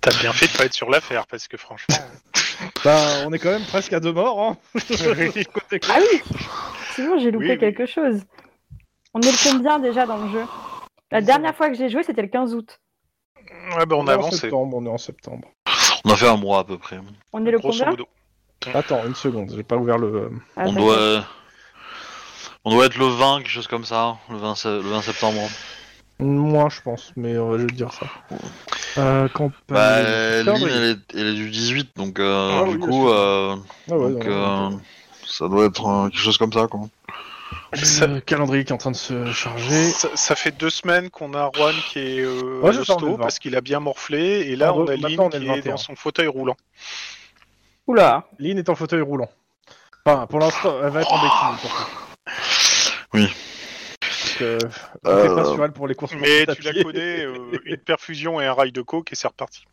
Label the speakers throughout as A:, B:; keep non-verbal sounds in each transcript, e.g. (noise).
A: T'as bien fait de pas être sur l'affaire, parce que franchement.
B: Bah, on est quand même presque à deux morts, hein (laughs)
A: Oui.
B: Côté
C: Ah oui C'est bon, j'ai loupé
A: Oui, oui.
C: quelque chose. On est le combien déjà dans le jeu La dernière fois que j'ai joué, c'était le 15 août.
A: (laughs) Ouais, bah, on
B: en
A: avance,
B: septembre, on est en septembre.
D: On a fait un mois à peu près.
C: On est le
A: grosso
C: combien
A: modo.
B: Attends, une seconde, j'ai pas ouvert le... euh,
C: Ah,
D: on
C: d'accord.
D: doit. euh, On doit être le 20, quelque chose comme ça, hein, le 20, se- le 20 septembre.
B: Moins, je pense, mais on va juste dire ça. Euh, campagne...
D: Bah, Lynn,
B: Calendrier.
D: elle est, elle est du 18, donc euh,
B: Ah
D: du
B: oui,
D: coup, euh,
B: Ah ouais,
D: donc,
B: non, non,
D: euh,
B: non.
D: ça doit être euh, quelque chose comme ça, quoi.
A: Ça-
B: Le calendrier qui est en train de se charger.
A: Ça, ça fait deux semaines qu'on a Juan qui est euh,
B: Ouais,
A: à
B: je sors le
A: l'hosto
B: 20.
A: parce qu'il a bien morflé et là
B: Ah,
A: on
B: ouais,
A: a
B: maintenant,
A: Lynn
B: on est le
A: qui est
B: 21.
A: dans son fauteuil roulant.
C: Oula
B: Lynn est en fauteuil roulant. Enfin, pour l'instant, elle va être en béquille. surtout.
D: Oui.
B: Parce que,
D: Euh,
B: on fait pas sur elle pour les courses.
A: Mais
B: à
A: tu la
B: pied.
A: connais, euh, une perfusion et un rail de coke et c'est reparti.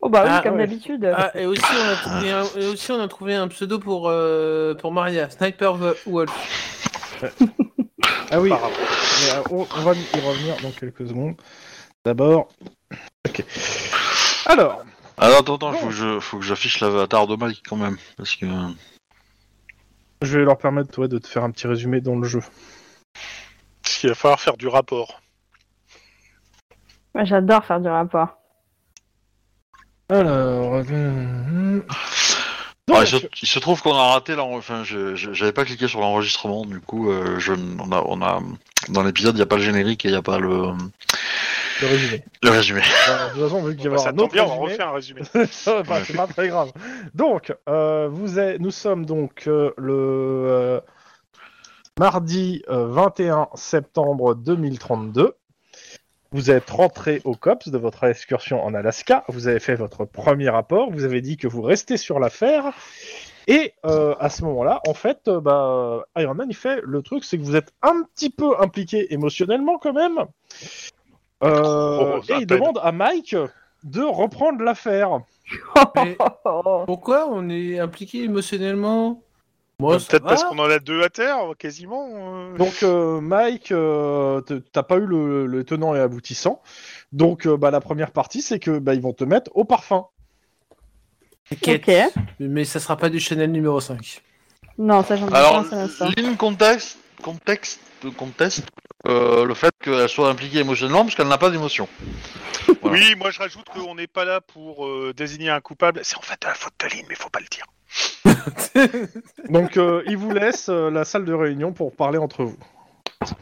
C: Oh bah oui,
E: Ah,
C: comme
B: ouais.
C: d'habitude.
E: Ah, et aussi, on a trouvé un, et aussi, on a trouvé un pseudo pour, euh, pour Maria, Sniper Wo- Wolf.
B: Ah oui,
A: Par rapport.
B: mais, euh, on, on va y revenir dans quelques secondes. D'abord... Ok. Alors,
D: Alors, attends, attends,
B: Bon.
D: faut que je, faut que j'affiche l'avatar de Mike quand même, parce que.
B: je vais leur permettre toi, de te faire un petit résumé dans le jeu.
A: Parce qu'il va falloir faire du rapport.
C: Moi, J'adore faire du rapport.
B: Alors... euh,
D: Ah,
B: donc,
D: il, se, il se trouve qu'on a raté l'en- enfin, je- je- j'avais pas cliqué sur l'enregistrement, du coup, euh, je, on a, on a, dans l'épisode, il n'y a pas le générique et il n'y a pas le,
B: le résumé.
D: le résumé.
B: Voilà, de toute façon, vu qu'il y
A: Bon, bah,
B: avoir
A: ça
B: un
A: tombe
B: autre
A: bien, on
B: résumé,
A: refait un
B: (laughs)
A: résumé.
B: Ça va, Oh, bah, c'est pas très grave. Donc, euh, vous êtes- nous sommes donc euh, le euh, mardi euh, 21 septembre 2032. Vous êtes rentré au COPS de votre excursion en Alaska. Vous avez fait votre premier rapport. Vous avez dit que vous restez sur l'affaire. Et euh, à ce moment-là, en fait, euh, bah, Iron Man, il fait le truc, c'est que vous êtes un petit peu impliqué émotionnellement quand même. Euh,
A: Oh,
B: et
A: à
B: il
A: peine.
B: demande à Mike de reprendre l'affaire.
C: (laughs)
E: Mais pourquoi on est impliqué émotionnellement Moi, ça
A: Euh, Peut-être
E: va.
A: parce qu'on en a deux à terre, quasiment. euh.
B: Donc euh, Mike, euh, te- t'as pas eu le, le tenant et aboutissant. Donc euh, bah, la première partie, c'est que bah, ils vont te mettre au parfum.
E: T'inquiète.
C: ok.
E: Mais ça sera pas du Chanel numéro 5.
C: Non, ça j'en ai pas
D: Alors,
C: un seul instant.
D: Lynn contexte, contexte, conteste euh, le fait qu'elle soit impliquée émotionnellement, parce qu'elle n'a pas d'émotion. Voilà.
A: Oui, moi je rajoute qu'on n'est pas là pour euh, désigner un coupable. C'est en fait de la faute de Lynn, mais faut pas le dire.
B: Donc euh, ils vous laissent euh, la salle de réunion pour parler entre vous.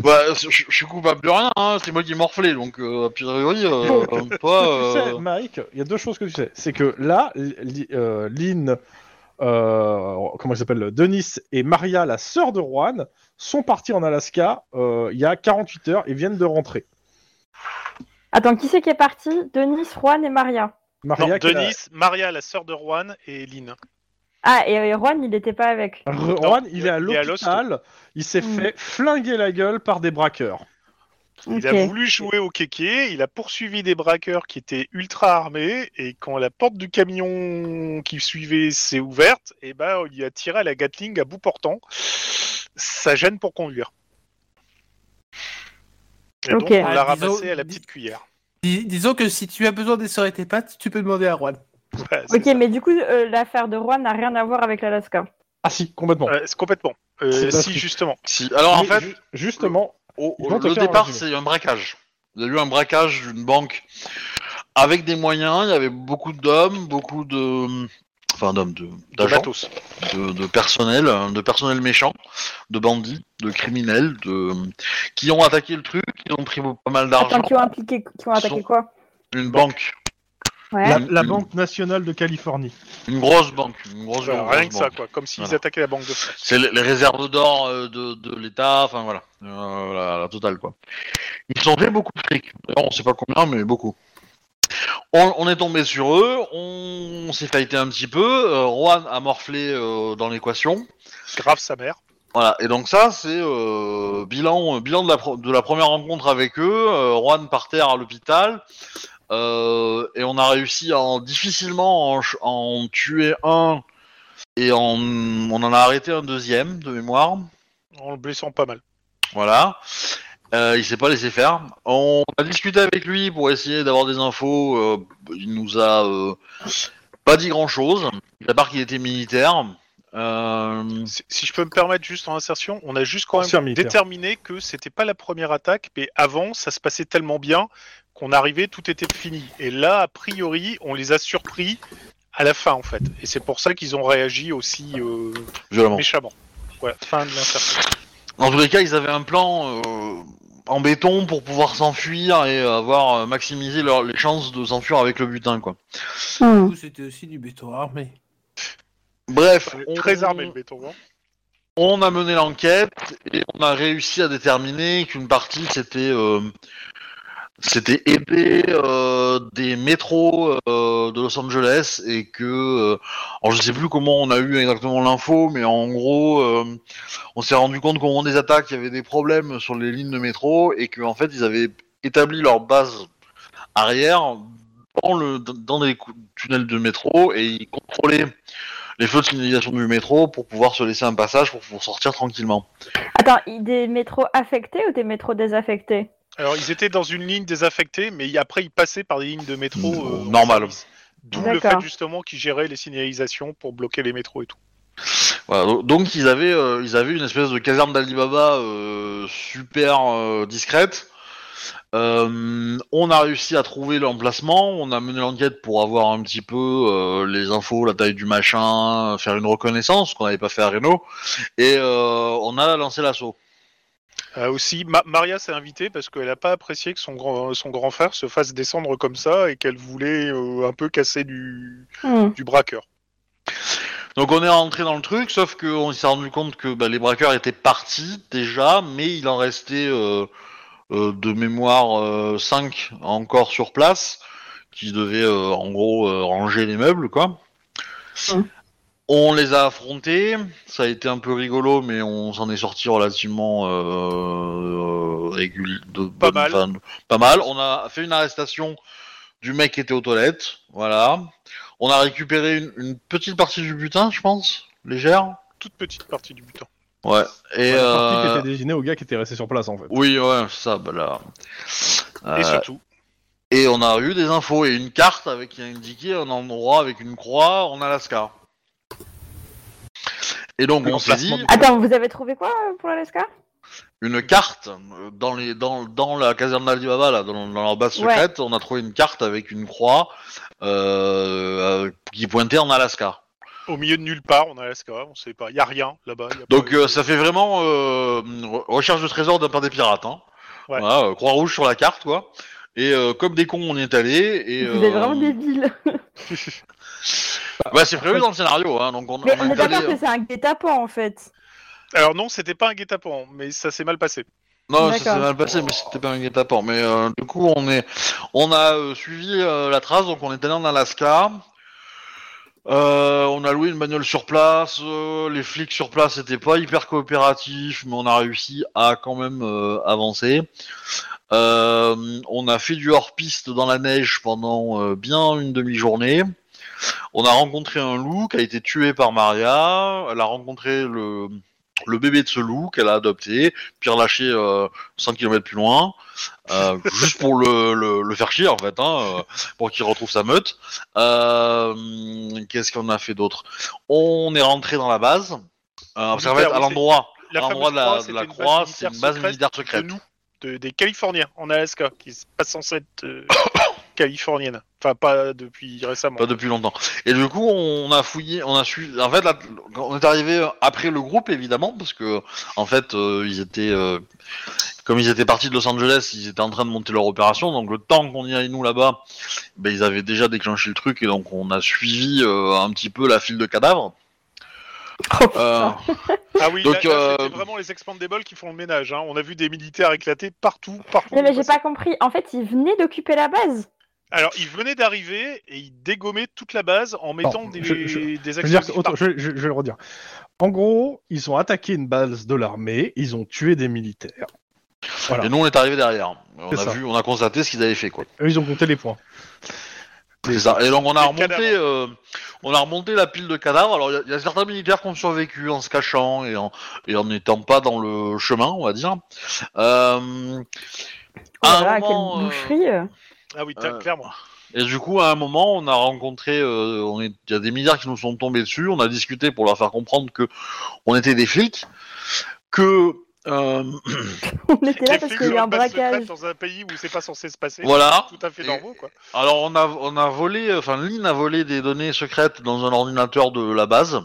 D: Bah, je je suis coupable de rien, hein, c'est moi qui ai morflé, donc euh, a priori, euh,
B: (laughs)
D: toi...
B: Tu sais,
D: euh,
B: Mike, il y a deux choses que tu sais. C'est que là, Li- Li- euh, Lynn, euh, comment elle s'appelle, Denis et Maria, la sœur de Juan, sont partis en Alaska euh, il y a 48 heures et viennent de rentrer.
C: Attends, qui c'est qui est parti Denis, Juan et Maria.
B: Maria,
A: Non,
B: qui est la-
A: Denis, Maria, la sœur de Juan et Lynn.
C: Ah, et, euh, Juan, il n'était pas avec.
B: R-
A: Non,
B: Juan, il est à
A: il est à
B: l'hôpital, il s'est
C: Mm.
B: fait flinguer la gueule par des braqueurs.
A: Il
C: Ok.
A: a voulu jouer au kéké, il a poursuivi des braqueurs qui étaient ultra armés, et quand la porte du camion qui suivait s'est ouverte, et ben, il a tiré à la Gatling à bout portant. Ça gêne pour conduire. Et
C: Ok.
A: donc, on l'a
E: Ah, disons-
A: ramassé à la petite cuillère.
E: (laughs)
A: (laughs)
E: Dis- disons que si tu as besoin des sœurs et tes pattes, tu peux demander à Juan.
A: Voilà, c'est
C: Ok, mais du coup, euh, l'affaire de Juan n'a rien à voir avec l'Alaska.
B: Ah si, complètement.
A: ça. Euh, c'est complètement. Euh,
B: C'est parce
A: si,
B: que-
A: justement.
D: si- Alors en
B: Mais
D: fait,
B: ju- justement,
D: Au-
B: Ils
D: au-
B: vont te
D: le
B: faire un
D: départ,
B: résumé.
D: c'est un braquage. Il y a eu un braquage d'une banque avec des moyens. Il y avait beaucoup d'hommes, beaucoup de. Enfin, d'hommes, de-
A: De
D: d'agents,
A: matos.
D: de, de personnel, euh, de personnel méchant, de bandits, de criminels, de qui ont attaqué le truc, qui ont pris pas mal
C: Attends,
D: d'argent.
C: qui ont, impliqué, qui ont attaqué
D: Son-
C: quoi
D: Une banque,
C: Ouais.
B: la,
D: Mm,
B: la
D: mm.
B: Banque Nationale de Californie.
D: une grosse banque, une grosse,
A: Voilà,
D: grosse
A: Euh, rien que ça,
D: banque.
A: quoi. Comme s'ils
D: Voilà.
A: attaquaient la Banque de France.
D: C'est les les réserves d'or euh, de, de l'État, enfin voilà, Euh, la, la totale quoi. Ils sont fait beaucoup de fric. D'ailleurs, on sait pas combien, mais beaucoup. On, on est tombé sur eux, on, s'est fighté un petit peu. euh, Juan a morflé euh, dans l'équation.
A: Grave sa mère.
D: Voilà, et donc ça, c'est euh, bilan, euh, bilan de, la pro- de la première rencontre avec eux. euh, Juan par terre à l'hôpital. euh, et on a réussi à en, difficilement en, ch- en tuer un. Et en- on en a arrêté un deuxième de mémoire.
A: En le blessant pas mal.
D: Voilà. Euh, il s'est pas laissé faire. On a discuté avec lui pour essayer d'avoir des infos. euh, il nous a euh, pas dit grand chose, à part qu'il était militaire. Euh,
A: Si, si je peux me permettre juste en insertion, on a juste quand
B: Ancien
A: même
B: militaire.
A: déterminé que c'était pas la première attaque, mais avant ça se passait tellement bien qu'on arrivait, tout était fini. Et là, a priori, on les a surpris à la fin en fait. Et c'est pour ça qu'ils ont réagi aussi euh,
D: violemment.
A: méchamment. Ouais, fin de l'insertion.
D: Dans tous les cas, ils avaient un plan euh, en béton pour pouvoir s'enfuir et avoir euh, maximisé leur- les chances de s'enfuir avec le butin, quoi.
C: Hmm.
E: Du coup, C'était aussi du béton
A: (laughs)
E: armé.
D: Bref, on-
A: Très armé le béton. hein.
D: On a mené l'enquête et on a réussi à déterminer qu'une partie c'était euh, c'était aidé euh, des métros euh, de Los Angeles et que euh, alors je sais plus comment on a eu exactement l'info mais en gros euh, on s'est rendu compte qu'au moment des attaques il y avait des problèmes sur les lignes de métro et qu'en fait ils avaient établi leur base arrière dans le dans des cou- tunnels de métro et ils contrôlaient les feux de signalisation du métro pour pouvoir se laisser un passage pour, pour sortir tranquillement.
C: Attends, il- des métros affectés ou des métros désaffectés
A: Alors ils étaient dans une ligne désaffectée, mais y- après ils passaient par des lignes de métro euh, en
D: Normal.
A: service. D'où le
C: D'accord.
A: fait justement qu'ils géraient les signalisations pour bloquer les métros et tout.
D: Voilà, do- donc ils avaient, euh, ils avaient une espèce de caserne d'Alibaba euh, super euh, discrète. Euh, on a réussi à trouver l'emplacement, on a mené l'enquête pour avoir un petit peu euh, les infos, la taille du machin, faire une reconnaissance qu'on n'avait pas fait à Reno, et euh, on a lancé l'assaut.
A: Euh, aussi, Ma- Maria s'est invitée parce qu'elle n'a pas apprécié que son grand, son grand frère se fasse descendre comme ça et qu'elle voulait euh, un peu casser du,
C: Hmm.
A: du braqueur.
D: Donc on est rentré dans le truc, sauf qu'on s'est rendu compte que bah, les braqueurs étaient partis déjà, mais il en restait euh, euh, de mémoire 5 encore sur place, qui devaient euh, en gros euh, ranger les meubles, quoi.
C: Mm.
B: Hum.
D: On les a affrontés, ça a été un peu rigolo, mais on s'en est sorti relativement euh, euh, régul- de
A: Pas
D: bonne-
A: mal.
D: enfin, pas mal. On a fait une arrestation du mec qui était aux toilettes, voilà. On a récupéré une, une petite partie du butin, je pense, légère.
A: Toute petite partie du butin.
D: Ouais. Et
B: la partie qui
D: euh,
B: était destinée au gars qui était resté sur place en fait.
D: oui, ouais, c'est ça, bah là. Euh,
A: Et surtout,
D: et on a eu des infos et une carte avec qui a indiqué un endroit avec une croix en Alaska. Et donc on s'est dit
B: L'emplacement du-
C: Attends, vous avez trouvé quoi euh, pour l'Alaska
D: une carte euh, dans les dans, dans la caserne d'Alibaba là dans, dans leur base
C: Ouais.
D: secrète on a trouvé une carte avec une croix euh, euh, qui pointait en Alaska.
A: au milieu de nulle part, on a Alaska, on sait pas, il y a rien là-bas. y a
D: Donc
A: pas-
D: euh, ça fait vraiment euh, re- recherche de trésor d'un part des pirates. Hein.
A: Ouais.
D: Voilà, euh, croix rouge sur la carte quoi. Et euh, comme des cons on y est allé et
C: Vous êtes
D: euh,
C: vraiment débile.
D: bah, c'est prévu dans le scénario hein, donc on,
C: Mais
D: on
C: on est
D: est allé,
C: d'accord
D: euh,
C: que c'est un guet-apens en fait.
A: Alors non, c'était pas un guet-apens, mais ça s'est mal passé.
D: Non, ça s'est
C: D'accord.
D: mal passé, mais c'était pas un guet-apens. Mais euh, du coup, on est, on a euh, suivi euh, la trace, donc on est allé en Alaska. Euh, on a loué une bagnole sur place. euh, les flics sur place n'étaient pas hyper coopératifs, mais on a réussi à quand même euh, avancer. Euh, on a fait du hors-piste dans la neige pendant euh, bien une demi-journée. On a rencontré un loup qui a été tué par Maria. Elle a rencontré le, le bébé de ce loup qu'elle a adopté, puis relâché euh, 100 km plus loin, euh, juste pour le, le, le faire chier en fait, hein, euh, pour qu'il retrouve sa meute. Euh, Qu'est-ce qu'on a fait d'autre On est rentré dans la base. Euh, parce qu'en fait,
A: Militaire,
D: à
A: oui,
D: l'endroit,
A: La
D: à l'endroit
A: fameuse
D: de la, de
A: c'était
D: la
A: une base
D: croix, c'est une
A: militaire
D: base
A: secrète
D: militaire
A: de
D: secrète.
A: nous, de- des Californiens en Alaska, qui n'est pas censée être
D: (coughs)
A: euh, californienne. Enfin, pas depuis récemment.
D: Pas depuis longtemps. Et du coup, on a fouillé, on a suivi. En fait, là, on est arrivé euh, après le groupe, évidemment, parce que en fait, euh, ils étaient, euh, comme ils étaient partis de Los Angeles, ils étaient en train de monter leur opération. Donc le temps qu'on y aille nous là-bas, ben, ils avaient déjà déclenché le truc et donc on a suivi euh, un petit peu la file de cadavres.
B: Oh,
D: Euh,
A: Ah oui,
D: Donc,
A: là, là, c'était
D: euh,
A: vraiment les expandables qui font le ménage. hein. On a vu des militaires éclatés partout, partout.
C: Non mais j'ai pas compris. En fait, ils venaient d'occuper la base.
A: Alors, ils venaient d'arriver et ils dégommaient toute la base en mettant des,
B: je-
A: des
B: je- Je veux dire
A: explosifs
B: que- autre-
A: partout.
B: je- je- je vais le redire. En gros, ils ont attaqué une base de l'armée, ils ont tué des militaires. Voilà.
D: Et nous, on est arrivé derrière. On
B: C'est
D: a
B: ça.
D: vu, on a constaté ce qu'ils avaient fait, quoi.
B: Eux, ils ont compté les points.
D: Les a- Et donc on a
A: Les
D: remonté,
A: cadavres.
D: euh, on a remonté la pile de cadavres. Alors il y a- il y, a certains militaires qui ont survécu en se cachant et en et en n'étant pas dans le chemin, on va dire. Euh,
C: Oh
D: à
C: là
D: un
C: là,
D: moment,
C: quelle
D: euh,
C: boucherie euh. (laughs)
A: Ah oui, t'as-
D: Euh,
A: clairement.
D: et du coup, à un moment, on a rencontré, euh, on est- il y a des milliards qui nous sont tombés dessus. On a discuté pour leur faire comprendre que on était des flics, que euh,
C: On était là
A: Les
C: parce
A: flics
C: qu'il y a eu
A: sur
C: un
A: une base secrète
D: hein.
C: braquage.
A: dans un pays où c'est pas censé se passer.
D: voilà.
A: Tout à fait
D: Et-
A: normaux, quoi.
D: Alors on a on a volé, enfin Lynn a volé des données secrètes dans un ordinateur de la base.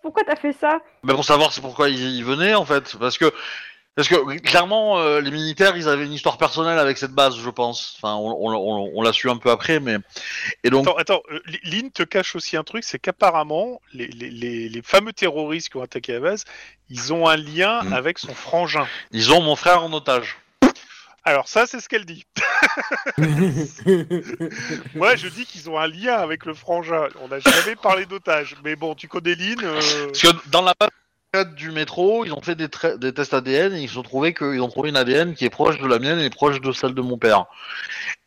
C: Pourquoi t'as fait ça
D: Mais Bah, pour savoir c'est pourquoi ils, ils venaient en fait, parce que parce que clairement euh, les militaires ils avaient une histoire personnelle avec cette base, je pense. Enfin, on, on- on- on l'a su un peu après, mais et donc
A: Attends, attends, euh, Li- Lynn te cache aussi un truc, c'est qu'apparemment, les, les- les- les fameux terroristes qui ont attaqué la base, ils ont un lien
D: Mm.
A: avec son frangin.
D: ils ont mon frère en otage.
A: Alors ça, c'est ce qu'elle dit. Moi, je dis qu'ils ont un lien avec le frangin. On n'a jamais (laughs) parlé d'otage. Mais bon, tu connais Lynn. euh,
D: Parce que dans la base du métro, ils ont fait des, tra- des tests ADN et ils se sont trouvés qu'ils ont trouvé une ADN qui est proche de la mienne et proche de celle de mon père.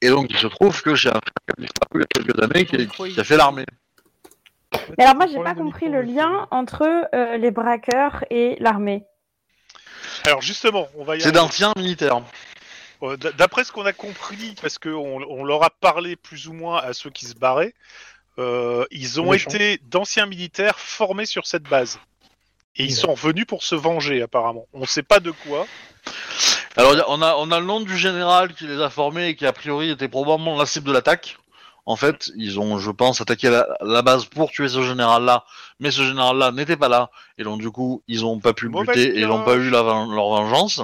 D: Et donc il se trouve que j'ai un frère qui a disparu il y a quelques années qui, est- qui a fait l'armée.
C: Mais alors moi j'ai pas
B: Problème de
C: compris
B: micro,
C: le lien entre euh, les braqueurs et l'armée.
A: Alors justement, on va y
D: C'est
A: arriver.
D: d'anciens militaires.
A: Euh, d- D'après ce qu'on a compris, parce qu'on on leur a parlé plus ou moins à ceux qui se barraient, euh, ils ont
B: Méchant.
A: été d'anciens militaires formés sur cette base. Et ils sont venus pour se venger, apparemment. On ne sait pas de quoi.
D: Alors y a- on a, on a le nom du général qui les a formés et qui a priori était probablement la cible de l'attaque. En fait, ils ont, je pense, attaqué la, la base pour tuer ce général-là, mais ce général-là n'était pas là, et donc du coup, ils n'ont pas pu le
A: Mauvaise
D: buter et
A: pioche.
D: n'ont pas eu la ven- leur vengeance.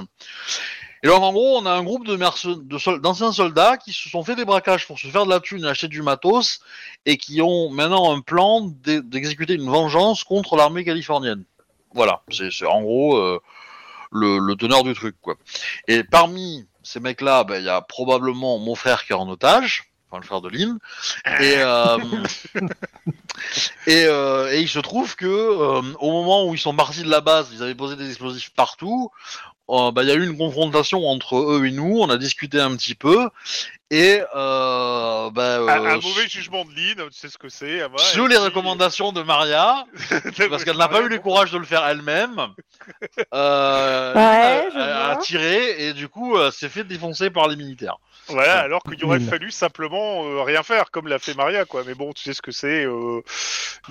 D: Et donc en gros, on a un groupe de merce- de sol- d'anciens soldats qui se sont fait des braquages pour se faire de la thune et acheter du matos, et qui ont maintenant un plan d'e- d'exécuter une vengeance contre l'armée californienne. Voilà, c'est c'est en gros euh, le, le teneur du truc, quoi. Et parmi ces mecs-là, ben, il y a probablement mon frère qui est en otage, enfin le frère de Lynn. Et, euh, et, euh, et il se trouve que euh, au moment où ils sont partis de la base, ils avaient posé des explosifs partout. euh, ben, Il y a eu une confrontation entre eux et nous. On a discuté un petit peu. Et euh,
A: Un,
D: ben,
A: un
D: euh,
A: mauvais jugement de Lynn, tu sais ce que c'est. ah ouais,
D: sous
A: et
D: les
A: puis-
D: recommandations
A: (laughs)
D: de Maria, parce qu'elle n'a pas eu le courage de le faire elle-même. Euh,
C: Ouais, je
D: elle a,
C: vois.
D: tiré et du coup euh, s'est fait défoncer par les militaires.
A: Voilà, alors qu'il aurait
B: Lynn.
A: fallu simplement euh, rien faire, comme l'a fait Maria, quoi. Mais bon, tu sais ce que c'est. euh,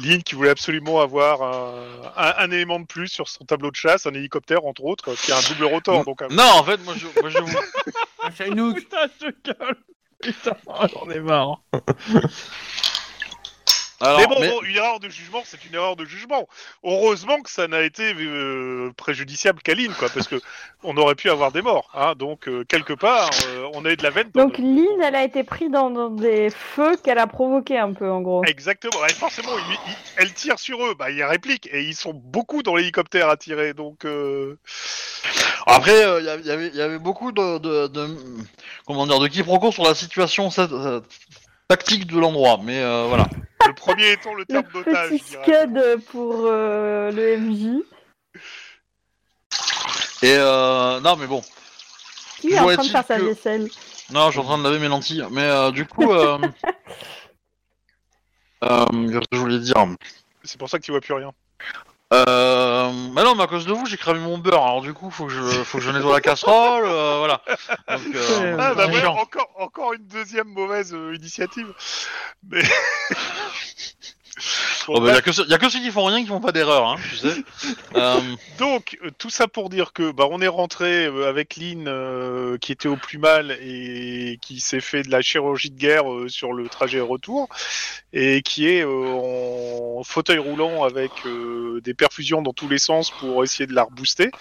A: Lynn qui voulait absolument avoir un, un- un élément de plus sur son tableau de chasse, un hélicoptère, entre autres, qui a un double rotor. Donc, euh. un-
D: Non, en fait, moi je,
A: (laughs)
D: moi, je vous-
E: Un Ah,
B: (laughs)
E: Chinook.
B: Putain, je gueule Putain, (laughs) j'en ai marre
D: Alors,
A: mais bon,
D: mais-
A: bon, une erreur de jugement, c'est une erreur de jugement. Heureusement que ça n'a été euh, préjudiciable qu'à Lynn, quoi, parce que (laughs) on aurait pu avoir des morts. hein. donc euh, quelque part, euh, on a eu de la veine. dans
C: Donc
A: notre-
C: Lynn elle a été prise dans, dans des feux qu'elle a provoqués un peu en gros.
A: Exactement. Ouais, forcément, il- il- elle tire sur eux. Bah, il réplique et ils sont beaucoup dans l'hélicoptère à tirer. Donc euh,
D: Après, euh, y a- y avait- il y avait beaucoup de, de, de- comment dire, de quiproquos sur la situation sa- euh, tactique de l'endroit, mais euh, voilà.
A: le premier étant le
C: Le
A: terme d'otage.
C: petit
A: je dirais.
C: scud pour euh, le MJ
D: Et euh, non, mais bon,
C: qui est en train
D: Toujours
C: de
D: est-il
C: faire sa
D: que-
C: vaisselle.
D: non, je suis en train de laver mes lentilles, mais euh, du
C: (laughs)
D: coup, euh, euh, qu'est-ce que je voulais dire
A: C'est pour ça que tu vois plus rien.
D: Euh, bah non, mais à cause de vous, j'ai cramé mon beurre. Alors du coup, faut que je, faut que je nettoie la casserole, euh, voilà. Donc, euh,
A: Ah bah
D: c'est
A: ouais,
D: chiant.
A: encore, encore une deuxième mauvaise euh, initiative. Mais. Bon,
D: Oh, bah, y a que ceux- y a que ceux qui font rien qui font pas d'erreur, hein, tu sais. Euh, (laughs)
A: Donc, euh, tout ça pour dire que bah, on est rentré euh, avec Lynn euh, qui était au plus mal et qui s'est fait de la chirurgie de guerre euh, sur le trajet retour et qui est euh, en fauteuil roulant avec euh, des perfusions dans tous les sens pour essayer de la rebooster.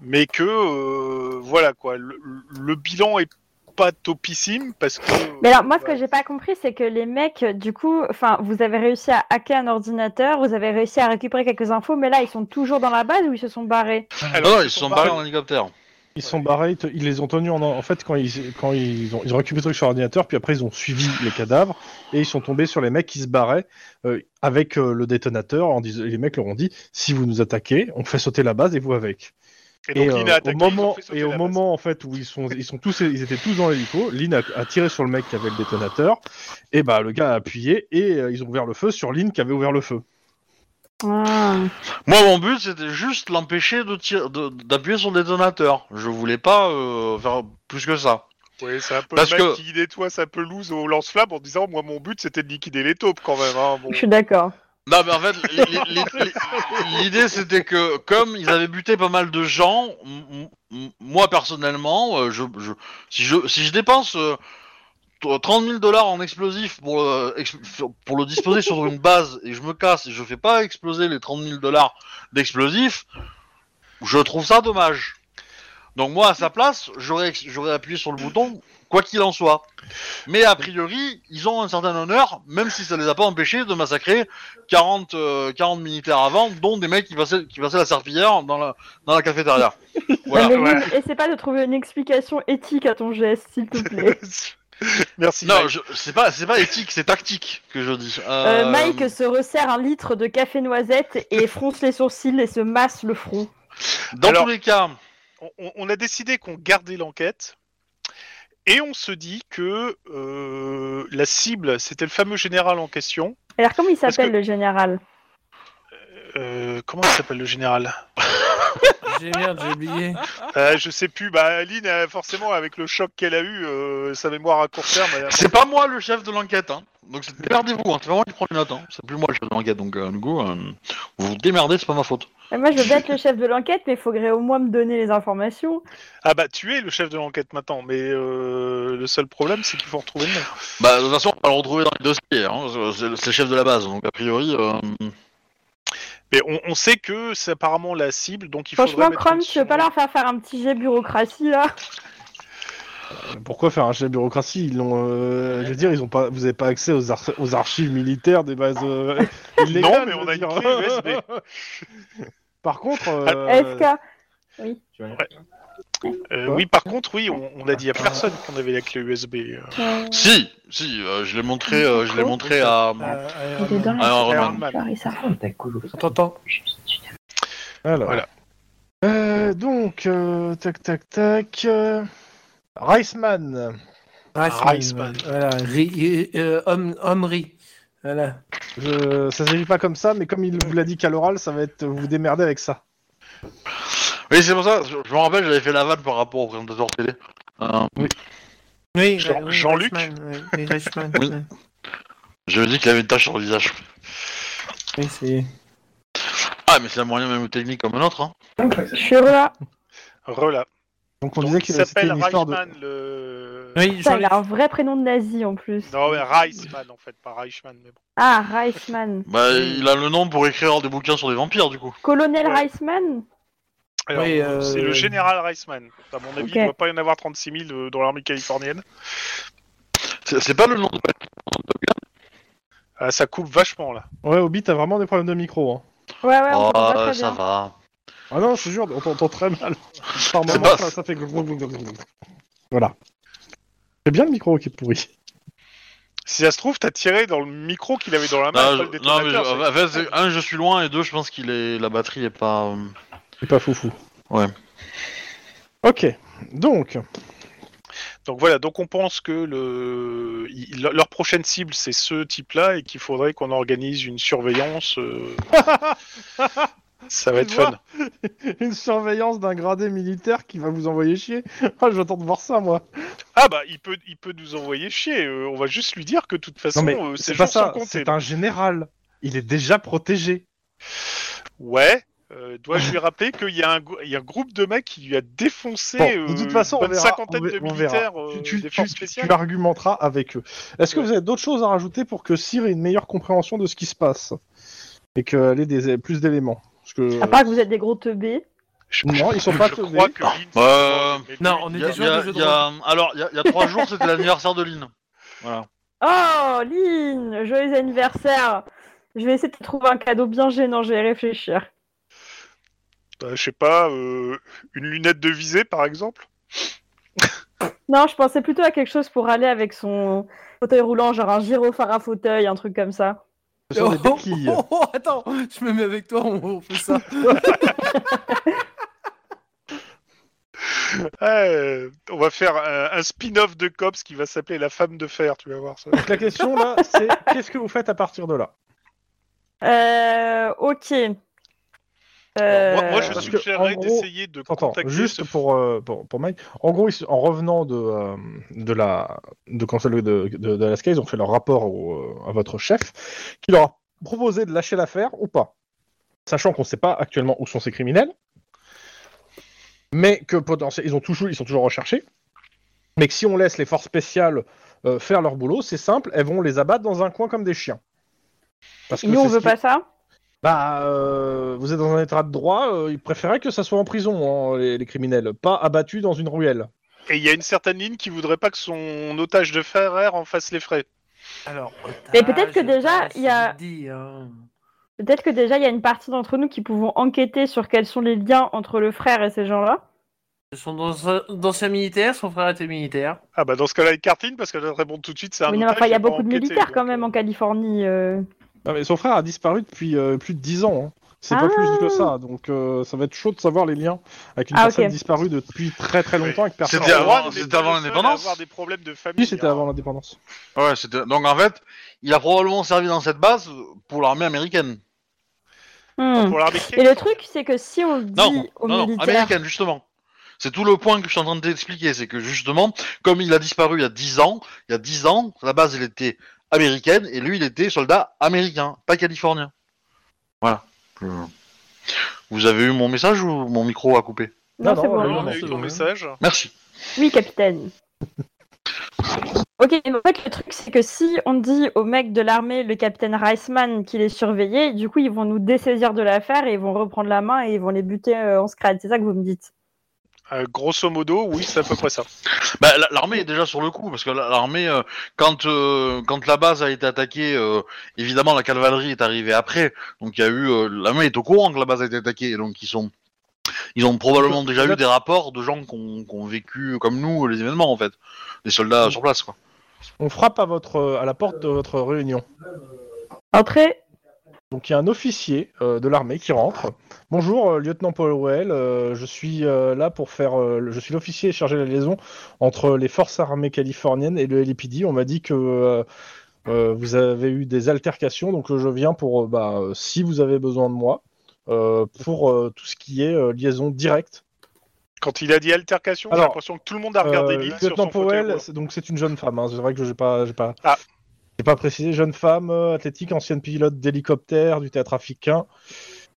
A: Mais que, euh, voilà quoi, le, le bilan est pas topissime parce que. euh,
C: Mais alors moi ce que
A: Ouais.
C: j'ai pas compris c'est que les mecs du coup enfin vous avez réussi à hacker un ordinateur, vous avez réussi à récupérer quelques infos mais là ils sont toujours dans la base ou ils se sont barrés.
A: Alors,
D: non, ils se sont barrés en hélicoptère.
B: Ils sont barrés, ils te- ils les ont tenus en... En fait, quand ils, quand ils ont, ils ont récupéré le truc sur l'ordinateur, puis après ils ont suivi les cadavres, et ils sont tombés sur les mecs qui se barraient euh, avec euh, le détonateur, en dis- et les mecs leur ont dit, si vous nous attaquez, on fait sauter la base et vous avec.
A: Et
B: Et,
A: donc Lina a
B: euh,
A: attaqué,
B: au
A: ils ont
B: moment,
A: fait sauter
B: et au
A: la base.
B: moment en fait où ils sont, ils sont tous, ils étaient tous dans l'hélico, Lynn a, a tiré sur le mec qui avait le détonateur. Et bah le gars a appuyé et euh, ils ont ouvert le feu sur Lynn qui avait ouvert le feu.
C: Ah.
D: Moi, mon but, c'était juste l'empêcher de tir- de- d'appuyer sur le détonateur. Je voulais pas euh, faire plus que ça.
A: Ouais, c'est un peu
D: Parce
A: le mec
D: que-
A: qui nettoie sa pelouse au lance-flamme en disant Moi, mon but, c'était de liquider les taupes quand même. hein. Bon. (laughs)
C: Je suis d'accord.
D: Non, mais en fait, li- li- li- li- l'idée c'était que comme ils avaient buté pas mal de gens, m- m- moi personnellement, euh, je, je- si, je, si je dépense euh, t- 30 000 dollars en explosifs pour, le- ex- pour le disposer sur une base et je me casse et je fais pas exploser les 30 000 dollars d'explosifs, je trouve ça dommage. Donc moi, à sa place, j'aurais ex- j'aurais appuyé sur le bouton, quoi qu'il en soit. Mais a priori, ils ont un certain honneur, même si ça les a pas empêchés de massacrer 40, euh, 40 militaires avant, dont des mecs qui passaient, qui passaient la serpillière dans la, dans la cafétéria. Voilà.
C: Non,
A: ouais.
C: mais Nick, essaie pas de trouver une explication éthique à ton geste, s'il te plaît.
A: Merci.
D: Non,
A: Mike.
D: je- c'est pas, c'est pas éthique, c'est tactique que je dis.
C: Euh,
D: Euh,
C: Mike se resserre un litre de café noisette et fronce les sourcils et se masse le front.
D: dans
A: Alors-
D: tous les cas,
A: on- on, on a décidé qu'on gardait l'enquête et on se dit que euh, la cible, c'était le fameux général en question.
C: Alors, comment il
A: Parce
C: s'appelle
A: que-
C: le général
A: Euh, comment il s'appelle le général
E: J'ai merde, j'ai oublié.
A: Euh, Je sais plus. Bah, Lynn, euh, forcément, avec le choc qu'elle a eu, euh, sa mémoire à court terme. elle a-
D: c'est pas moi le chef de l'enquête. Hein. Donc c'est- démerdez-vous, hein. c'est pas moi qui prends les notes. Hein. C'est plus moi le chef de l'enquête, donc euh, du coup, euh, vous vous démerdez, c'est pas ma faute.
C: Euh, Moi, je veux bien être le chef de l'enquête, mais il faudrait au moins me donner les informations.
A: Ah bah, tu es le chef de l'enquête maintenant, mais euh, le seul problème, c'est qu'il faut retrouver le nom.
D: Bah, de toute façon, on va le retrouver dans les dossiers. Hein. C'est- C'est c'est le chef de la base, donc a priori. euh,
A: Mais on, on sait que c'est apparemment la cible, donc il faut.
C: Franchement, Chrome, tu veux pas leur faire faire un petit jet bureaucratie là
B: Pourquoi faire un chef de bureaucratie Ils l'ont, euh, je veux dire, ils ont pas, vous avez pas accès aux, ar- aux archives militaires des bases. euh,
A: (laughs)
B: illégales,
A: Non, mais
B: je
A: on
B: veux
A: a une
B: dire.
A: clé
B: (laughs) Par contre, euh,
C: SK
A: Euh, oui, par contre, oui, on, on a dit à
B: Ah.
A: personne qu'on avait la clé USB. euh.
C: euh,
D: Si, si, euh, je l'ai montré, euh, je l'ai montré à.
A: Ah,
E: Euh, euh,
C: Il est dans la
D: Alors,
A: Iron
D: Roman.
A: Man.
C: Paris, ça.
F: Ta couche,
E: On t'entend.
B: alors.
A: Voilà.
B: Euh, donc, euh, tac, tac, tac. euh, Riceman.
A: Reisman.
E: Voilà, ri, euh, homme, homme ri. Voilà.
B: Je- ça s'agit pas comme ça, mais comme il vous l'a dit qu'à l'oral, ça va être vous vous démerdez avec ça.
D: Oui, c'est pour ça, je, je me rappelle, j'avais fait la vanne par rapport au présentateur télé. Euh,
E: Oui,
A: Jean-
C: Bah
E: oui,
A: Jean-Luc.
E: Reichmann, Oui, oui, Reichmann,
D: Oui.
E: ouais.
D: J'avais dit qu'il avait une tache sur le visage.
E: Oui, c'est.
D: Ah, mais c'est un moyen même technique comme un autre. Hein.
C: Je suis heureux, là.
A: Rela.
B: Donc on
A: Donc,
B: disait
A: il
B: qu'il c'était
A: s'appelle
B: une histoire de.
A: Reichman, le.
E: Oui,
C: Ça, il
E: Jean-Luc.
C: a un vrai prénom de nazi en plus.
A: Non, mais Reisman en fait, pas Reichman. Mais bon.
C: Ah, Reisman.
D: Bah,
E: Oui.
D: il a le nom pour écrire des bouquins sur les vampires, du coup.
C: Colonel
A: Ouais.
C: Reisman
A: Alors,
E: Oui, euh,
A: C'est le général Reisman. À mon avis,
C: Ok.
A: il ne doit pas y en avoir 36 000 de- dans l'armée californienne.
D: C'est c'est pas le nom de
A: Ah, ça coupe vachement là.
B: Ouais, Obi, t'as vraiment des problèmes de micro. Hein.
C: Ouais, ouais, on
D: Oh,
C: comprend pas très
D: ça
C: bien.
D: va.
B: Ah non, je te jure, on t'entend très (laughs) mal. Par
D: C'est
B: moment,
D: pas-
B: ça, ça fait. glou, glou, glou, glou, glou. Voilà. C'est bien le micro qui est pourri.
A: Si ça se trouve, t'as tiré dans le micro qu'il avait dans la main.
D: Non,
A: pas le
D: je- non, mais je-
A: détonateur, c'est-
D: en fait, c'est- un, je suis loin, et deux, je pense qu'il est la batterie est pas. euh,
B: C'est pas foufou.
D: Ouais.
B: Ok, donc.
A: Donc voilà, donc on pense que le... il- le- leur prochaine cible, c'est ce type-là et qu'il faudrait qu'on organise une surveillance.
B: (laughs)
A: euh. ça va être
B: Tu vois
A: fun.
B: Une surveillance d'un gradé militaire qui va vous envoyer chier. Ah, j'attends de voir ça, moi.
A: Ah bah, il peut, il peut nous envoyer chier. euh, on va juste lui dire que de toute façon, euh, ces
B: c'est
A: jours
B: pas
A: sont
B: ça.
A: comptés.
B: C'est un général. Il est déjà protégé.
A: Ouais. Euh, Dois-je lui rappeler qu'il y, a un gr- il y a un groupe de mecs qui lui a défoncé
B: Bon, de
A: euh,
B: toute façon,
A: une
B: on
A: bonne
B: verra,
A: cinquantaine
B: on ve-
A: de
B: on verra.
A: militaires euh,
B: tu,
A: des
B: tu,
A: forces
B: tu, tu
A: spéciales.
B: argumenteras avec eux. Est-ce que
A: Ouais.
B: vous avez d'autres choses à rajouter pour que Cyr ait une meilleure compréhension de ce qui se passe et qu'elle ait des, plus d'éléments Parce que
C: À part que vous êtes des gros teubés.
A: Je,
B: non, ils sont pas
A: Ah, je
B: teubés.
A: crois que Lynn, bah, c'est
D: Euh,
A: mort, mais
E: non,
A: lui,
E: on
D: il
E: est
D: y a-
E: des
D: il y
E: joueurs
D: a-
E: de jeux de
D: il y a- Alors, il y a- il y a trois jours,
E: (laughs)
D: c'était l'anniversaire de Lynn. Voilà.
C: Oh, Lynn, joyeux anniversaire Je vais essayer de te trouver un cadeau bien gênant, je vais y réfléchir.
A: bah, je sais pas, euh, une lunette de visée par exemple.
C: Non, je pensais plutôt à quelque chose pour aller avec son fauteuil roulant, genre un gyrophare à fauteuil, un truc comme ça.
B: Ce sont des
E: Oh,
B: béquilles.
E: oh, oh, attends, je me mets avec toi, on, on fait ça.
A: Euh, on va faire un, un spin-off de Cops qui va s'appeler La femme de fer, tu vas voir ça.
B: Donc la question là, c'est qu'est-ce que vous faites à partir de là
C: Euh, ok. Euh,
A: moi, moi, je
B: parce que,
A: suggérerais
B: en gros,
A: d'essayer de
B: T'entends,
A: contacter.
B: juste
A: ce-
B: pour, euh, pour, pour Mike. En gros, ils se- en revenant de, euh, de la de console de, de, d'Alaska, ils ont fait leur rapport au, euh, à votre chef, qui leur a proposé de lâcher l'affaire ou pas. Sachant qu'on ne sait pas actuellement où sont ces criminels, mais que potentiellement, ils, ont toujours, ils sont toujours recherchés, mais que si on laisse les forces spéciales euh, faire leur boulot, c'est simple, elles vont les abattre dans un coin comme des chiens. Parce que
C: Nous, on
B: c'est ce
C: veut
B: qui-
C: pas ça.
B: bah, euh, vous êtes dans un état de droit, euh, ils préféraient que ça soit en prison, hein, les, les criminels, pas abattus dans une ruelle.
A: Et il y a une certaine ligne qui voudrait pas que son otage de fer en fasse les frais.
E: Alors,
C: Mais peut-être que déjà, il y a- Peut-être que déjà, il y a une partie d'entre nous qui pouvons enquêter sur quels sont les liens entre le frère et ces gens-là.
E: Ce sont d'anciens d'anciens militaires, son frère était militaire.
A: Ah bah dans ce cas-là, écartine parce qu'elle répond tout de suite, c'est un
C: Oui, non,
A: otage,
C: enfin, il y a
A: j'ai pas
C: beaucoup de
A: enquêté,
C: militaires
A: donc,
C: quand même
A: euh,
C: en Californie. euh.
B: Ah, mais son frère a disparu depuis euh, plus de 10 ans, hein. c'est
C: Ah.
B: pas plus que ça, donc euh, ça va être chaud de savoir les liens avec une
C: Ah,
B: personne
C: ok.
B: disparue depuis très très longtemps avec personne.
D: C'était
A: on
D: avant-
A: est les
D: c'était
A: seuls
D: avant
A: à
D: l'indépendance
A: avoir des problèmes de famille.
B: Oui, c'était
A: hein.
B: avant l'indépendance.
D: Ouais, c'était- donc en fait, il a probablement servi dans cette base pour l'armée américaine.
C: Hmm.
A: Pour l'armée
C: Et le truc, c'est que si on le dit
D: Non,
C: aux
D: non, non,
C: militaires,
D: américaine justement. C'est tout le point que je suis en train de t'expliquer, c'est que justement, comme il a disparu il y a 10 ans, il y a 10 ans, la base elle était américaine et lui il était soldat américain, pas californien. Voilà. Euh, Vous avez eu mon message ou mon micro a coupé
C: non,
B: Non,
C: c'est
B: non,
C: bon.
B: non,
A: on a eu
E: c'est
A: ton
E: vrai.
A: message.
D: Merci.
C: Oui, capitaine. Ok, mais en fait, le truc, c'est que si on dit au mec de l'armée, le capitaine Reisman, qu'il est surveillé, du coup, ils vont nous dessaisir de l'affaire et ils vont reprendre la main et ils vont les buter euh, en scred. C'est ça que vous me dites.
A: Euh, grosso modo, oui, c'est à peu près ça.
D: Bah, la- l'armée est déjà sur le coup, parce que la- l'armée, euh, quand, euh, quand la base a été attaquée, euh, évidemment la cavalerie est arrivée après, donc il y a eu, euh, l'armée est au courant que la base a été attaquée, donc ils sont, ils ont probablement déjà eu des rapports de gens qui ont, qui ont vécu comme nous les événements en fait, des soldats sur place quoi.
B: On frappe à, votre, euh, à la porte de votre réunion.
C: Entrez.
B: Donc il y a un officier euh, de l'armée qui rentre. Bonjour, euh, lieutenant Paul Well, euh, je suis euh, là pour faire. euh, le- je suis l'officier chargé de la liaison entre les forces armées californiennes et le LAPD. On m'a dit que euh, euh, vous avez eu des altercations, donc euh, je viens pour, euh, bah, euh, si vous avez besoin de moi, euh, pour euh, tout ce qui est euh, liaison directe.
A: Quand il a dit altercation, j'ai
B: Alors,
A: l'impression que tout le monde a regardé
B: Euh,
A: l'île sur
B: lieutenant
A: son fauteuil
B: Powell,
A: roulant.
B: c'est- donc c'est une jeune femme. hein, c'est vrai que j'ai pas, j'ai pas,
A: Ah.
B: j'ai pas précisé. Jeune femme, euh, athlétique, ancienne pilote d'hélicoptère du théâtre africain,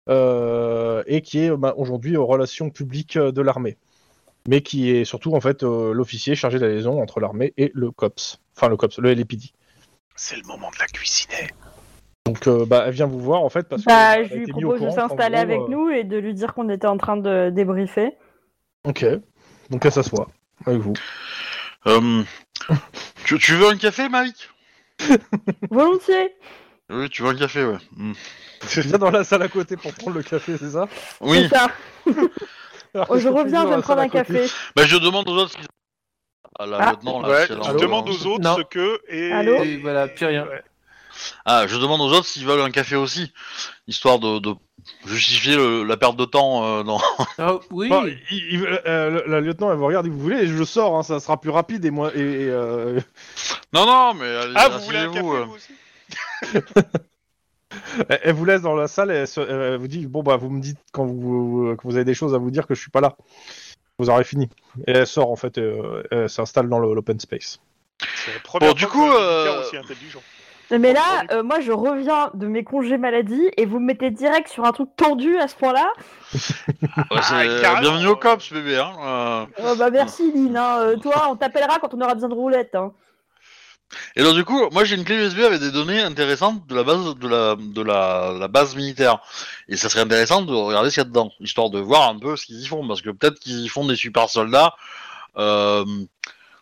B: euh, et qui est euh, bah, aujourd'hui aux relations publiques euh, de l'armée, mais qui est surtout en fait euh, l'officier chargé de la liaison entre l'armée et le COPS, enfin le COPS, le LAPD.
A: C'est le moment de la cuisiner.
B: Donc euh, bah, elle vient vous voir en fait parce
C: Bah,
B: que. elle
C: je
B: a
C: lui
B: été mis au
C: propose de
B: courant qu'en
C: s'installer
B: gros,
C: avec
B: euh,
C: nous et de lui dire qu'on était en train de
B: (laughs)
C: débriefer.
B: Ok. Donc elle s'assoit avec vous.
D: Euh, tu, tu veux un café Mike
C: Volontiers.
D: Oui, tu veux un café, ouais. Mm.
B: (laughs) Tu viens dans la salle à côté pour prendre le café, c'est ça
D: Oui,
C: C'est ça.
B: Alors que euh,
C: Oh, je
B: suis
C: reviens,
B: toujours (laughs)
C: je
B: dans
C: vais me
B: la
C: prendre
B: salle
C: un
B: à côté.
C: café.
D: bah, je demande aux autres. ce qu'ils- Ah, la
C: Ah.
D: lieutenant, là,
A: Ouais,
D: si elle
A: tu
D: a un-
A: demandes aux autres
E: Non.
A: ce que et
C: Allô
E: Et voilà, plus rien.
A: Ouais.
D: Ah, je demande aux autres s'ils veulent un café aussi, histoire de, de justifier le- la perte de temps euh, dans.
E: Ah, oui,
B: Bon, il- il- euh, le- la lieutenant, elle vous regarde et vous voulez, et je sors, hein, ça sera plus rapide et moi. Et, et, euh,
D: (laughs)
B: (laughs)
D: Non, non, mais allez,
A: Ah, vous voulez un café
D: asseyez-vous, euh.
A: vous aussi
B: elle, elle vous laisse dans la salle et elle, se- elle vous dit Bon, bah, vous me dites quand vous, quand vous avez des choses à vous dire que je suis pas là. Vous aurez fini. Et elle sort en fait, euh, elle s'installe dans le- l'open space.
A: C'est la première
D: Bon, du
A: fois
D: coup,
A: que j'ai un
D: euh,
A: militaire aussi intelligent.
C: Mais là, euh, moi, je reviens de mes congés maladie et vous me mettez direct sur un truc tendu à ce point-là.
D: Ouais, c'est-
A: Ah, carrément.
D: bienvenue au COPS, bébé. Hein. euh.
C: Oh, bah merci Lynn, hein. Euh, toi on t'appellera quand on aura besoin de roulette. hein.
D: Et donc, du coup, moi j'ai une clé USB avec des données intéressantes de la base de la, de la, la base militaire. Et ça serait intéressant de regarder ce qu'il y a dedans, histoire de voir un peu ce qu'ils y font, parce que peut-être qu'ils y font des super soldats, euh,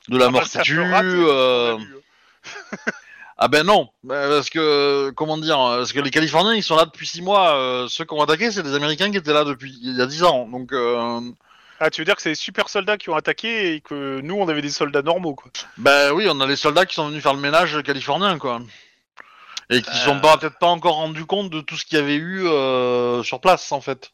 D: de la
A: Ah bah, ça
D: mortitude.
A: fera tout ce qu'on a
D: euh,
A: vu.
D: Ah ben non, bah, parce que comment dire, parce que les Californiens ils sont là depuis six mois. euh, ceux qu'on ont attaqué, c'est des Américains qui étaient là depuis il y a dix ans. Donc euh,
A: Ah, tu veux dire que c'est les super soldats qui ont attaqué et que nous, on avait des soldats normaux, quoi.
D: ben oui, on a les soldats qui sont venus faire le ménage californien quoi, et qui sont pas peut-être pas encore rendus compte de tout ce qu'il y avait eu euh, sur place en fait.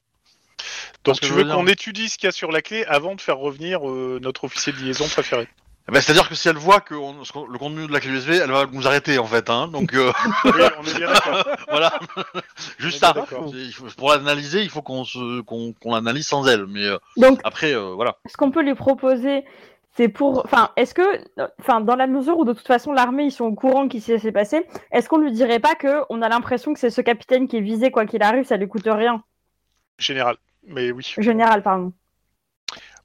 A: Donc
D: Parce que
A: tu
D: je
A: veux
D: veux dire-
A: qu'on étudie ce qu'il y a sur la clé avant de faire revenir euh, notre officier de liaison préféré.
D: Eh ben, C'est-à-dire que si elle voit que on- ce qu'on- le contenu de la clé USB, elle va nous arrêter en fait. Hein, donc euh,
A: (laughs)
D: (laughs)
A: Oui, on est bien d'accord.
D: voilà,
A: On est
D: juste
A: bien
D: ça.
A: d'accord.
D: Il faut- Pour l'analyser, il faut qu'on se- qu'on qu'on l'analyse sans elle. Mais euh,
C: Donc,
D: après, euh, voilà.
C: ce qu'on peut lui proposer, c'est pour. Enfin, est-ce que. Enfin, dans la mesure où de toute façon l'armée, ils sont au courant qu'il s'est passé, est-ce qu'on lui dirait pas que on a l'impression que c'est ce capitaine qui est visé, quoi qu'il arrive, ça lui coûte rien
A: Général. Mais oui.
C: Général, pardon.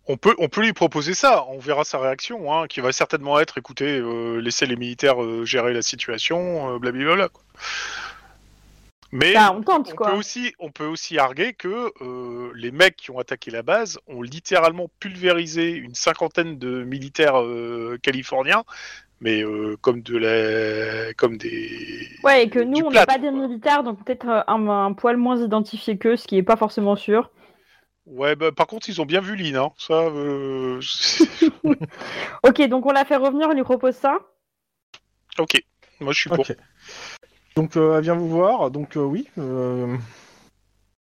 A: On peut, on peut lui proposer ça. On verra sa réaction, hein, qui va certainement être écoutez, euh, laissez les militaires euh, gérer la situation, euh, blablabla. quoi. Mais
C: Bah, on tente,
A: on
C: quoi.
A: peut aussi, on peut aussi arguer que euh, les mecs qui ont attaqué la base ont littéralement pulvérisé une cinquantaine de militaires euh, californiens, mais euh, comme de la, comme des.
C: Ouais, et que nous,
A: du
C: on n'est
A: plâtre,
C: pas des
A: quoi.
C: militaires, donc peut-être euh, un, un poil moins identifié qu'eux, ce qui est pas forcément sûr.
A: Ouais, bah, par contre, ils ont bien vu Lynn, hein. Ça, euh, (laughs)
C: Ok, donc on la fait revenir, on lui propose ça.
A: ok. Moi, je suis pour.
B: Ok. Donc, euh, elle vient vous voir. Donc, euh, oui. euh,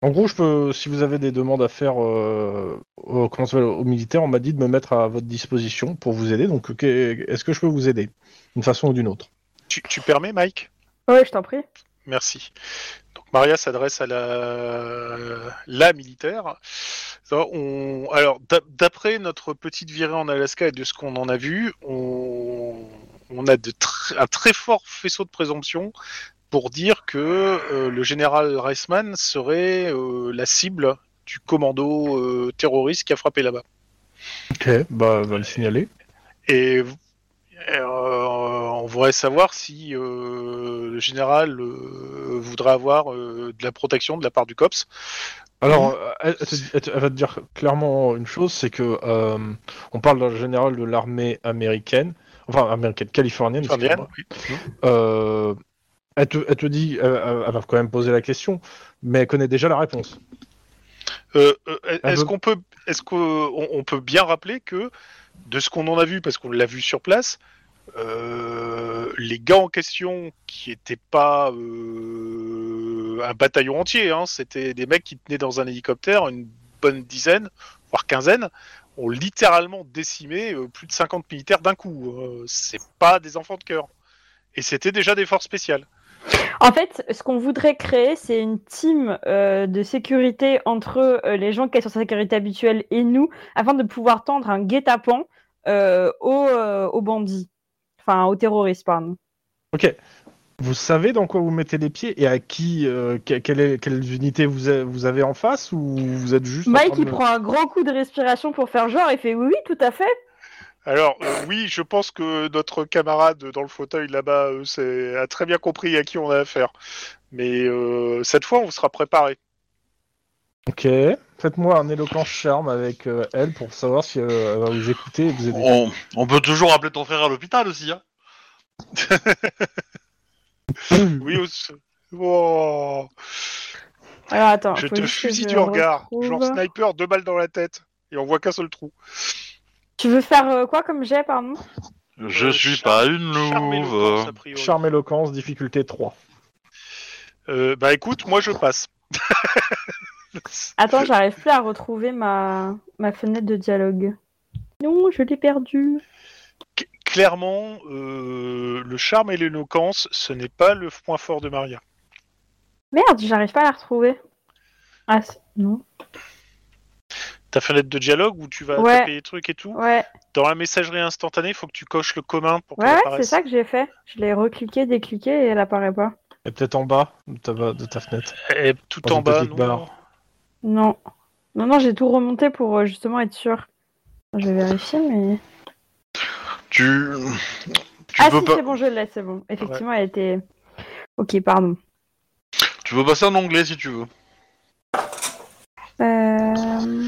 B: En gros, je peux, si vous avez des demandes à faire euh, au, comment ça s'appelle, aux militaires, on m'a dit de me mettre à votre disposition pour vous aider. Donc, ok, est-ce que je peux vous aider d'une façon ou d'une autre
A: Tu, tu permets, Mike
C: Ouais, je t'en prie.
A: Merci. Donc Maria s'adresse à la, la militaire. Ça, on- Alors, d'a- d'après notre petite virée en Alaska et de ce qu'on en a vu, on, on a de tr- un très fort faisceau de présomption pour dire que euh, le général Reisman serait euh, la cible du commando euh, terroriste qui a frappé là-bas.
B: Ok, bah, va le signaler.
A: Et euh, on voudrait savoir si euh, le général euh, voudrait avoir euh, de la protection de la part du COPS.
B: Alors, euh, elle, elle te- elle te- elle va te dire clairement une chose, c'est que euh, on parle en général de l'armée américaine, enfin américaine, californienne.
A: Enfin, bien,
B: excuse-moi. Euh, elle, te, elle te dit, euh, elle, va quand même poser la question, mais elle connaît déjà la réponse.
A: Euh, euh,
B: Un
A: est-ce
B: peu.
A: qu'on peut, est-ce qu'on on peut bien rappeler que de ce qu'on en a vu, parce qu'on l'a vu sur place, euh, les gars en question qui n'étaient pas euh, un bataillon entier, hein, c'était des mecs qui tenaient dans un hélicoptère une bonne dizaine, voire quinzaine, ont littéralement décimé euh, plus de 50 militaires d'un coup. Euh, c'est pas des enfants de cœur. Et c'était déjà des forces spéciales.
C: En fait, ce qu'on voudrait créer, c'est une team euh, de sécurité entre euh, les gens qui sont sur sa sécurité habituelle et nous, afin de pouvoir tendre un guet-apens euh, aux, euh, aux bandits. Enfin, aux terroristes, pardon.
B: Ok. Vous savez dans quoi vous mettez les pieds et à qui, euh, que- quelle est- quelles unités vous, a- vous avez en face ou vous êtes juste. en
C: Mike,
B: train de
C: il
B: me-
C: prend un grand coup de respiration pour faire genre, il fait oui, oui, tout à fait.
A: Alors euh, oui, je pense que notre camarade dans le fauteuil là-bas euh, c'est- a très bien compris à qui on a affaire. Mais euh, cette fois, on sera préparé.
B: Ok. Faites-moi un éloquent charme avec euh, elle pour savoir si euh, elle va vous écouter et vous aider.
D: On, on peut toujours appeler ton frère à l'hôpital aussi. Hein.
A: Oui,
B: Hmm.
A: aussi. Wow.
C: Alors attends,
A: je
C: Ah, faut
A: te
C: juste que
A: fusille
C: je
A: du regard.
C: retrouve.
A: Genre sniper, deux balles dans la tête. Et on voit qu'un seul trou.
C: Tu veux faire euh, quoi comme jet, pardon
D: Je
A: Euh,
D: suis
A: Charme-
D: pas une
A: Charme et
D: louve.
A: éloquence, a priori.
B: Charme éloquence, difficulté 3.
A: Euh, bah écoute, moi je passe.
B: (laughs)
C: Attends, j'arrive plus à retrouver ma... ma fenêtre de dialogue. Non, je l'ai perdue.
A: Cl- Clairement, euh, le charme et l'éloquence, ce n'est pas le point fort de Maria.
C: Merde, j'arrive pas à la retrouver. Ah, c'est- non.
A: Ta fenêtre de dialogue où tu vas
C: Ouais.
A: taper les trucs et tout.
C: Ouais,
A: Dans la messagerie instantanée, il faut que tu coches le commun pour qu'elle
C: ouais, ouais, c'est
A: apparaisse.
C: ça que j'ai fait. Je l'ai recliqué, décliqué et elle apparaît pas.
B: Et peut-être en bas de ta, de ta fenêtre.
A: Et tout
B: Dans
A: en
B: une
A: bas,
B: petite
A: non.
B: barre.
C: Non. Non, non, j'ai tout remonté pour euh, justement être sûr. Je vais vérifier, mais.
D: Tu, tu,
C: ah,
D: veux
C: si,
D: pas-
C: c'est bon, je l'ai, c'est bon. Effectivement, elle était. Ok, pardon.
D: tu veux passer en anglais si tu veux.
C: Euh...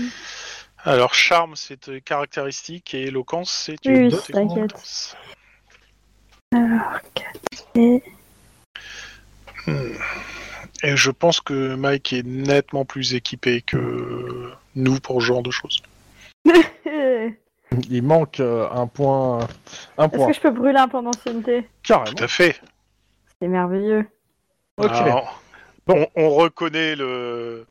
A: Alors, charme, c'est euh, caractéristique et éloquence, c'est
C: Oui,
A: une
C: oui,
A: autre
C: t'inquiète.
A: éloquence.
C: et-
A: Et je pense que Mike est nettement plus équipé que nous pour ce genre de choses.
C: Est-ce
B: Il manque euh, un point. Un point.
C: que je peux brûler un point d'ancienneté
B: Carrément.
A: Tout à fait. Ah.
C: C'est merveilleux.
B: Ok.
A: Alors, on, on reconnaît le,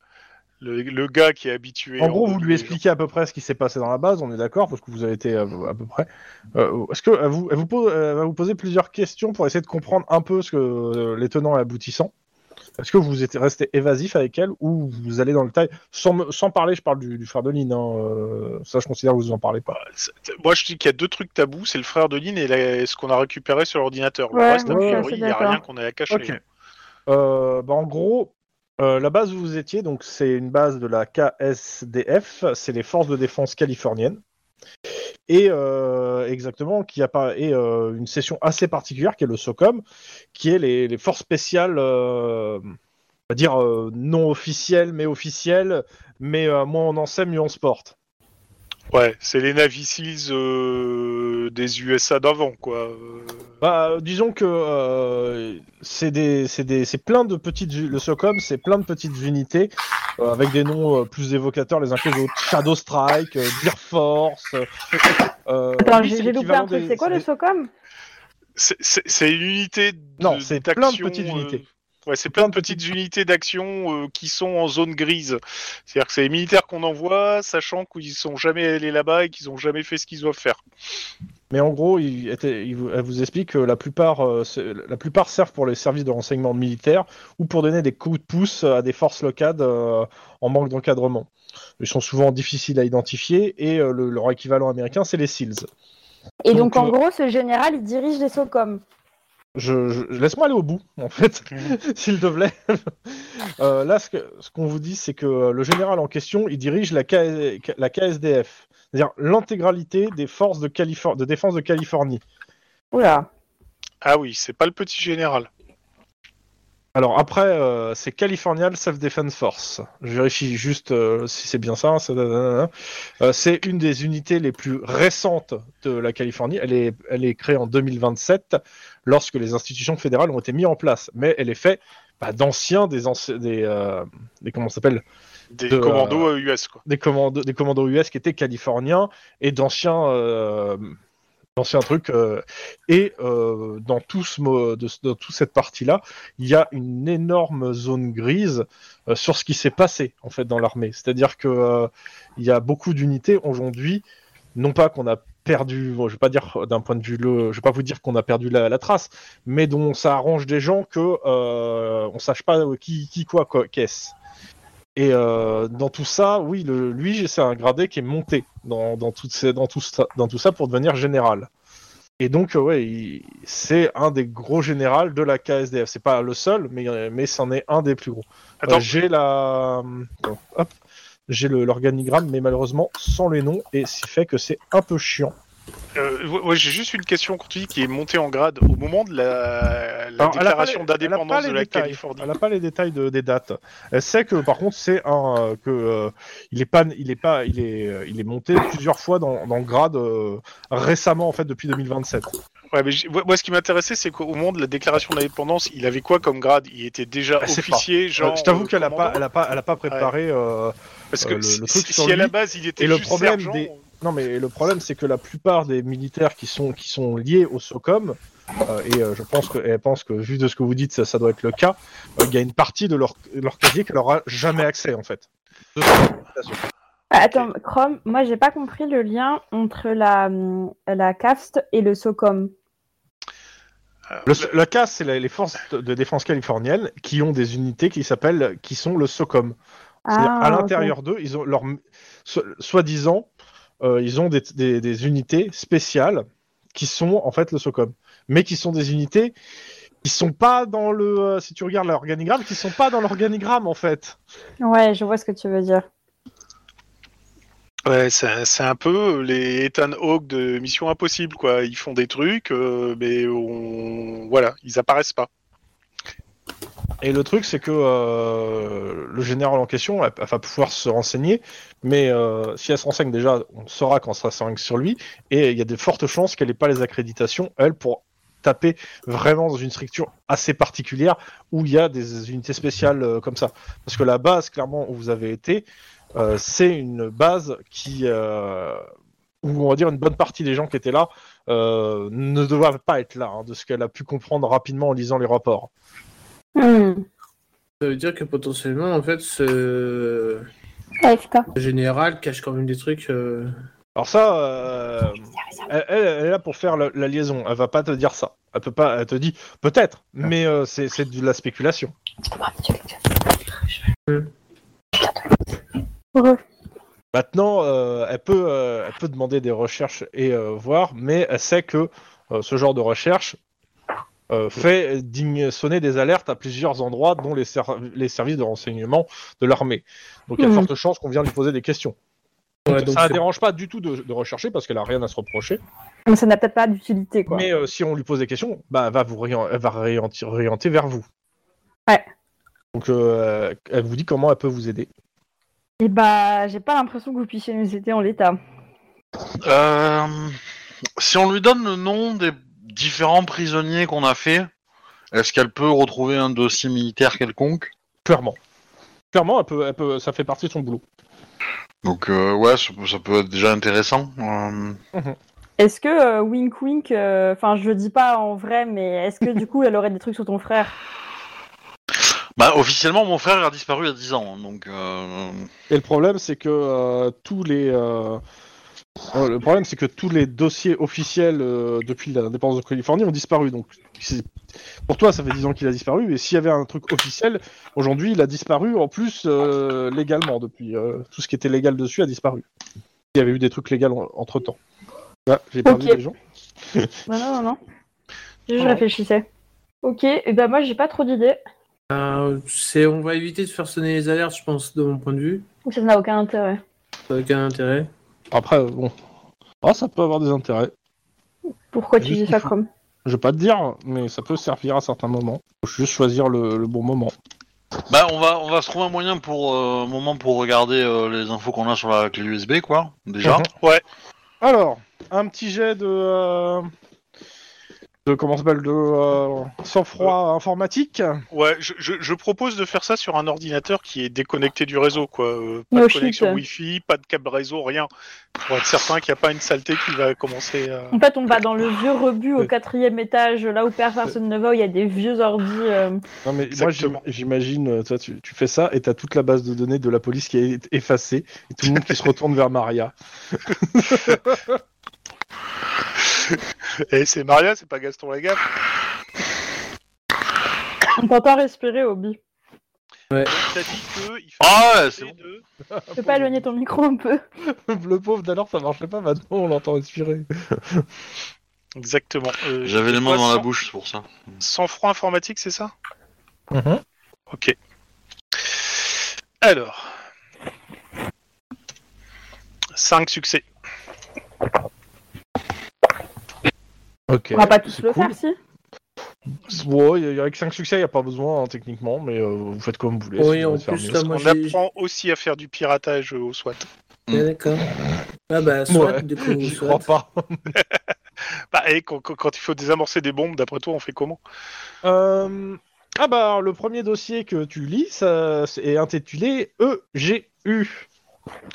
A: le, le gars qui est habitué.
B: En gros, vous
A: deux,
B: lui
A: les gens.
B: expliquez à peu près ce qui s'est passé dans la base, on est d'accord, parce que vous avez été euh, à peu près. Euh, Est-ce qu'elle vous, elle vous pose, elle va vous poser plusieurs questions pour essayer de comprendre un peu ce que euh, les tenants et aboutissants Est-ce que vous êtes resté évasif avec elle ou vous allez dans le taille sans, me- sans parler, je parle du, du frère de Lynn, hein, euh, ça je considère que vous en parlez pas.
A: C'est- c'est- Moi, je dis qu'il y a deux trucs tabous c'est le frère de Lynn et la- ce qu'on a récupéré sur l'ordinateur. Le
C: Ouais,
A: reste, a
B: ouais,
A: priori,
C: c'est
A: il n'y a
C: d'accord.
A: rien qu'on ait à cacher.
B: Ok. Euh, bah, en gros, euh, la base où vous étiez, donc c'est une base de la KSDF, c'est les forces de défense californiennes. Et euh, exactement, qui apparaît euh, une session assez particulière qui est le SOCOM, qui est les, les forces spéciales, euh, on va dire euh, non officielles, mais officielles, mais euh, moins on en sait, mieux on se porte.
A: Ouais, c'est les Navy Seals euh, des USA d'avant, quoi. Euh,
B: Bah, disons que euh, c'est des, c'est des, c'est plein de petites, u- le SOCOM, c'est plein de petites unités euh, avec des noms euh, plus évocateurs les uns que les autres. Shadow Strike, euh, Deer Force. euh,
C: Attends,
B: oui,
C: j'ai
B: c'est
C: j'ai loupé un
B: l'équivalent
C: truc.
B: des-
C: C'est quoi le
B: des-
C: SOCOM
A: c'est- C'est c'est une unité. de-
B: Non, c'est plein de
A: d'action,
B: petites
A: euh,
B: unités.
A: Ouais, c'est plein de petites unités d'action euh, qui sont en zone grise. C'est-à-dire que c'est les militaires qu'on envoie, sachant qu'ils sont jamais allés là-bas et qu'ils ont jamais fait ce qu'ils doivent faire.
B: Mais en gros, il était- il vous, elle vous explique que la plupart, euh, se- la plupart servent pour les services de renseignement militaire ou pour donner des coups de pouce à des forces locales euh, en manque d'encadrement. Ils sont souvent difficiles à identifier et euh, le- leur équivalent américain, c'est les SEALs.
C: Et donc,
B: Donc,
C: en
B: euh,
C: gros, ce général, il dirige les SOCOM.
B: je, je- laisse-moi aller au bout, en fait, (laughs) s'il te plaît. Euh, là, ce, que- ce qu'on vous dit, c'est que euh, le général en question, il dirige la, K- la KSDF, c'est-à-dire l'intégralité des forces de, Califor- de défense de Californie.
C: Oula.
A: Ah oui, c'est pas le petit général.
B: Alors après, euh, c'est Californial Self-Defense Force. Je vérifie juste euh, si c'est bien ça. ça, da, da, da. Euh, c'est une des unités les plus récentes de la Californie. Elle est, elle est créée en 2027, lorsque les institutions fédérales ont été mises en place. Mais elle est faite bah, d'anciens, des, anci- des, euh, des comment ça s'appelle,
A: Des
B: De, euh,
A: commandos euh, US, quoi.
B: des commandos, des commandos US qui étaient californiens et d'anciens, euh, d'anciens trucs. euh, et euh, dans tout ce, mo- de, dans toute cette partie-là, il y a une énorme zone grise euh, sur ce qui s'est passé en fait dans l'armée. C'est-à-dire que euh, il y a beaucoup d'unités aujourd'hui, non pas qu'on a perdu, bon, je vais pas dire euh, d'un point de vue le, je vais pas vous dire qu'on a perdu la, la trace, mais dont ça arrange des gens que euh, on sache pas qui qui quoi quoi- qu'est-ce. Et euh, dans tout ça, oui, le, lui, c'est un gradé qui est monté dans, dans, toutes ces- dans, tout, ça, dans tout ça pour devenir général. Et donc, euh, ouais, il- c'est un des gros généraux de la KSDF. C'est pas le seul, mais, mais c'en est un des plus gros. Euh,
A: Attends,
B: j'ai la. attends, hop. J'ai le- l'organigramme, mais malheureusement sans les noms, et ce qui fait que c'est un peu chiant.
A: euh, ouais, ouais, j'ai juste une question quand tu dis qui est montée en grade au moment de la, la
B: Alors, elle a pas
A: déclaration
B: les- elle a pas
A: d'indépendance
B: les
A: de la
B: détails.
A: Californie.
B: Elle n'a pas les détails de- des dates. Elle sait que par contre c'est un euh, que euh, il est pas il est pas il est euh, il est monté plusieurs fois dans, dans le grade euh, récemment en fait depuis 2027.
A: Ouais, mais j'ai- moi, moi, ce qui m'intéressait, c'est qu'au moment de la déclaration d'indépendance, il avait quoi comme grade Il était déjà
B: Je sais pas.
A: officier, genre.
B: Euh, je t'avoue
A: euh,
B: qu'elle a pas
A: commandant
B: elle a pas elle a pas préparé euh,
A: Parce
B: euh,
A: que
B: le-
A: si,
B: le truc
A: si
B: sur
A: à la
B: lui.
A: base, il était
B: Et le
A: juste
B: problème
A: sergent, euh,
B: des- Non, mais le problème, c'est que la plupart des militaires qui sont, qui sont liés au SOCOM, euh, et euh, je pense que, et je pense que vu de ce que vous dites, ça, ça doit être le cas, euh, il y a une partie de leur, leur casier qu'elle n'aura jamais accès, en fait. De-
C: Ah, Attends, Chrome, moi, j'ai pas compris le lien entre la, hum, la CAFST et le SOCOM.
B: Le, le CAS, c'est la- les forces de- de défense californiennes qui ont des unités qui s'appellent, qui sont le SOCOM. C'est-à-dire,
C: Ah,
B: à
C: ok.
B: l'intérieur d'eux, ils ont leur so- soi-disant, euh, ils ont des, des- des unités spéciales qui sont en fait le SOCOM, mais qui sont des unités qui sont pas dans le, euh, si tu regardes l'organigramme, qui sont pas dans l'organigramme en fait.
C: Ouais, je vois ce que tu veux dire.
A: Ouais, c'est un- c'est un peu les Ethan Hawke de Mission Impossible, quoi. Ils font des trucs, euh, mais on... voilà, ils apparaissent pas.
B: Et le truc, c'est que euh, le général en question, elle, elle va pouvoir se renseigner, mais euh, si elle se renseigne déjà, on saura quand ça se renseigne sur lui, et il y a de fortes chances qu'elle n'ait pas les accréditations, elle, pour taper vraiment dans une structure assez particulière où il y a des unités spéciales euh, comme ça. Parce que la base, clairement, où vous avez été, euh, c'est une base qui, euh, où on va dire une bonne partie des gens qui étaient là euh, ne doivent pas être là, hein, de ce qu'elle a pu comprendre rapidement en lisant les rapports.
C: Hmm.
E: Ça veut dire que potentiellement, en fait, ce
F: AFK.
E: général cache quand même des trucs. euh,
B: Alors ça, euh, elle, elle- elle est là pour faire la, la liaison. Elle va pas te dire ça. Elle peut pas. Elle te dit peut-être, mais euh, c'est c'est de la spéculation.
F: Tu peux voir, tu veux que tu
C: Hmm.
B: Maintenant, euh, elle peut, euh, elle peut demander des recherches et euh, voir, mais elle sait que euh, ce genre de recherche euh, fait digne- sonner des alertes à plusieurs endroits, dont les, ser- les services de renseignement de l'armée. Donc il y a
C: Mhm.
B: forte chance qu'on vienne lui poser des questions.
E: ouais, donc
B: ça ne
E: c'est-
B: dérange pas du tout de, de rechercher parce qu'elle a rien à se reprocher.
C: Mais ça n'a peut-être pas d'utilité, quoi.
B: Mais euh, si on lui pose des questions, bah, elle va vous réen- elle va réorienter, réorienter vers vous.
C: Ouais.
B: Donc euh, elle vous dit comment elle peut vous aider.
C: Et bah, j'ai pas l'impression que vous puissiez nous aider en l'état.
D: Euh, si on lui donne le nom des différents prisonniers qu'on a fait, est-ce qu'elle peut retrouver un dossier militaire quelconque
B: Clairement. Clairement, elle peut, elle peut- ça fait partie de son boulot.
D: Donc euh, ouais, ça, peut- ça peut être déjà intéressant. Euh,
C: Est-ce que euh, Wink Wink, euh, enfin, je le dis pas en vrai, mais est-ce que du coup, elle aurait des trucs sur ton frère
D: Bah officiellement, mon frère a disparu il y a 10 ans, hein, donc euh,
B: Et le problème, c'est que euh, tous les euh, euh, le problème, c'est que tous les dossiers officiels euh, depuis l'indépendance de Californie ont disparu. Donc c'est- pour toi, ça fait 10 ans qu'il a disparu. Mais s'il y avait un truc officiel, aujourd'hui, il a disparu. En plus, euh, légalement, depuis euh, tout ce qui était légal dessus a disparu. Il y avait eu des trucs légaux entre temps. Là, j'ai perdu
C: Ok.
B: les gens.
C: Non, non, non, non. Je, je
B: Non.
C: réfléchissais. Ok, et ben moi, j'ai pas trop d'idées.
E: Euh, c'est- on va éviter de faire sonner les alertes, je pense, de mon point de vue.
C: Donc ça n'a aucun intérêt.
E: Ça n'a aucun intérêt.
B: Après, euh, bon, Ah, ça peut avoir des intérêts.
C: Pourquoi tu
B: Juste
C: dis ça, Chrome
B: Je vais pas te dire, mais ça peut servir à certains moments. Faut juste choisir le, le bon moment.
D: bah on va on va se trouver un moyen pour euh, un moment pour regarder euh, les infos qu'on a sur la clé USB quoi déjà.
B: Mhm. Alors, un petit jet de. euh, de comment ça s'appelle De euh, sang-froid informatique.
A: Ouais, je, je- je propose de faire ça sur un ordinateur qui est déconnecté du réseau, quoi. Euh, pas
C: No
A: de
C: shit.
A: connexion Wi-Fi, pas de câble réseau, rien. Pour être certain qu'il n'y a pas une saleté qui va commencer à... (laughs)
C: En fait, on va dans le vieux rebut au
B: Euh.
C: quatrième étage, là où personne ne va, où il y a des vieux ordi. euh.
B: Non, mais moi, j'im-
A: Exactement.
B: j'imagine, euh, toi, tu, tu fais ça et t'as toute la base de données de la police qui est effacée et tout le monde qui se retourne vers Maria.
A: Et Eh, c'est Maria, c'est pas Gaston Lagaffe.
C: On t'entend respirer, Obi.
A: T'as dit que il fallait
D: Ah ouais, c'est bon.
A: essayer de-
C: Tu peux pas éloigner
B: euh,
C: ton micro un peu
B: (laughs) Le pauvre d'alors, ça marchait pas, maintenant on l'entend respirer.
A: Exactement. Euh,
D: J'avais
A: je
D: les mains
A: vois
D: dans la
A: sang-
D: bouche c'est pour ça.
A: Sang-froid informatique, c'est ça
E: Mm-hmm.
A: Ok. Alors. 5 succès.
B: Ok.
C: On va pas tous
B: c'est
C: le
B: cool.
C: faire, si
B: Ouais, y a- y a- avec 5 succès, il n'y a pas besoin hein, techniquement, mais euh, vous faites comme vous voulez.
E: Oui,
B: sinon, on va
E: en
B: se faire
E: plus,
B: mieux.
E: là, moi,
A: On
E: j'ai...
A: apprend aussi à faire du piratage euh, au SWAT.
D: Mm.
E: Ah, d'accord. Ah bah, soit,
B: Hmm. Ouais,
E: du
B: (laughs)
E: coup,
B: J'y
E: soit.
B: crois pas.
A: Bah, et quand, quand- quand il faut désamorcer des bombes, d'après toi, on fait comment
B: Euh, Ah bah alors, le premier dossier que tu lis ça, c'est- est intitulé E EGU.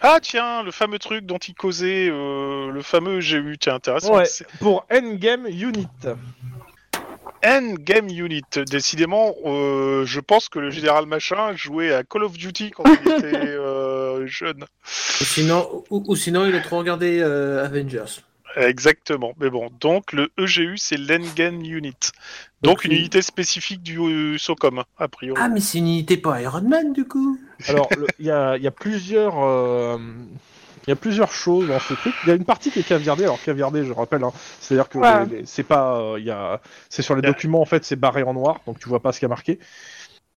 A: Ah tiens, le fameux truc dont il causait, euh, le fameux GU, tiens, intéressant.
B: Ouais.
A: C'est
B: Pour Endgame Unit.
A: Endgame Unit. Décidément, euh, je pense que le général machin jouait à Call of Duty quand il était euh, jeune.
E: Ou sinon, ou, ou sinon, il a trop regardé euh, Avengers.
A: Exactement. Mais bon, donc le EGU, c'est l'Endgame Unit. Donc
E: Ok.
A: une unité spécifique du euh, SOCOM, a priori.
E: Ah, mais c'est une unité pour Iron Man, du coup
B: Alors, le- il y a, il y a plusieurs... euh, Il y a plusieurs choses dans ce truc. Il y a une partie qui est caviardée. Alors caviardée, je rappelle, hein, c'est-à-dire que
C: Ouais.
B: les- les- c'est pas, euh, il y a, c'est sur les
A: Yeah.
B: documents en fait, c'est barré en noir, donc tu vois pas ce qu'il y a marqué.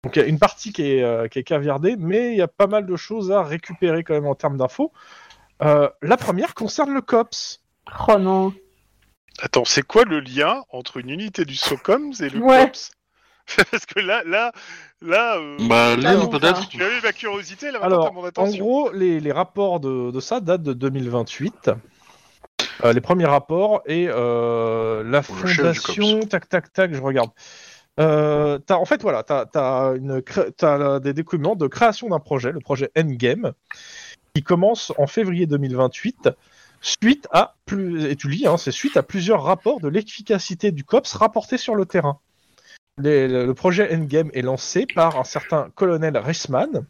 B: Donc il y a une partie qui est, euh, qui est caviardée, mais il y a pas mal de choses à récupérer quand même en termes d'infos. Euh, la première concerne le COPS.
C: Oh non.
A: Attends, c'est quoi le lien entre une unité du SOCOM et le
C: Ouais.
A: COPS (laughs) Parce que là, là, là. euh,
D: Bah
C: non,
D: Lynn peut-être.
A: Tu as eu ma curiosité, là, maintenant
B: Alors,
A: t'as mon
B: en
A: attention.
B: gros, les, les rapports de, de ça datent de 2028. Euh, les premiers rapports et euh, la
D: Pour le chef du
B: fondation. Tac, tac, tac, je regarde. Euh, t'as- en fait, voilà, t'as as des documents de création d'un projet, le projet Endgame, qui commence en février 2028. Suite à plus et tu lis, hein, c'est suite à plusieurs rapports de l'efficacité du COPS rapportés sur le terrain. les- le le projet Endgame est lancé par un certain colonel Reisman,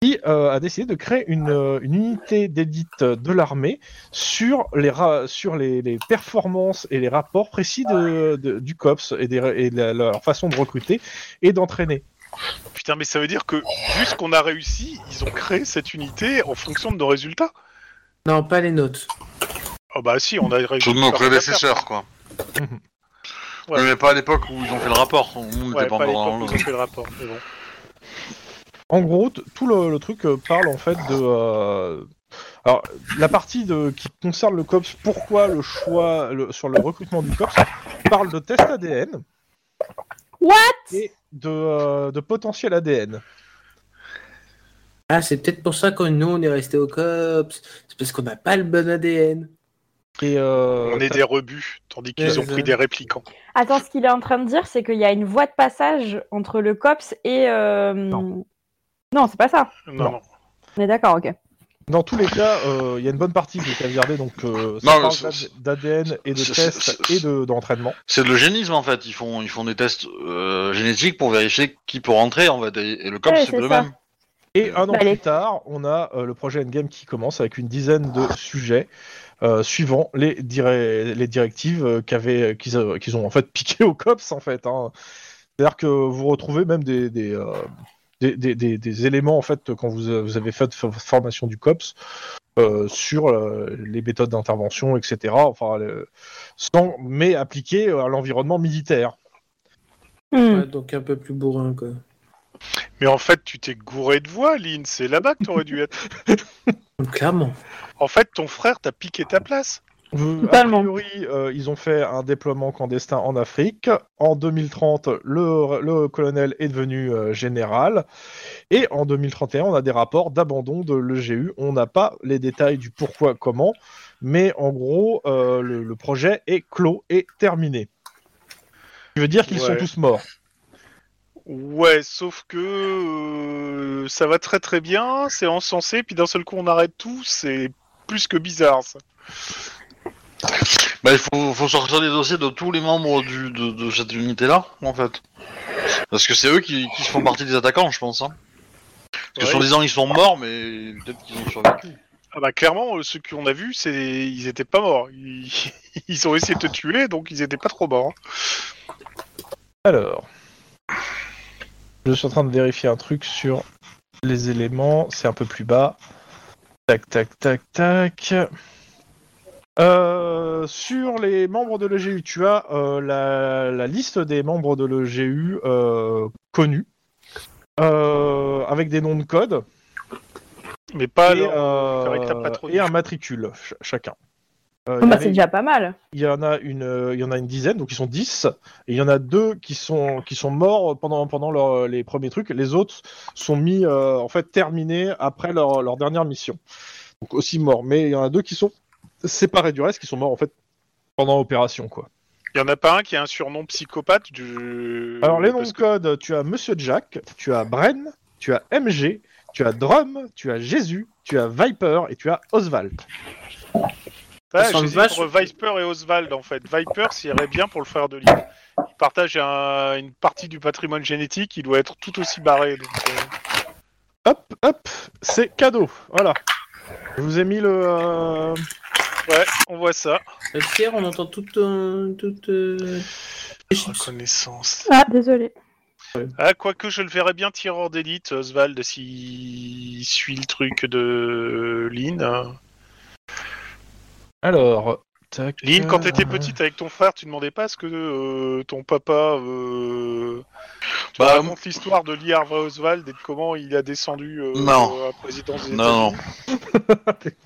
B: qui euh, a décidé de créer une, euh, une unité d'élite de l'armée sur, les, ra- sur les, les performances et les rapports précis de- de- du COPS et, des, et la- leur façon de recruter et d'entraîner.
A: Putain, mais ça veut dire que vu ce qu'on a réussi, ils ont créé cette unité en fonction de nos résultats.
E: Non, pas les nôtres.
A: Ah bah si, on a réussi.
D: Sous
A: à faire
D: nos
A: des
D: prédécesseurs, quoi.
A: Ouais.
D: Mais pas à l'époque où ils ont fait le rapport. Nous, on
A: affaires. Ouais,
D: n'était pas
A: pas à
D: encore dans
A: l'époque où ils ont fait le rapport. mais bon.
B: En gros, t- tout le, le truc euh, parle en fait de. euh, Alors, la partie de, qui concerne le COPS, pourquoi le choix le- sur le recrutement du COPS, parle de test ADN.
C: What
B: Et de, euh, de potentiel ADN.
E: Ah, c'est peut-être pour ça que nous, on est resté au COPS. C'est parce qu'on n'a pas le bon ADN.
B: Et, euh,
A: On est des rebuts, tandis qu'ils
E: Ouais,
A: ont
E: c'est
A: pris
E: vrai.
A: des réplicants.
C: Attends, ce qu'il est en train de dire, c'est qu'il y a une voie de passage entre le COPS et. euh,
B: Non.
C: Non, c'est pas ça.
A: Non, non.
C: On est d'accord, ok.
B: Dans tous les cas, euh, il y a une bonne partie que j'ai regardée, donc euh, ça
D: Non,
B: parle
D: c'est- c'est-
B: d'ADN et de
D: c'est-
B: tests
D: c'est-
B: et de- d'entraînement.
D: C'est de l'eugénisme en fait. Ils font, ils font des tests euh, génétiques pour vérifier qui peut rentrer en fait. Et, et le COP,
C: Ouais,
D: c'est
C: c'est
D: le
C: ça.
D: même.
B: Et un an
C: Bah, allez.
B: plus tard, on a euh, le projet Endgame qui commence avec une dizaine de sujets euh, suivant les, dire- les directives euh, qu'avaient- qu'ils euh, qu'ils ont en fait (laughs) piqué au COPS en fait. hein. C'est-à-dire que vous retrouvez même des, des, euh, des, des- des- des éléments en fait quand vous, euh, vous avez fait f- formation du COPS euh, sur euh, les méthodes d'intervention, etc. Enfin, le- sans, mais appliquées à l'environnement militaire.
C: Hmm.
E: Ouais, donc un peu plus bourrin, quoi.
A: Mais en fait, tu t'es gouré de voix, Lynn. C'est là-bas que t'aurais dû être.
E: Donc, clairement.
A: En fait, ton frère t'a piqué ta place.
B: Vous-
C: Totalement.
B: A priori, euh, ils ont fait un déploiement clandestin en Afrique. En 2030, le, le colonel est devenu euh, général. Et en 2031, on a des rapports d'abandon de l'EGU. On n'a pas les détails du pourquoi, comment. Mais en gros, euh, le, le projet est clos et terminé. Ce qui veut dire qu'ils
A: Ouais.
B: sont tous morts.
A: Ouais, sauf que euh, ça va très très bien, c'est encensé, puis d'un seul coup on arrête tout, c'est plus que bizarre ça.
D: Bah, il faut, faut sortir les dossiers de tous les membres du, de, de cette unité-là, en fait. Parce que c'est eux qui, qui font partie des attaquants, je pense. Hein. Parce que
A: Ouais.
D: sur disant ils sont morts, mais peut-être qu'ils ont survécu.
A: Ah bah clairement, euh, ceux qu'on a vus, c'est ils étaient pas morts. Ils... (laughs) ils ont essayé de te tuer, donc ils étaient pas trop morts.
B: Alors, je suis en train de vérifier un truc sur les éléments. C'est un peu plus bas. Tac, tac, tac, tac. Euh, sur les membres de l'EGU, tu as euh, la, la liste des membres de l'EGU euh, connus, euh, avec des noms de code
A: hein. Mais pas
B: et,
A: alors,
B: euh,
A: avec la patrouille.
B: et un matricule ch- chacun. Euh,
C: Bon,
B: il y
C: bah,
B: avait-
C: c'est déjà pas mal.
B: il y en a une, euh, il y en a une dizaine, donc ils sont 10. Et il y en a deux qui sont qui sont morts pendant pendant leur- euh, les premiers trucs. Les autres sont mis euh, en fait terminés après leur, leur dernière mission, donc aussi morts. Mais il y en a deux qui sont séparés du reste, qui sont morts en fait pendant l'opération quoi.
A: Il y en a pas un qui a un surnom psychopathe du...
B: Alors les noms
A: Euh, parce
B: de
A: que-
B: code, tu as Monsieur Jack, tu as Bren, tu as MG, tu as Drum, tu as Jésus, tu as Viper et tu as Oswald.
A: Ah,
E: Ça semble
A: j'hésite entre
E: vache-
A: Viper et Oswald en fait. Viper s'irait bien pour le frère de Lynn. Il partage un- une partie du patrimoine génétique, il doit être tout aussi barré. Donc, euh,
B: Hop hop, c'est cadeau. Voilà. Je vous ai mis le. euh,
A: Ouais, on voit ça.
E: Euh, Pierre, on entend tout. euh, tout euh,
B: Oh,
A: Reconnaissance.
C: Ah, désolé.
A: Ah, quoique je le verrais bien tireur d'élite, Oswald, s'il suit le truc de Lynn. hein.
B: Alors, tac.
A: Lynn, quand
B: euh,
A: t'étais petite avec ton frère, tu demandais pas ce que euh, ton papa. Euh, tu
D: Bah,
A: me racontes l'histoire de Lee Harvey Oswald et de comment il a descendu euh,
D: Non.
A: à la présidence des
D: Non,
A: États-Unis.
D: (laughs)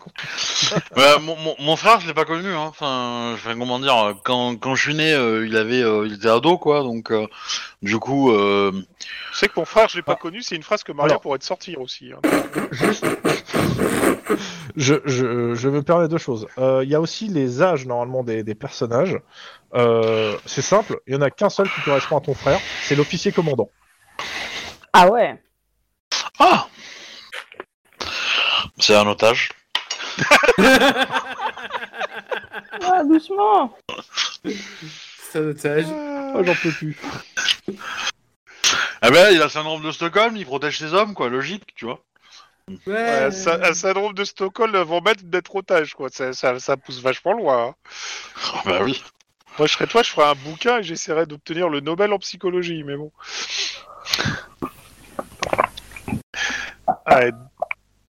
D: Ouais, mon, mon, mon frère, je l'ai pas connu. Hein. Enfin, je sais pas comment dire. euh, Quand, quand je suis né, euh, il avait, euh, il était ado, quoi. Donc, euh, du coup, euh,
A: Tu sais que mon frère, je l'ai pas
B: Ah.
A: connu, c'est une phrase que Maria
B: Alors.
A: pourrait te sortir aussi. hein.
B: Je, je, je me permets deux choses. Euh, Il y a aussi les âges normalement des, des personnages. Euh, c'est simple, il y en a qu'un seul qui correspond à ton frère, c'est l'officier commandant.
C: Ah ouais.
D: ah, c'est un otage.
C: Ah, doucement.
E: C'est un otage.
B: Oh, j'en peux plus.
D: Ah ben, il a le syndrome de Stockholm, il protège ses hommes, quoi, logique, tu vois.
E: Ouais.
A: Ouais, un sy- un syndrome de Stockholm avant même d'être otage, quoi. Ça, ça- ça pousse vachement loin. hein.
D: Ah bah oui.
A: Moi, je serais toi, je ferais un bouquin et j'essaierais d'obtenir le Nobel en psychologie, mais
D: (laughs)
A: bon. Ouais, Ah,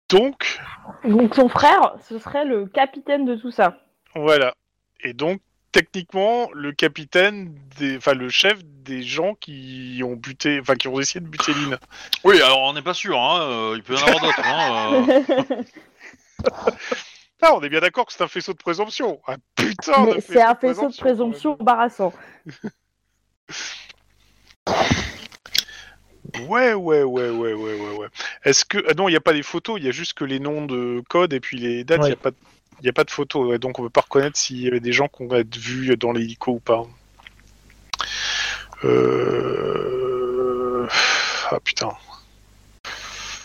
A: donc,
C: Donc son frère, ce serait le capitaine de tout ça.
A: voilà. Et donc, techniquement, le capitaine, des... enfin le chef des gens qui ont buté, enfin qui ont essayé de buter Lynn.
D: Oui, alors on n'est pas sûr, hein, euh, il peut y en avoir d'autres. Hein, euh.
A: Ah, on est bien d'accord que c'est un faisceau de présomption. Ah putain, de
C: Mais c'est un faisceau de présomption bah. embarrassant.
A: Ouais, ouais, ouais, ouais, ouais, ouais, ouais. Est-ce que ah non, il n'y a pas les photos, il y a juste que les noms de code et puis les dates. Il
B: Ouais.
A: n'y a pas, il y a pas de photos, ouais, donc on peut pas reconnaître s'il y avait des gens qu'on va être vus dans l'hélico ou pas. Euh... Ah putain.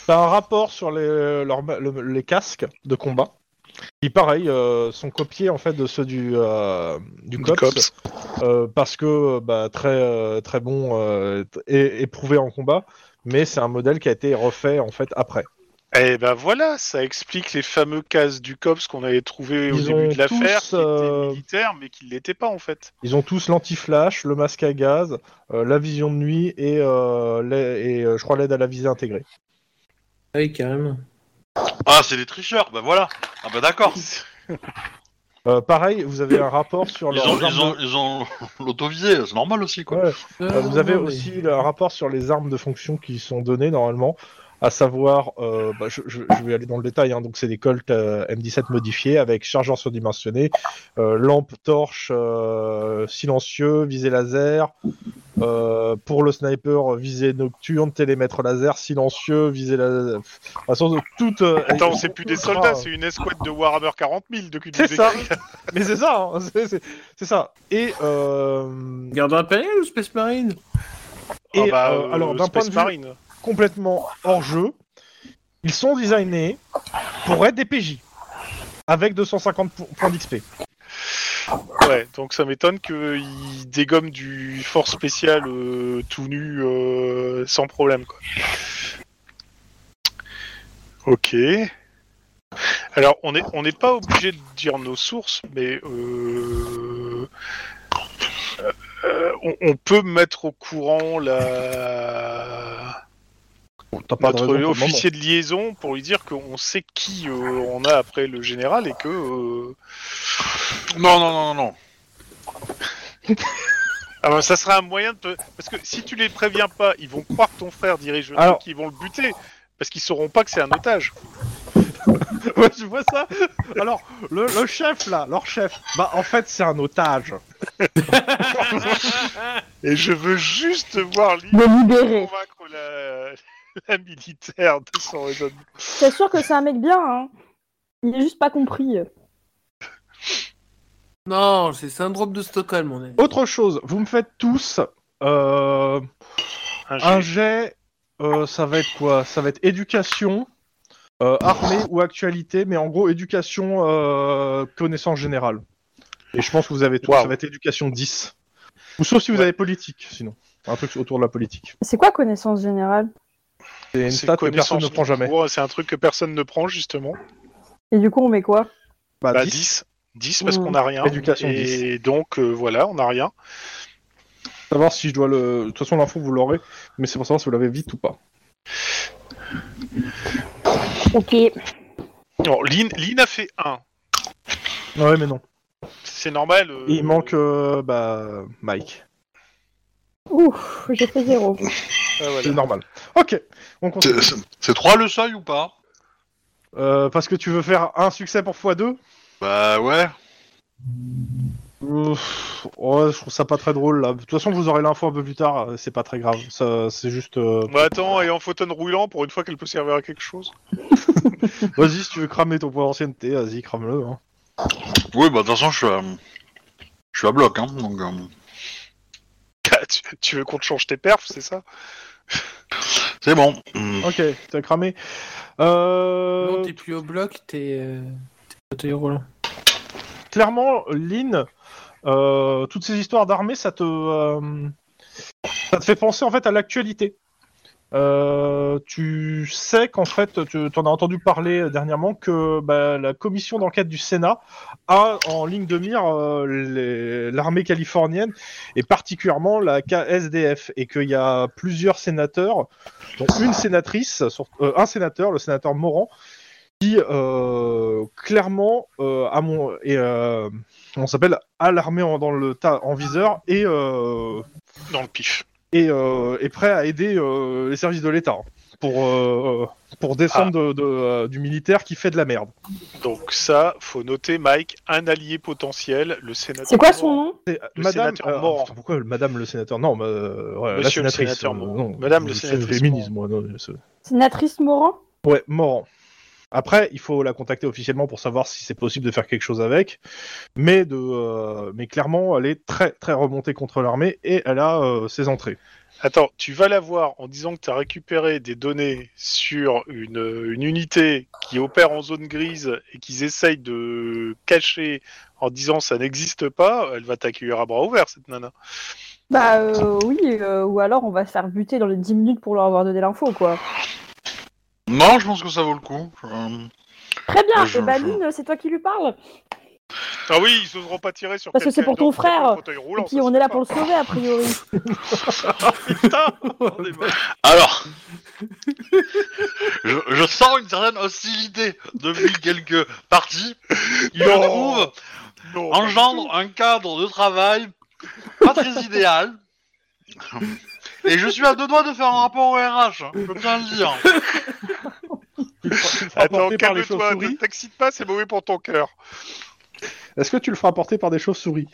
B: T'as un rapport sur les, leurs ma- le- les casques de combat qui, pareil, euh, sont copiés en fait de ceux du euh, du
A: Du
B: cops,
A: cops.
B: euh, parce que euh, bah, très euh, très bon euh, t- et éprouvé en combat, mais c'est un modèle qui a été refait en fait après.
A: Eh ben voilà, ça explique les fameux cases du cops qu'on avait trouvé au
B: Ils
A: début
B: ont
A: de l'affaire,
B: tous,
A: qui étaient
B: euh,
A: militaires mais qui ne l'étaient pas en fait.
B: Ils ont tous l'anti-flash, le masque à gaz, euh, la vision de nuit et, euh, l'a- et euh, je crois l'aide à la visée intégrée.
E: Ah Oui, carrément.
D: Ah, c'est des tricheurs, bah voilà. Ah bah
B: Oh.
D: d'accord.
B: Euh, pareil, vous avez un rapport sur
D: Ils
B: leurs
D: ont,
B: armes
D: ils ont, ils ont (laughs) l'autovisé, c'est normal aussi, quoi.
B: Ouais. Euh,
E: Euh,
B: vous avez
E: non, mais-
B: aussi le rapport sur les armes de fonction qui sont données normalement, à savoir, euh, bah, je, je- je vais aller dans le détail, hein, donc c'est des Colt euh, M17 modifiés avec chargeur surdimensionné, euh, lampe, torche, euh, silencieux, visée laser, euh, pour le sniper, visée nocturne, télémètre laser, silencieux, visée laser. De toute façon,
A: (laughs)
B: toute. euh,
A: (laughs) Attends,
B: elle-
A: c'est plus des
B: ultra-
A: soldats, c'est une escouade de Warhammer 40 000 depuis
B: C'est
A: des
B: ça.
A: écrits.
B: Mais c'est ça, hein, (laughs) c'est- c'est c'est ça. Et. euh,
E: Garde impérial ou Space Marine
B: et
A: Ah bah,
B: euh, alors,
A: euh,
B: d'un point de
A: Space
B: vue.
A: Marine.
B: complètement hors jeu. Ils sont designés pour être des PJ avec 250 po- points d'XP.
A: Ouais, donc ça m'étonne qu'il dégomme du force spécial euh, tout nu euh, sans problème. Quoi. Ok. Alors, on n'est on n'est pas obligé de dire nos sources, mais euh, euh, on, on peut mettre au courant la...
B: T'as pas de
A: notre
B: raison pour le moment.
A: officier de liaison pour lui dire qu'on sait qui euh, on a après le général et que... euh,
D: Non, non, non, non, non.
A: Ah bah, ça sera un moyen de te- Parce que si tu les préviens pas, ils vont croire que ton frère dirige le
B: Alors-
A: truc, ils vont le buter. Parce qu'ils sauront pas que c'est un otage.
B: (laughs) Ouais, tu vois ça Alors, le, le chef là, leur chef, bah en fait c'est un otage.
A: Et je veux juste voir Lily
C: De libérer.
A: convaincre la... (laughs) la militaire de son raisonnement.
C: C'est sûr que c'est un mec bien, hein. Il est juste pas compris.
E: Non, c'est syndrome de Stockholm, on est.
B: Autre chose, vous me faites tous euh,
A: Un
B: un
A: jet.
B: jet, euh, ça va être quoi Ça va être éducation, euh, armée ou actualité, mais en gros éducation, euh, connaissance générale. Et je pense que vous avez tout,
A: Waouh.
B: ça va être éducation 10. Ou sauf si vous
A: Ouais.
B: avez politique, sinon. Un truc autour de la politique.
C: C'est quoi connaissance générale
B: C'est une
A: C'est
B: stat que
A: connaissance
B: personne ne prend
A: tout
B: jamais.
A: court, C'est un truc que personne ne prend, justement.
C: Et du coup, on met quoi
B: Bah,
A: Bah,
B: 10.
A: 10. 10 parce
E: Mmh.
A: qu'on a rien.
B: Éducation,
A: Et donc, euh, voilà, on a rien.
B: Savoir si je dois le. De toute façon, l'info, vous l'aurez, mais c'est pour savoir si vous l'avez vite ou pas.
F: Ok.
A: Non, Lynn, Lynn a fait 1.
B: Ouais, mais non.
A: C'est normal. euh,
B: Et il manque, euh, bah, Mike.
C: Ouf, j'ai fait zéro.
A: ah, voilà.
B: C'est normal. Ok, on continue.
D: C'est- c'est- C'est 3 le seuil ou pas
B: Euh, parce que tu veux faire un succès pour x2
D: Bah ouais.
B: Ouf, ouais, je trouve ça pas très drôle là. De toute façon, vous aurez l'info un peu plus tard, euh, c'est pas très grave. Ça, c'est juste. euh,
A: Bah, attends, et en fauteuil roulant, pour une fois qu'elle peut servir à quelque chose. (laughs)
B: Vas-y, si tu veux cramer ton point d'ancienneté, vas-y, crame-le. hein.
D: Oui, bah de toute façon, je suis à, je suis à bloc, hein, donc... euh,
A: Bah, tu, tu veux qu'on te change tes perfs, c'est ça
D: C'est bon. Hum.
B: Ok, t'as cramé. Euh,
E: Non, t'es plus au bloc, t'es. Euh... t'es fauteuil roulant.
B: Clairement, Lynn, euh, toutes ces histoires d'armée, ça te, euh, ça te fait penser en fait à l'actualité. Euh, tu sais qu'en fait, tu en as entendu parler euh, dernièrement que bah, la commission d'enquête du Sénat a en ligne de mire euh, les- l'armée californienne et particulièrement la KSDF et qu'il y a plusieurs sénateurs, dont une sénatrice, sur- euh, un sénateur, le sénateur Moran, qui euh, clairement euh, à mon et euh, on s'appelle à l'armée en, dans le tas en viseur et euh,
A: Dans le pif.
B: et euh, est prêt à aider euh, les services de l'État hein, pour euh, pour descendre de-
A: Ah.
B: de, euh, du militaire qui fait de la merde.
A: Donc ça, faut noter, Mike, un allié potentiel, le sénateur.
C: C'est quoi son nom
B: C'est
A: Le
B: Madame.
A: sénateur
B: euh,
A: Morand.
B: putain, pourquoi le- Madame le sénateur Non, mais, euh, ouais, la
A: Monsieur le
B: sénatrice.
A: sénateur
B: euh,
A: Morand.
B: non,
A: Madame le
B: je- je
A: sénatrice
B: féminise, moi. non, je-
C: Sénatrice Moran
B: Ouais, Morand. Après, il faut la contacter officiellement pour savoir si c'est possible de faire quelque chose avec. Mais de, euh, mais clairement, elle est très très remontée contre l'armée et elle a euh, ses entrées.
A: Attends, tu vas la voir en disant que tu as récupéré des données sur une, euh, une unité qui opère en zone grise et qu'ils essayent de cacher en disant ça n'existe pas, elle va t'accueillir à bras ouverts, cette nana.
C: Bah euh, oui, euh, ou alors on va se faire buter dans les 10 minutes pour leur avoir donné l'info, quoi.
D: Non, je pense que ça vaut le coup. Euh,
C: Très bien,
D: Ouais, je-
C: et Baline, c'est toi qui lui parles.
A: Ah oui, ils oseront pas tirer sur
C: Parce que c'est
A: quelqu'un
C: pour ton
A: dans- dans
C: frère.
A: un fauteuil roulant,
C: et puis
A: ça,
C: on
A: c'est
C: est là
A: pas.
C: pour le sauver, a priori.
A: Putain
B: (laughs)
A: on est mal.
D: (laughs) Alors, je, je sens une certaine hostilité depuis quelques parties. Il
A: Non.
D: le trouve
A: Non, pas du tout.
D: engendre un cadre de travail pas (laughs) très idéal. Et je suis à deux doigts de faire un rapport au RH, hein, je peux bien le dire.
B: Rapporté
A: Attends,
B: par les
A: calme-toi, ne
B: chauves-souris.
A: t'excite pas, c'est mauvais pour ton cœur.
B: Est-ce que tu le feras porter par des chauves-souris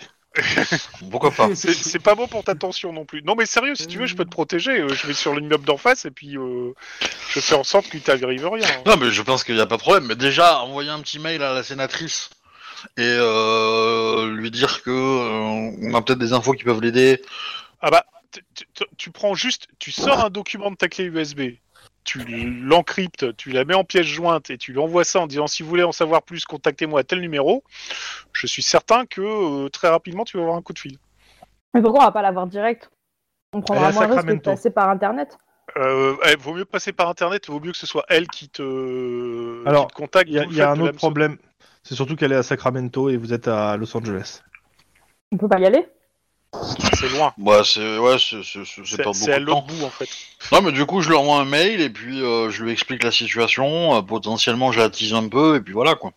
D: Pourquoi pas
A: C'est- C'est pas bon pour ta tension non plus. Non mais sérieux, si tu veux, je peux te protéger. Euh, Je vais sur l'immeuble d'en face et puis euh, je fais en sorte qu'il t'arrive rien. hein.
D: Non, mais je pense qu'il n'y a pas de problème. Mais déjà, envoyer un petit mail à la sénatrice et euh, lui dire que euh, on a peut-être des infos qui peuvent l'aider.
A: tu- tu- tu- tu prends juste, tu sors un document de ta clé USB, tu l'encryptes, tu la mets en pièce jointe et tu lui envoies ça en disant si vous voulez en savoir plus, contactez-moi à tel numéro. Je suis certain que euh, très rapidement tu vas avoir un coup de fil.
C: Mais pourquoi on va pas l'avoir direct On prendra
B: Elle est à
C: moins de risque de
B: Sacramento.
C: passer par internet.
A: Euh, eh, vaut mieux passer par internet, vaut mieux que ce soit elle qui te,
B: Alors,
A: qui te contacte.
B: Il y a,
A: d'où
B: il
A: le
B: y a
A: fait
B: un
A: de
B: autre
A: la-
B: problème. C'est surtout qu'elle est à Sacramento et vous êtes à Los Angeles.
C: On peut pas y aller
A: C'est loin.
D: Ouais, Bah, c'est ouais, c'est- c'est- c'est-
A: C'est
D: c'est pas beaucoup
A: c'est à
D: de temps.
A: l'autre bout en fait.
D: Non, mais du coup, je lui envoie un mail et puis euh, je lui explique la situation. euh, potentiellement, je l'attise un peu et puis voilà quoi.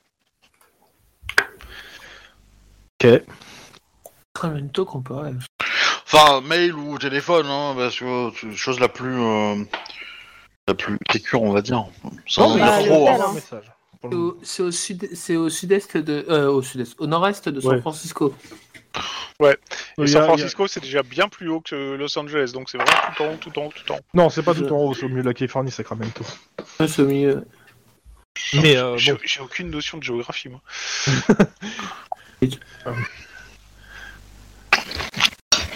E: Sacramento qu'on peut. ouais.
D: Enfin, mail ou téléphone, hein, parce que c'est la chose la plus euh, la plus sécure, on va dire. Sans
C: Non, mais
D: dire
B: Ah,
C: bah,
D: trop,
C: l'hôtel,
D: hein.
C: hein.
B: message. Pour
E: C'est
B: le-
E: au- C'est au sud, c'est au sud-est de, euh, au sud-est, au nord-est de San
B: Ouais.
E: Francisco.
A: Et
B: Il y
A: San
B: a- il y a-
A: Francisco, c'est déjà bien plus haut que Los Angeles, donc c'est vraiment tout en haut, tout en haut, tout en haut.
B: Non, c'est pas tout en haut, c'est au milieu de la Californie, Sacramento.
E: Ouais, C'est au milieu.
B: Mais euh,
A: J'ai
B: bon,
A: j'ai aucune notion de géographie moi. (laughs)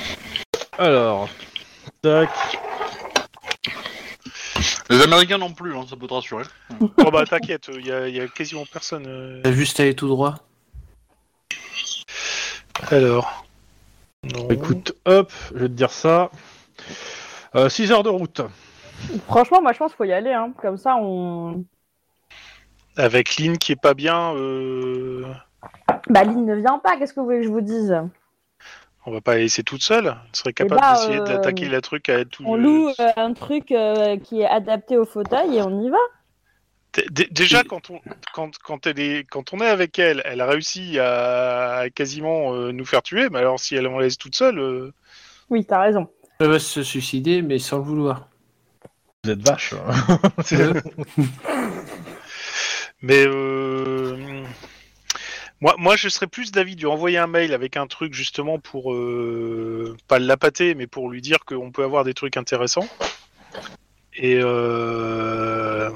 B: alors. Tac.
D: Les Américains non plus, hein, ça peut te rassurer.
A: Oh bah t'inquiète, il y, a- y a quasiment personne. euh,
E: T'as juste à aller tout droit.
A: Alors. Non.
B: Bah, Écoute, hop, je vais te dire ça. 6 heures de route.
C: Franchement, moi je pense qu'il faut y aller, hein. comme ça on.
A: Avec Lynn qui est pas bien, euh,
C: Bah Lynn ne vient pas, qu'est-ce que vous voulez que je vous dise
A: on va pas la laisser toute seule. Elle serait capable
C: bah,
A: d'essayer
C: euh,
A: d'attaquer la truc à tout.
C: On loue euh, un truc euh, qui est adapté au fauteuil et on y va.
A: Dé- dé- Déjà quand on quand quand elle est quand on est avec elle, elle réussit à, à quasiment euh, nous faire tuer. Mais alors si elle en laisse toute seule, euh,
C: Oui, t'as raison.
E: Elle va se suicider, mais sans le vouloir.
B: Vous êtes vache. hein.
E: Euh,
A: mais euh, moi moi je serais plus d'avis de lui envoyer un mail avec un truc justement pour euh, pas l'appâter, mais pour lui dire qu'on peut avoir des trucs intéressants. et euh,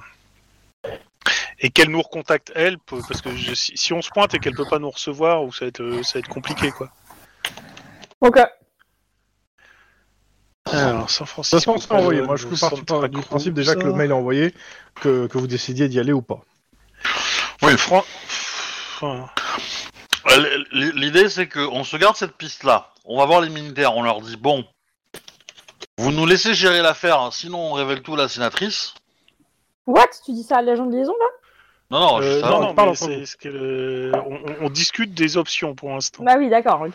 A: et qu'elle nous recontacte elle p- parce que je- si, si on se pointe et qu'elle peut pas nous recevoir ou ça va être euh, ça va être compliqué quoi.
C: Ok.
A: Alors San
B: De
A: Francisco.
B: toute façon, c'est envoyé. Moi, je
A: peux
B: suis parti par- du principe déjà que le mail est envoyé, que, que vous décidiez d'y aller ou pas.
D: Oui,
A: Fran...
D: Euh, l- l- L'idée, c'est qu'on se garde cette piste-là. On va voir les militaires. On leur dit bon, vous nous laissez gérer l'affaire, hein, sinon on révèle tout à la sénatrice.
C: What Tu dis ça à l'agent de liaison là
D: Non, non,
A: Euh,
D: juste
A: non,
D: avant.
A: non,
B: on parle
A: mais
B: entre
A: c'est-
B: vous.
A: ce que, euh, on, on- on discute des options pour l'instant.
C: Bah oui, d'accord, ok.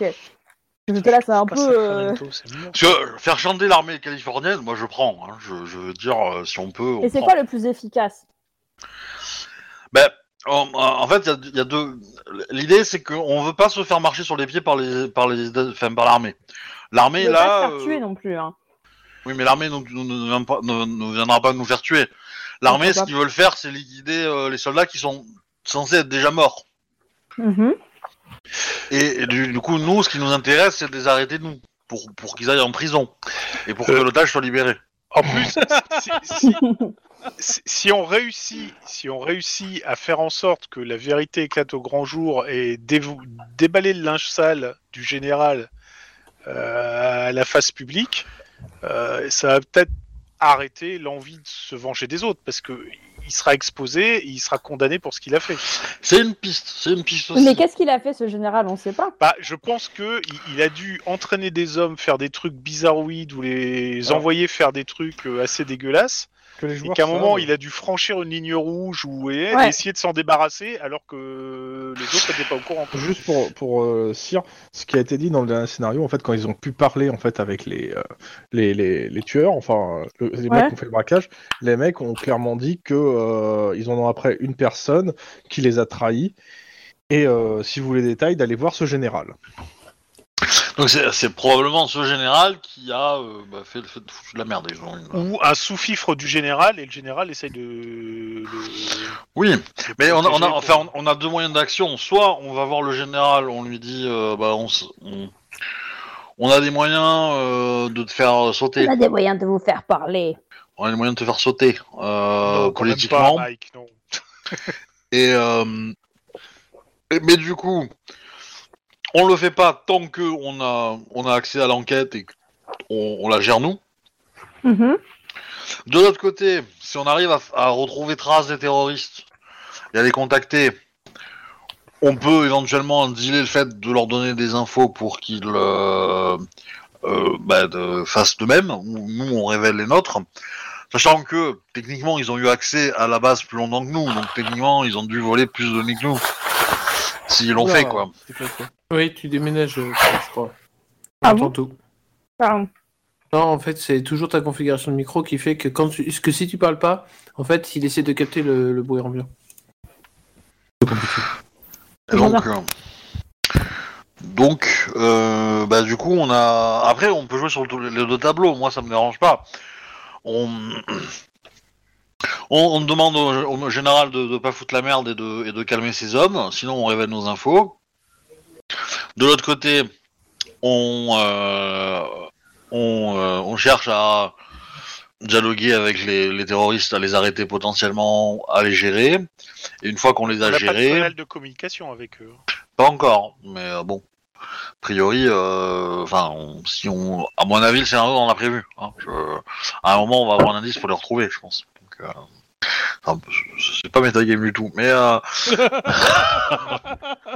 C: Parce que là, c'est un
A: Pas
C: peu. euh,
A: Sacramento, c'est mort.
D: Parce que euh, faire chanter l'armée californienne, moi je prends. hein. Je, je veux dire, euh, si on peut. on
C: Et c'est
D: prend.
C: quoi le plus efficace
D: Ben, en, en fait, il y a- il y, a deux. L'idée, c'est qu'on veut pas se faire marcher sur les pieds par les, par les, enfin, par l'armée. L'armée
C: Ne pas
D: là,
C: se faire
D: euh,
C: tuer non plus. Hein.
D: oui, mais l'armée ne, ne- ne vient pas- ne- ne viendra pas nous faire tuer. L'armée,
C: Non, pas.
D: ce qu'ils veulent faire, c'est liquider euh, les soldats qui sont censés être déjà morts.
C: Mhm.
D: Et, et du, du coup, nous, ce qui nous intéresse, c'est de les arrêter nous, pour, pour qu'ils aillent en prison et pour que
A: Euh.
D: l'otage soit libéré.
A: En plus, si, si- si- si on réussit, si on réussit à faire en sorte que la vérité éclate au grand jour et dévo- déballer le linge sale du général euh, à la face publique, euh, ça va peut-être arrêter l'envie de se venger des autres parce que il sera exposé, et il sera condamné pour ce qu'il a fait.
D: C'est une piste, c'est une piste aussi.
C: Mais qu'est-ce qu'il a fait ce général On sait pas.
A: Bah, je pense que il- il a dû entraîner des hommes faire des trucs bizarroïdes ou les
B: Alors.
A: envoyer faire des trucs euh, assez dégueulasses.
B: Que les
A: Et
B: joueurs
A: qu'à un moment,
B: savent.
A: il a dû franchir une ligne rouge ou et-
C: Ouais.
A: essayer de s'en débarrasser alors que les autres n'étaient pas au courant.
B: Juste pour pour euh, Cyr, ce qui a été dit dans le dernier scénario, en fait, quand ils ont pu parler en fait avec les euh, les, les, les tueurs, enfin euh, le- les
C: Ouais.
B: mecs qui ont fait le braquage, les mecs ont clairement dit que euh, ils en ont après une personne qui les a trahis. Et euh, si vous voulez les détails, d'aller voir ce général.
D: Donc c'est c'est probablement ce général qui a euh, bah, fait, fait foutu de la merde. ils ont une-
A: Ou un sous-fifre du général et le général essaye de. de-
D: Oui,
A: de
D: mais on a, on,
A: protéger
D: a,
A: pour-
D: enfin, on- on a deux moyens d'action. Soit on va voir le général, on lui dit, euh, bah, on, s- on, on a des moyens euh, de te faire sauter.
F: On a des moyens de vous faire parler.
D: On a des moyens de te faire sauter euh,
A: Non, quand même
D: politiquement.
A: pas, Mike, non.
D: et, euh, et- mais du coup, on le fait pas tant que on a, on a accès à l'enquête et qu'on on la gère nous.
C: Mhm.
D: De l'autre côté, si on arrive à, à retrouver trace des terroristes et à les contacter, on peut éventuellement dealer le fait de leur donner des infos pour qu'ils euh, euh, bah, de- fassent de même, ou nous on révèle les nôtres. Sachant que techniquement ils ont eu accès à la base plus longtemps que nous, donc techniquement ils ont dû voler plus de données que nous. S'ils l'ont
E: Oula,
D: fait quoi.
E: c'est pas ça. Oui, tu déménages, euh, je crois.
C: Ah
E: J'entends
C: bon
E: tout.
C: Pardon.
E: Non, en fait, c'est toujours ta configuration de micro qui fait que quand tu... que si tu parles pas, en fait, il essaie de capter le, le bruit ambiant.
D: Et Donc, euh, donc euh, bah, du coup, on a. Après, on peut jouer sur le- les deux tableaux. Moi, ça me dérange pas. On. On, on demande au, au général de ne pas foutre la merde et de, et de calmer ses hommes, sinon on révèle nos infos. De l'autre côté, on, euh, on, euh, on cherche à dialoguer avec les, les terroristes, à les arrêter potentiellement, à les gérer. Et une fois qu'on les
A: On
D: a,
A: n'a pas de
D: gérés...
A: canal de communication avec eux.
D: Pas encore, mais euh, bon. A priori, euh, enfin, on- si on, à mon avis, le scénario on l'a prévu. hein. Je- à un moment, on va avoir un indice pour les retrouver, je pense. Donc, euh, enfin, c'est- c'est pas metagame du tout, mais euh, (laughs)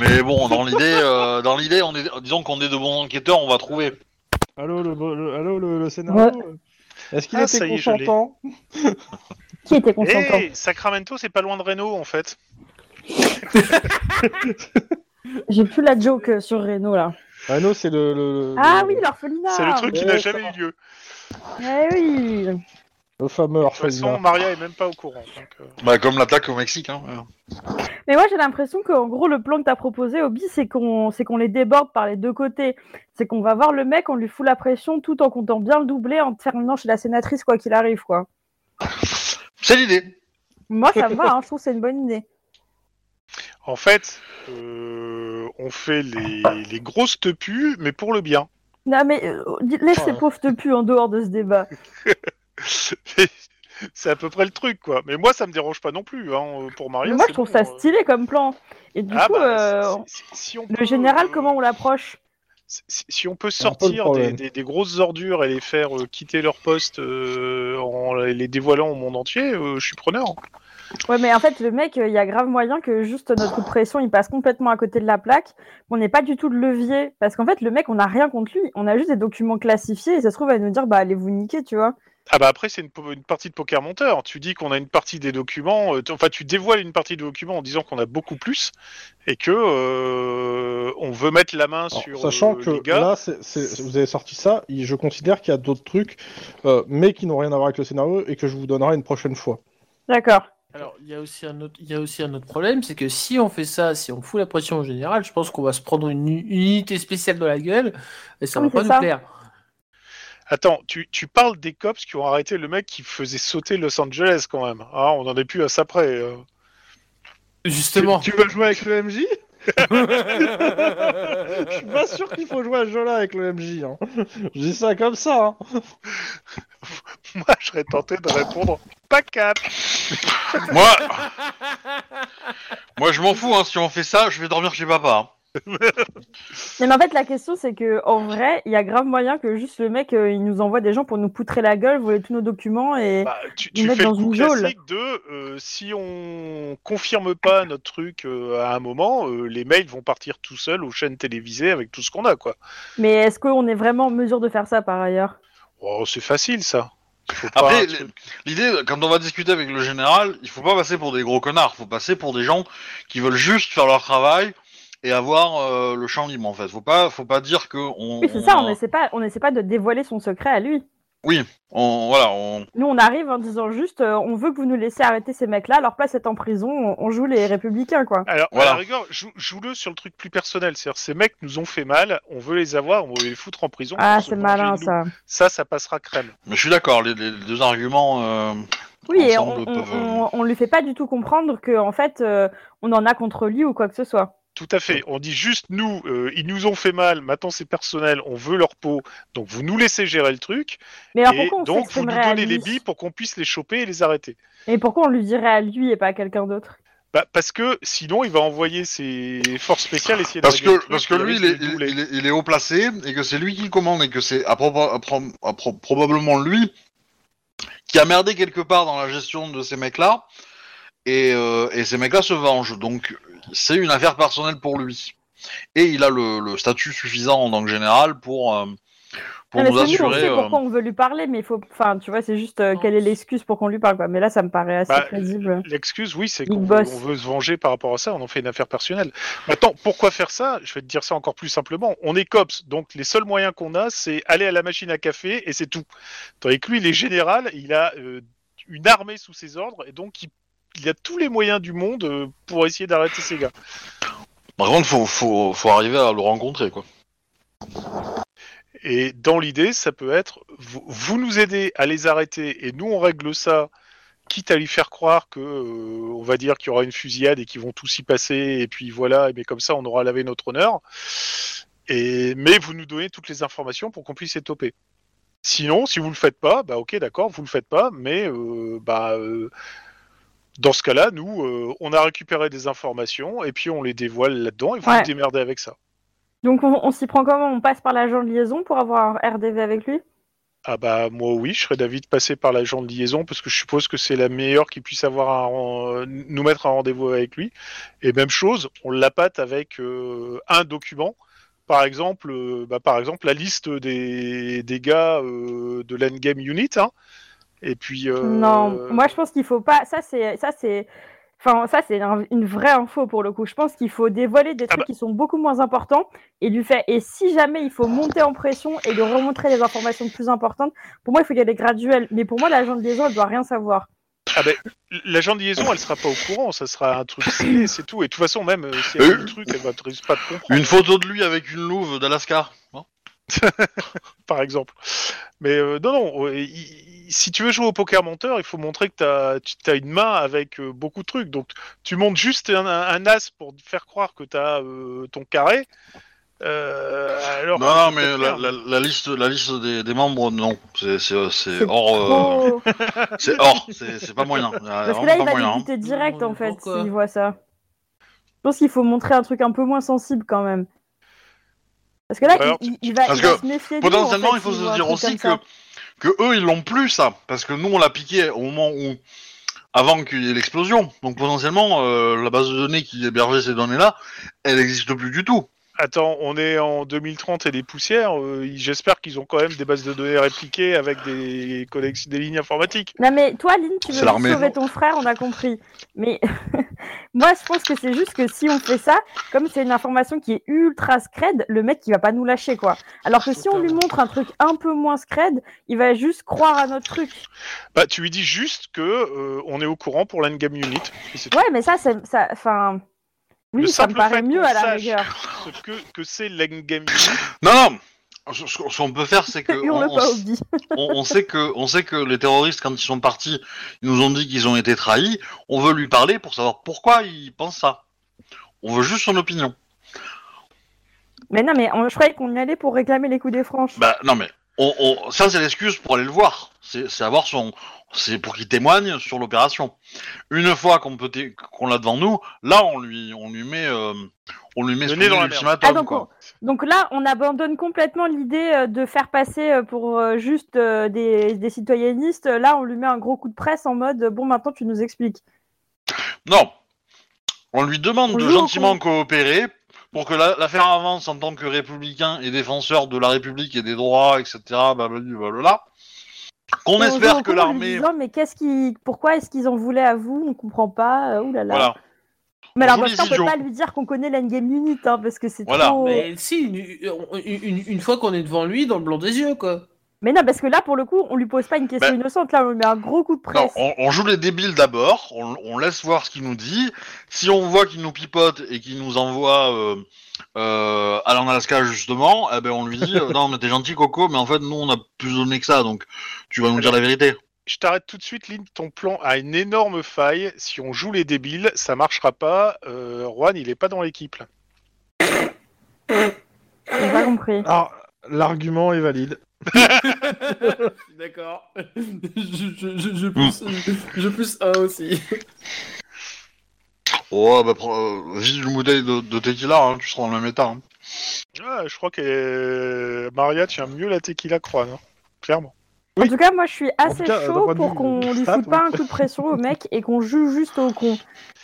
D: mais bon, dans l'idée, euh, dans l'idée, on est, disons qu'on est de bons enquêteurs, on va trouver.
B: Allô le, le- allô le, le scénario. euh Est-ce qu'il
A: Ah, ça
B: était
A: y est, je l'ai.
B: consentant
C: Qui était
A: Eh,
C: consentant
A: Sacramento, c'est pas loin de Reno en fait.
C: J'ai plus la joke euh, sur Reno là.
B: Ah non, c'est le, le-
C: Ah
B: le-
C: oui, l'orphelinat
A: Euh, C'est le truc qui
B: ouais,
A: n'a
B: ça
A: jamais
B: va.
A: eu lieu.
C: Eh oui
B: le fameux
A: De toute façon,
B: orphelinat.
A: Maria est même pas au courant. donc, euh,
D: Bah, comme l'attaque au Mexique. Hein.
C: Mais moi, j'ai l'impression qu'en gros, le plan que t'as proposé, Obi, c'est qu'on c'est qu'on les déborde par les deux côtés. C'est qu'on va voir le mec, on lui fout la pression tout en comptant bien le doubler en terminant chez la sénatrice, quoi qu'il arrive, quoi.
D: C'est l'idée.
C: Moi, ça me va, hein, je trouve que c'est une bonne idée.
A: En fait, euh, on fait les, les grosses tepues, mais pour le bien. (laughs)
C: Non, mais euh, laisse ces
B: Ouais.
C: pauvres te pu en dehors de ce débat.
A: c'est à peu près le truc, quoi. Mais moi, ça me dérange pas non plus. Hein. Pour Maria,
C: Mais moi,
A: c'est
C: je trouve
A: bon,
C: ça
A: hein.
C: stylé comme plan. Et du
A: Ah
C: coup,
A: bah,
C: euh,
A: si- si- si on
C: le
A: peut,
C: général,
A: euh,
C: comment on l'approche
A: si- si on peut
B: un peu le
A: sortir des,
B: problème.
A: des- des grosses ordures et les faire euh, quitter leur poste euh, en les dévoilant au monde entier, euh, je suis preneur.
C: Ouais, mais en fait, le mec, euh, il y a grave moyen que juste notre coup de pression, il passe complètement à côté de la plaque, qu'on n'ait pas du tout de levier. Parce qu'en fait, le mec, on n'a rien contre lui. On a juste des documents classifiés et ça se trouve à nous dire, bah, allez vous niquer, tu vois.
A: Ah bah après, c'est une, po- une partie de poker monteur. Tu dis qu'on a une partie des documents, euh, tu- enfin tu dévoiles une partie des documents en disant qu'on a beaucoup plus et que euh, on veut mettre la main
B: Alors,
A: sur
B: sachant
A: euh,
B: que
A: les gars.
B: là, c'est- c'est- vous avez sorti ça, et je considère qu'il y a d'autres trucs, euh, mais qui n'ont rien à voir avec le scénario et que je vous donnerai une prochaine fois.
C: D'accord.
E: Alors, il y a aussi un autre, il y a aussi un autre problème, c'est que si on fait ça, si on fout la pression en général, je pense qu'on va se prendre une, une unité spéciale dans la gueule et ça
C: Ah Oui,
E: va pas
C: c'est
E: nous
C: ça.
E: plaire.
A: Attends, tu, tu parles des cops qui ont arrêté le mec qui faisait sauter Los Angeles quand même. Ah, on en est plus à ça près. euh.
E: Justement.
B: Tu, tu veux jouer avec le MJ (laughs) Je suis pas sûr qu'il faut jouer à ce jeu-là avec le MJ. hein. Je dis ça comme ça. hein.
A: (laughs) Moi, je serais tenté de répondre pas cap.
D: Moi, moi je m'en fous, hein, si on fait ça, je vais dormir chez papa. hein.
C: Non, mais en fait, la question, c'est que en vrai, il y a grave moyen que juste le mec, euh, il nous envoie des gens pour nous poutrer la gueule, voler tous nos documents et.
A: Bah, tu
C: Nous
A: tu
C: mettre
A: fais le
C: dans
A: coup
C: une geôle.
A: classique de euh, si on confirme pas notre truc euh, à un moment, euh, les mails vont partir tout seuls aux chaînes télévisées avec tout ce qu'on a, quoi.
C: Mais est-ce qu'on est vraiment en mesure de faire ça par ailleurs
A: Oh, c'est facile ça. Faut pas
D: Après,
A: un
D: les-
A: truc-
D: l'idée, quand on va discuter avec le général, il faut pas passer pour des gros connards, faut passer pour des gens qui veulent juste faire leur travail et avoir euh, le champ libre en fait. Faut pas, faut pas dire que on.
C: Oui, c'est ça, on n'essaie pas, on essaie pas de dévoiler son secret à lui.
D: on- voilà, on,
C: Nous, on arrive en disant juste, euh, on veut que vous nous laissiez arrêter ces mecs-là, leur place est en prison, on, on joue les républicains, quoi.
A: Alors,
D: Voilà.
A: à la rigueur, jou- joue-le sur le truc plus personnel. C'est-à-dire, ces mecs nous ont fait mal, on veut les avoir, on veut les foutre en prison.
C: Ah,
A: pour se
C: c'est
A: venger
C: malin,
A: de nous.
C: ça.
A: Ça, ça passera crème.
D: mais je suis d'accord. Les, les deux arguments. euh,
C: Oui, et on,
D: Ensemble,
C: on,
D: peuvent, euh,
C: on- on lui fait pas du tout comprendre que en fait, euh, on en a contre lui ou quoi que ce soit.
A: Tout à fait. On dit juste, nous, euh, ils nous ont fait mal, maintenant c'est personnel, on veut leur peau, donc vous nous laissez gérer le truc,
C: Mais alors
A: et
C: pourquoi on
A: donc vous nous
C: s'exprimerait à
A: donnez
C: lui
A: les billes pour qu'on puisse les choper et les arrêter.
C: Et pourquoi on lui dirait à lui et pas à quelqu'un d'autre
A: Bah, parce que sinon, il va envoyer ses forces spéciales essayer de
D: Parce
A: régler le
D: que,
A: truc,
D: parce que lui,
A: risque
D: il est,
A: de doubler.
D: il est- il est haut placé et que c'est lui qui commande et que c'est à propo- à pro- à pro- probablement lui qui a merdé quelque part dans la gestion de ces mecs-là. Et, euh, et ces mecs-là se vengent. Donc, c'est une affaire personnelle pour lui. Et il a le, le statut suffisant en tant que général pour, euh, pour
C: Non, Ah, mais
D: nous
C: c'est nous, on
D: assurer.
C: sait
D: euh,
C: pourquoi on veut lui parler, mais il faut, enfin, tu vois, c'est juste euh, quelle est l'excuse pour qu'on lui parle, quoi. Mais là, ça me paraît assez
A: Bah,
C: crédible.
A: L'excuse, oui, c'est
C: Big
A: qu'on veut,
C: Boss.
A: on veut se venger par rapport à ça, on en fait une affaire personnelle. Maintenant, pourquoi faire ça Je vais te dire ça encore plus simplement. On est cops, donc les seuls moyens qu'on a, c'est aller à la machine à café et c'est tout. Tandis que lui, il est général, il a euh, une armée sous ses ordres et donc il, il a tous les moyens du monde euh, pour essayer d'arrêter ces gars.
D: Par contre, faut, faut, faut arriver à le rencontrer. quoi.
A: Et dans l'idée, ça peut être vous, vous nous aidez à les arrêter et nous on règle ça, quitte à lui faire croire que euh, on va dire qu'il y aura une fusillade et qu'ils vont tous y passer et puis voilà, et bien comme ça on aura lavé notre honneur. Et mais vous nous donnez toutes les informations pour qu'on puisse étoper. Sinon, si vous le faites pas, bah ok d'accord, vous le faites pas, mais euh, bah euh, dans ce cas-là, nous, euh, on a récupéré des informations et puis on les dévoile là-dedans et vous
C: Ouais.
A: vous démerdez avec ça.
C: Donc, on, on s'y prend comment On passe par l'agent de liaison pour avoir un RDV avec lui
A: Ah bah moi oui, je serais d'avis de passer par l'agent de liaison parce que je suppose que c'est la meilleure qui puisse avoir un, ren- euh, nous mettre un rendez-vous avec lui. Et même chose, on l'appâte avec euh, un document. Par exemple, euh, bah, par exemple la liste des, des gars euh, de l'endgame unit. hein. Et puis euh,
C: Non, moi je pense qu'il faut pas. Ça c'est ça c'est. Enfin, ça c'est un- une vraie info pour le coup. Je pense qu'il faut dévoiler
D: Ah
C: des trucs
A: bah.
C: qui sont beaucoup moins importants et lui faire. Et si jamais il faut monter en pression et lui remontrer les informations plus importantes, pour moi il faut y aller graduel. Mais pour moi l'agent de liaison elle doit rien savoir.
A: l'agent de liaison, elle sera pas au courant, ça sera un truc scellé, c'est tout. Et de toute façon, même euh, si elle
D: Euh,
A: a le truc, elle va te risque pas de comprendre.
D: Une photo de lui avec une louve d'Alaska. hein.
A: par exemple. Mais euh, non, non, euh, il- il- si tu veux jouer au poker menteur, il faut montrer que t'as- tu as une main avec euh, beaucoup de trucs. Donc tu montes juste un, un as pour faire croire que tu as ton carré. euh, alors
D: Non, non,
A: que
D: mais
A: t'as
D: la,
A: rien.
D: la- la liste, la liste des, des membres, non. C'est c'est- c'est
C: C'est
D: hors. euh,
C: Oh.
D: C'est hors, c'est c'est
C: (laughs)
D: pas moyen. Il y a
C: Parce que là
D: vraiment pas
C: il va
D: moyen. hein.
C: débuter direct
E: Non,
C: en
E: mais
C: fait
E: pourquoi
C: s'il voit ça. Je pense qu'il faut montrer un truc un peu moins sensible quand même. Parce que là,
A: Alors,
C: il, il- il va,
D: parce
C: il va
D: que
C: se méfier. de nous,
D: hein. Potentiellement,
C: en fait,
D: il faut
C: s'il
D: se
C: voit un
D: dire
C: truc
D: aussi que,
C: comme ça.
D: que eux, ils l'ont plus, ça. Parce que nous, on l'a piqué au moment où. Avant qu'il y ait l'explosion. Donc potentiellement, euh, la base de données qui hébergeait ces données-là, elle n'existe plus du tout.
A: Attends, on est en 2030 et des poussières. euh, ils- J'espère qu'ils ont quand même des bases de données répliquées avec des, connexions- des lignes informatiques.
C: Non, mais toi, Lynn, tu
D: C'est
C: veux juste
D: l'armée.
C: sauver ton frère, on a compris. Mais (laughs) moi, je pense que c'est juste que si on fait ça, comme c'est une information qui est ultra scred, le mec, il va pas nous lâcher, quoi. Alors que si on lui montre un truc un peu moins scred, il va juste croire à notre truc.
A: Bah, tu lui dis juste que euh, on est au courant pour l'endgame unit. et c'est tout.
C: Ouais, mais ça, c'est- ça, enfin, oui,
A: Le
C: ça me
A: simple
C: paraît
A: fait
C: mieux
A: qu'on
C: à la
A: sache
C: rigueur.
A: Ce que, que c'est l'endgame unit.
D: Non, non Ce, ce- ce qu'on peut faire, c'est que.
C: (laughs) Hurle
D: on- on
C: pas,
D: s-
C: Obi.
D: on, on sait que, on sait que les terroristes, quand ils sont partis, ils nous ont dit qu'ils ont été trahis. On veut lui parler pour savoir pourquoi il pense ça. On veut juste son opinion.
C: Mais non, mais on- je croyais qu'on y allait pour réclamer les coups des franches.
D: Bah non mais, on, on- ça c'est l'excuse pour aller le voir. C'est c'est avoir son, c'est pour qu'il témoigne sur l'opération. Une fois qu'on peut, té- qu'on l'a devant nous, là on lui, on lui met, euh, on lui met
A: Le
D: ce
A: nez dans la merde.
D: ultimatum,
C: Ah, donc
D: quoi.
C: Donc là, on abandonne complètement l'idée euh, de faire passer euh, pour euh, juste euh, des, des citoyennistes. Là, on lui met un gros coup de presse en mode euh, bon, maintenant tu nous expliques.
D: Non. On lui demande
C: On
D: de
C: joue au
D: gentiment coopérer pour que la- l'affaire avance en tant que républicain et défenseur de la République et des droits, etc. blablabla, blablabla. Qu'on
C: Et joue
D: espère
C: au
D: que
C: con en lui
D: l'armée.
C: disant, mais qu'est-ce qui, pourquoi est-ce qu'ils en voulaient à vous On comprend pas. euh, oulala.
D: Voilà.
C: Mais
D: On
C: alors,
D: joue
C: en
D: les
C: même temps, on peut
D: idiots.
C: pas lui dire qu'on connaît l'endgame unit, hein, parce que c'est
D: Voilà.
C: trop. Mais...
E: Mais si, une, une- une- une fois qu'on est devant lui, dans le blanc des yeux, quoi.
C: non, parce que là, pour le coup, on lui pose pas une question
D: Ben-
C: innocente. Là, on lui met un gros coup de
D: Non,
C: presse.
D: on, on joue les débiles d'abord, on, on laisse voir ce qu'il nous dit. Si on voit qu'il nous pipote et qu'il nous envoie euh, euh, à l'Alaska justement, eh ben on lui dit euh, Non, mais t'es gentil, Coco, mais en fait, nous, on a plus donné que ça, donc tu vas nous dire la vérité.
A: Je t'arrête tout de suite, Lynn. Ton plan a une énorme faille. Si on joue les débiles, ça marchera pas. Euh, Juan, il est pas dans l'équipe. là.
C: J'ai pas compris.
B: Alors, Ah, l'argument est valide.
E: D'accord. (laughs) je, je, je, je pousse, je pousse un aussi.
D: Oh, bah, prends, euh, vide une bouteille de, de tequila, hein, tu seras dans le même état. hein.
A: Ah, je crois que euh, Maria tient mieux la tequila que Juan. hein. Clairement.
C: En tout cas, moi, je suis assez
B: tout cas, d'un
C: chaud
B: point de
C: pour
B: vue euh,
C: qu'on lui
B: stat,
C: foute pas un coup de pression au mec et qu'on joue juste au con.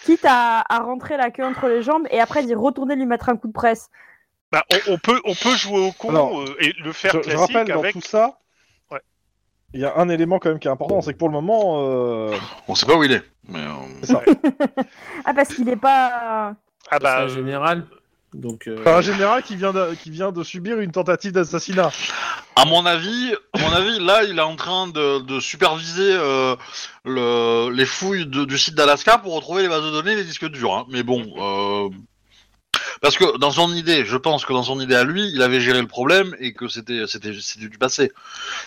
C: Quitte à, à rentrer la queue entre les jambes et après d'y retourner lui mettre un coup de presse.
A: Bah, on, on peut, on peut jouer au con
B: Alors,
A: euh, et le faire
B: Je, je
A: classique
B: rappelle,
A: avec.
B: dans tout ça,
A: Ouais.
B: il y a un élément quand même qui est important, c'est que pour le moment, euh,
D: On sait pas où il est, mais euh,
C: Ah, parce qu'il est pas. euh,
A: Ah bah,
E: en général. Donc, euh,
B: t'as un général qui vient, de, qui vient de subir une tentative d'assassinat.
D: à mon avis, à mon avis, là, il est en train de, de superviser euh, le- les fouilles de- du site d'Alaska pour retrouver les bases de données, et les disques durs. hein. Mais bon, euh, parce que dans son idée, je pense que dans son idée à lui, il avait géré le problème et que c'était c'était c'était du passé.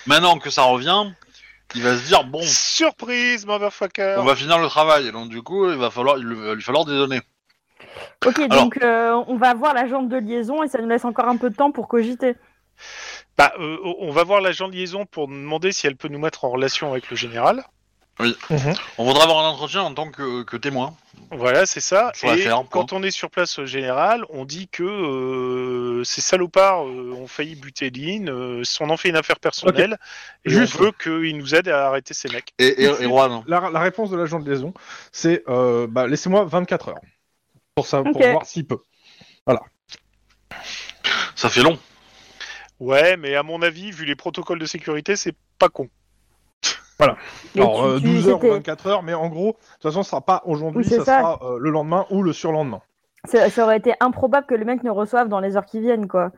D: Maintenant que ça revient, il va se dire bon,
A: euh, surprise, motherfucker.
D: on va finir le travail. Et donc du coup, il va falloir il va lui falloir des données.
C: Ok,
D: Alors-
C: donc euh, on va voir la jambe de liaison et ça nous laisse encore un peu de temps pour cogiter.
A: Bah, euh, on va voir l'agent de liaison pour demander si elle peut nous mettre en relation avec le général.
D: On voudra avoir un entretien en tant que, que témoin.
A: Voilà, c'est ça.
D: Sur
A: Et
D: l'affaire, quoi.
A: quand on est sur place au général, on dit que euh, ces salopards euh, ont failli buter Lynn, euh, on en fait une affaire personnelle, et
B: Juste.
A: on veut qu'ils nous aident à arrêter ces mecs.
D: Et, et, et Juan.
B: La, la réponse de l'agent de liaison, c'est euh, bah, laissez-moi 24 heures pour, ça, pour
C: Ok.
B: voir s'il peut.
D: Ça fait long.
A: Ouais, mais à mon avis, vu les protocoles de sécurité, c'est pas con.
C: Mais
B: Alors,
C: tu-
B: euh,
C: tu-
B: 12 heures ou
C: c'était-
B: 24 heures, mais en gros, de toute façon, ce sera pas aujourd'hui,
C: Oui, c'est
B: ça,
C: ça.
B: sera euh, le lendemain ou le surlendemain.
C: Ça, ça aurait été improbable que le mec ne reçoive dans les heures qui viennent, quoi.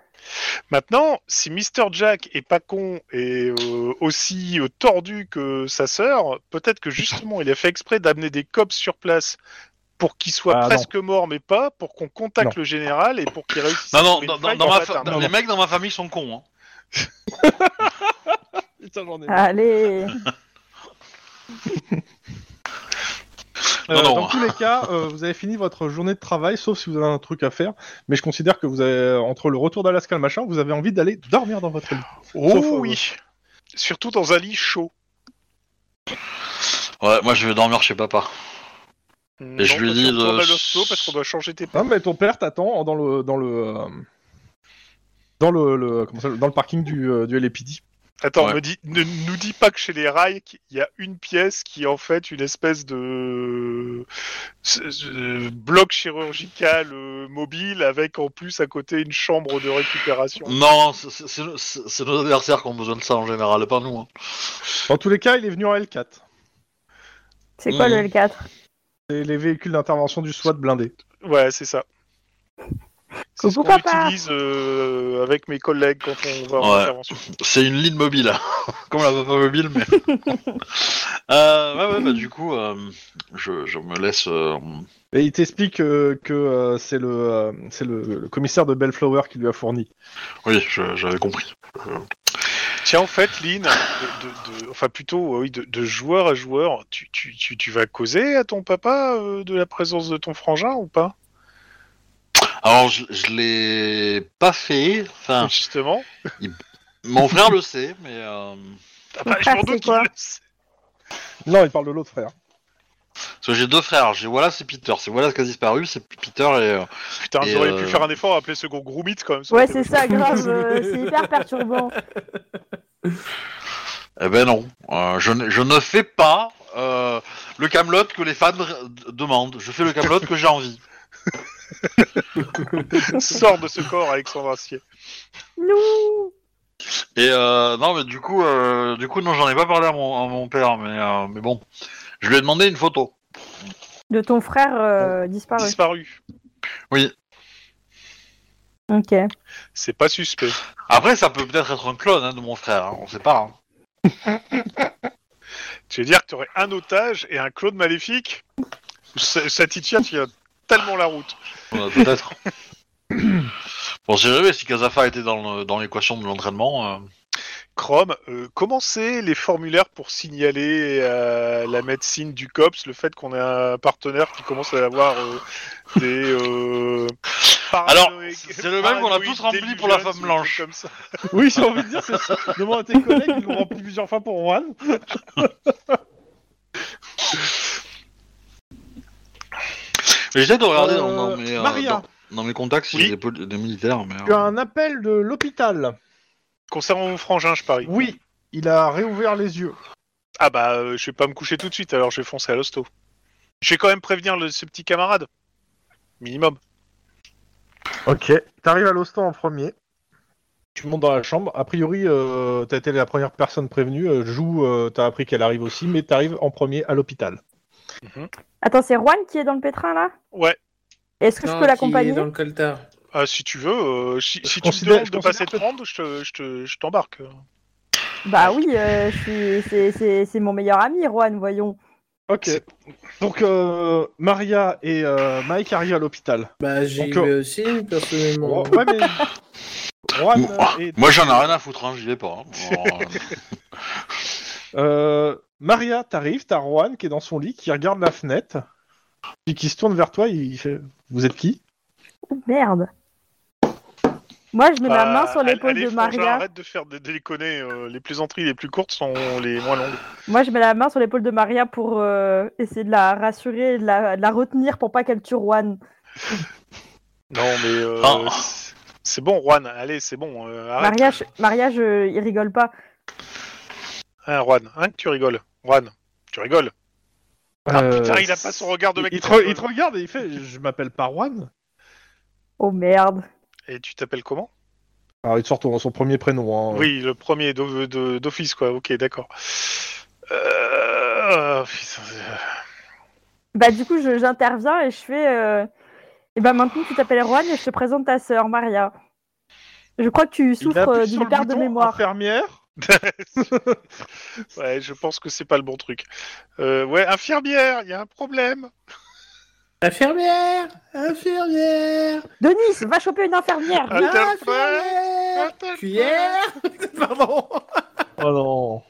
A: Maintenant, si Mr. Jack est pas con et euh, aussi euh, tordu que sa sœur, peut-être que justement il a fait exprès d'amener des cops sur place pour qu'il soit
B: Ah, non.
A: presque mort, mais pas pour qu'on contacte le général et pour qu'il réussisse.
D: Non,
A: à
D: non,
A: trouver
D: dans,
A: une
D: dans-
A: faille
D: dans
A: dans
D: ma
A: la
D: fa-
A: tarte.
D: les mecs dans ma famille sont cons. Hein.
C: Ah. Allez.
B: Euh,
D: Non, non.
B: Dans tous les cas, euh, vous avez fini votre journée de travail, sauf si vous avez un truc à faire. Mais je considère que vous avez, euh, entre le retour d'Alaska et le machin, vous avez envie d'aller dormir dans votre lit.
A: Oh
B: Sauf, euh,
A: oui Surtout dans un lit chaud.
D: Ouais, moi je vais dormir chez papa.
A: Et
D: je lui dis euh, de-
A: On à l'hosto parce qu'on doit changer tes
B: Non, mais ton père t'attend en- dans le dans le euh, dans le, le- comment ça, dans le parking du, euh, du LAPD.
A: Attends,
D: Ouais.
A: me dis- ne nous dis pas que chez les rails, il y a une pièce qui est en fait une espèce de ce- ce- bloc chirurgical euh, mobile avec en plus à côté une chambre de récupération.
D: Non, c'est- c'est c'est- c'est nos adversaires qui ont besoin de ça en général, pas nous. hein.
B: Dans tous les cas, il est venu en L4.
C: C'est quoi le
D: Mmh.
C: L4
B: C'est les véhicules d'intervention du SWAT blindés.
D: Mm.
A: Ouais, c'est ça. C'est ce
C: Coucou,
A: qu'on
C: papa.
A: utilise euh, avec mes collègues quand on va en
D: Ouais.
A: intervention.
D: C'est une ligne mobile, (laughs) comme la papa mobile, mais. (laughs) Euh, ouais, ouais, bah du coup, euh, je, je me laisse. euh,
B: Et il t'explique euh, que euh, c'est le, euh, c'est le, le commissaire de Bellflower qui lui a fourni.
D: Oui, je- j'avais compris.
A: Tiens, en fait, Lynn, de, de- de- enfin plutôt euh, oui, de, de joueur à joueur, tu, tu, tu, tu vas causer à ton papa euh, de la présence de ton frangin ou pas
D: Alors, je, je l'ai pas fait. Enfin,
A: Justement.
D: mon frère le sait, mais. euh,
A: Ah bah, je
C: (laughs) Ah,
A: m'en
C: c'est
A: doute
C: quoi
A: qu'il le sait.
B: Non, il parle de l'autre frère.
D: Parce que j'ai deux frères. J'ai Wallace et Peter. C'est Wallace qui a disparu, c'est Peter et. euh,
A: Putain,
D: Et,
A: j'aurais
D: euh,
A: pu faire un effort à appeler ce gros groomit quand même. ça
C: Ouais,
A: aurait
C: c'est
A: été-
C: ça,
B: (laughs)
C: grave. euh, c'est hyper perturbant.
D: Eh ben non, Euh, je, ne- je ne fais pas euh, le Camelot que les fans r- d- demandent. Je fais le Camelot que j'ai envie.
A: Sors de ce corps, Alexandre Assier.
C: Nous
D: Et euh, non, mais du coup, euh, du coup, non, j'en ai pas parlé à mon, à mon père, mais euh, mais bon, je lui ai demandé une photo.
C: De ton frère euh, disparu.
A: Disparu.
C: Ok.
A: C'est pas suspect.
D: Après, ça peut peut-être être un clone hein, de mon frère. hein, on sait pas. hein.
A: Tu veux dire que t'aurais un otage et un clone maléfique Ça ça t'y tient, tu y as tellement la route.
D: Euh, peut-être. bon, c'est jamais si Kazafa était dans le- dans l'équation de l'entraînement. euh,
A: Chrome, euh, comment c'est les formulaires pour signaler à la médecine du COPS le fait qu'on ait un partenaire qui commence à avoir euh, des. euh,
D: Alors,
A: paranoï-
D: c'est le même qu'on a tous rempli
A: paranoïdes
D: pour la femme
A: delusions,
D: blanche.
A: comme ça.
B: (laughs) Oui, j'ai envie de dire, c'est ça. Demande à tes collègues, ils l'ont
A: (laughs)
B: rempli plusieurs fois pour Juan.
D: Mais j'essaie de regarder dans,
B: Euh,
D: dans mes, euh,
B: Maria.
D: dans, dans mes contacts s'il y a
A: Oui.
D: des, pol- des militaires. Mais, euh,
B: Tu as un appel de l'hôpital.
A: Concernant mon frangin, je parie.
B: Oui, il a réouvert les yeux.
A: Ah bah, euh, je vais pas me coucher tout de suite, alors je vais foncer à l'hosto. Je vais quand même prévenir le- ce petit camarade. Minimum.
B: Ok, t'arrives à l'hosto en premier. Tu montes dans la chambre. A priori, euh, t'as été la première personne prévenue. Euh, Jou, euh, t'as appris qu'elle arrive aussi, mais t'arrives en premier à l'hôpital.
C: Attends, c'est Juan qui est dans le pétrin là
A: Ouais,
C: Est-ce que je peux l'accompagner
E: dans le coltard.
A: euh, si tu veux, euh, si, si tu me
B: considère-
A: demandes
B: je
A: de
B: considère
A: passer te
B: que-
A: prendre, je te- je te- je t'embarque.
C: Bah oui, euh, je suis- c'est- c'est c'est mon meilleur ami, Juan, voyons.
B: Ok. Donc, euh, Maria et euh, Mike arrivent à l'hôpital.
E: Bah, j'y
B: Donc,
E: vais aussi, personnellement.
B: Ouais, mais. Juan et
D: Ah, Moi j'en ai rien à foutre, hein, j'y vais pas. hein. Alors,
B: (laughs)
D: euh,
B: Euh, Maria, t'arrives, t'as Juan qui est dans son lit, qui regarde la fenêtre, puis qui se tourne vers toi, il fait Vous êtes qui
C: Oh, Merde. Moi, je mets ma
A: Bah,
C: main sur
A: allez,
C: l'épaule
A: allez,
C: de
A: frangin,
C: Maria.
A: Arrête de faire des déconner. euh, les plaisanteries les plus courtes sont les moins longues.
C: Moi, je mets la main sur l'épaule de Maria pour euh, essayer de la rassurer, et de la, de la retenir pour pas qu'elle tue Juan.
A: Non, mais euh,
D: Oh.
A: c'est- c'est bon, Juan. Allez, c'est bon. euh, arrête.
C: Maria, je- Maria, je, il rigole pas.
A: Hein, Juan, hein, que tu rigoles. Juan, tu rigoles. Ah,
B: Euh,
A: putain, il a pas son regard de mec.
B: il,
A: qui
B: te,
A: rigole.
B: il te regarde et il fait Je m'appelle pas Juan.
C: Oh merde.
A: Et tu t'appelles comment
B: Alors, Ah, il te sort ton- son premier prénom. hein.
A: Oui, le premier d'o- de- d'office, quoi. Ok, d'accord. Euh, putain, euh,
C: Bah du coup, je- j'interviens et je fais. euh, Et bah maintenant, tu t'appelles Juan et je te présente ta sœur Maria. Je crois que tu
B: Il
C: souffres
B: appuie
C: euh,
B: sur
C: d'une
B: le
C: perte de
B: bouton,
C: mémoire.
B: Infirmière.
A: ouais, je pense que c'est pas le bon truc. Euh, ouais, infirmière, il y a un problème.
E: Infirmière Infirmière
C: Denis, va choper une infirmière.
E: Ah.
A: Interprète.
E: Infirmière
A: interprète.
E: Cuillère (laughs) Pardon
B: Oh non.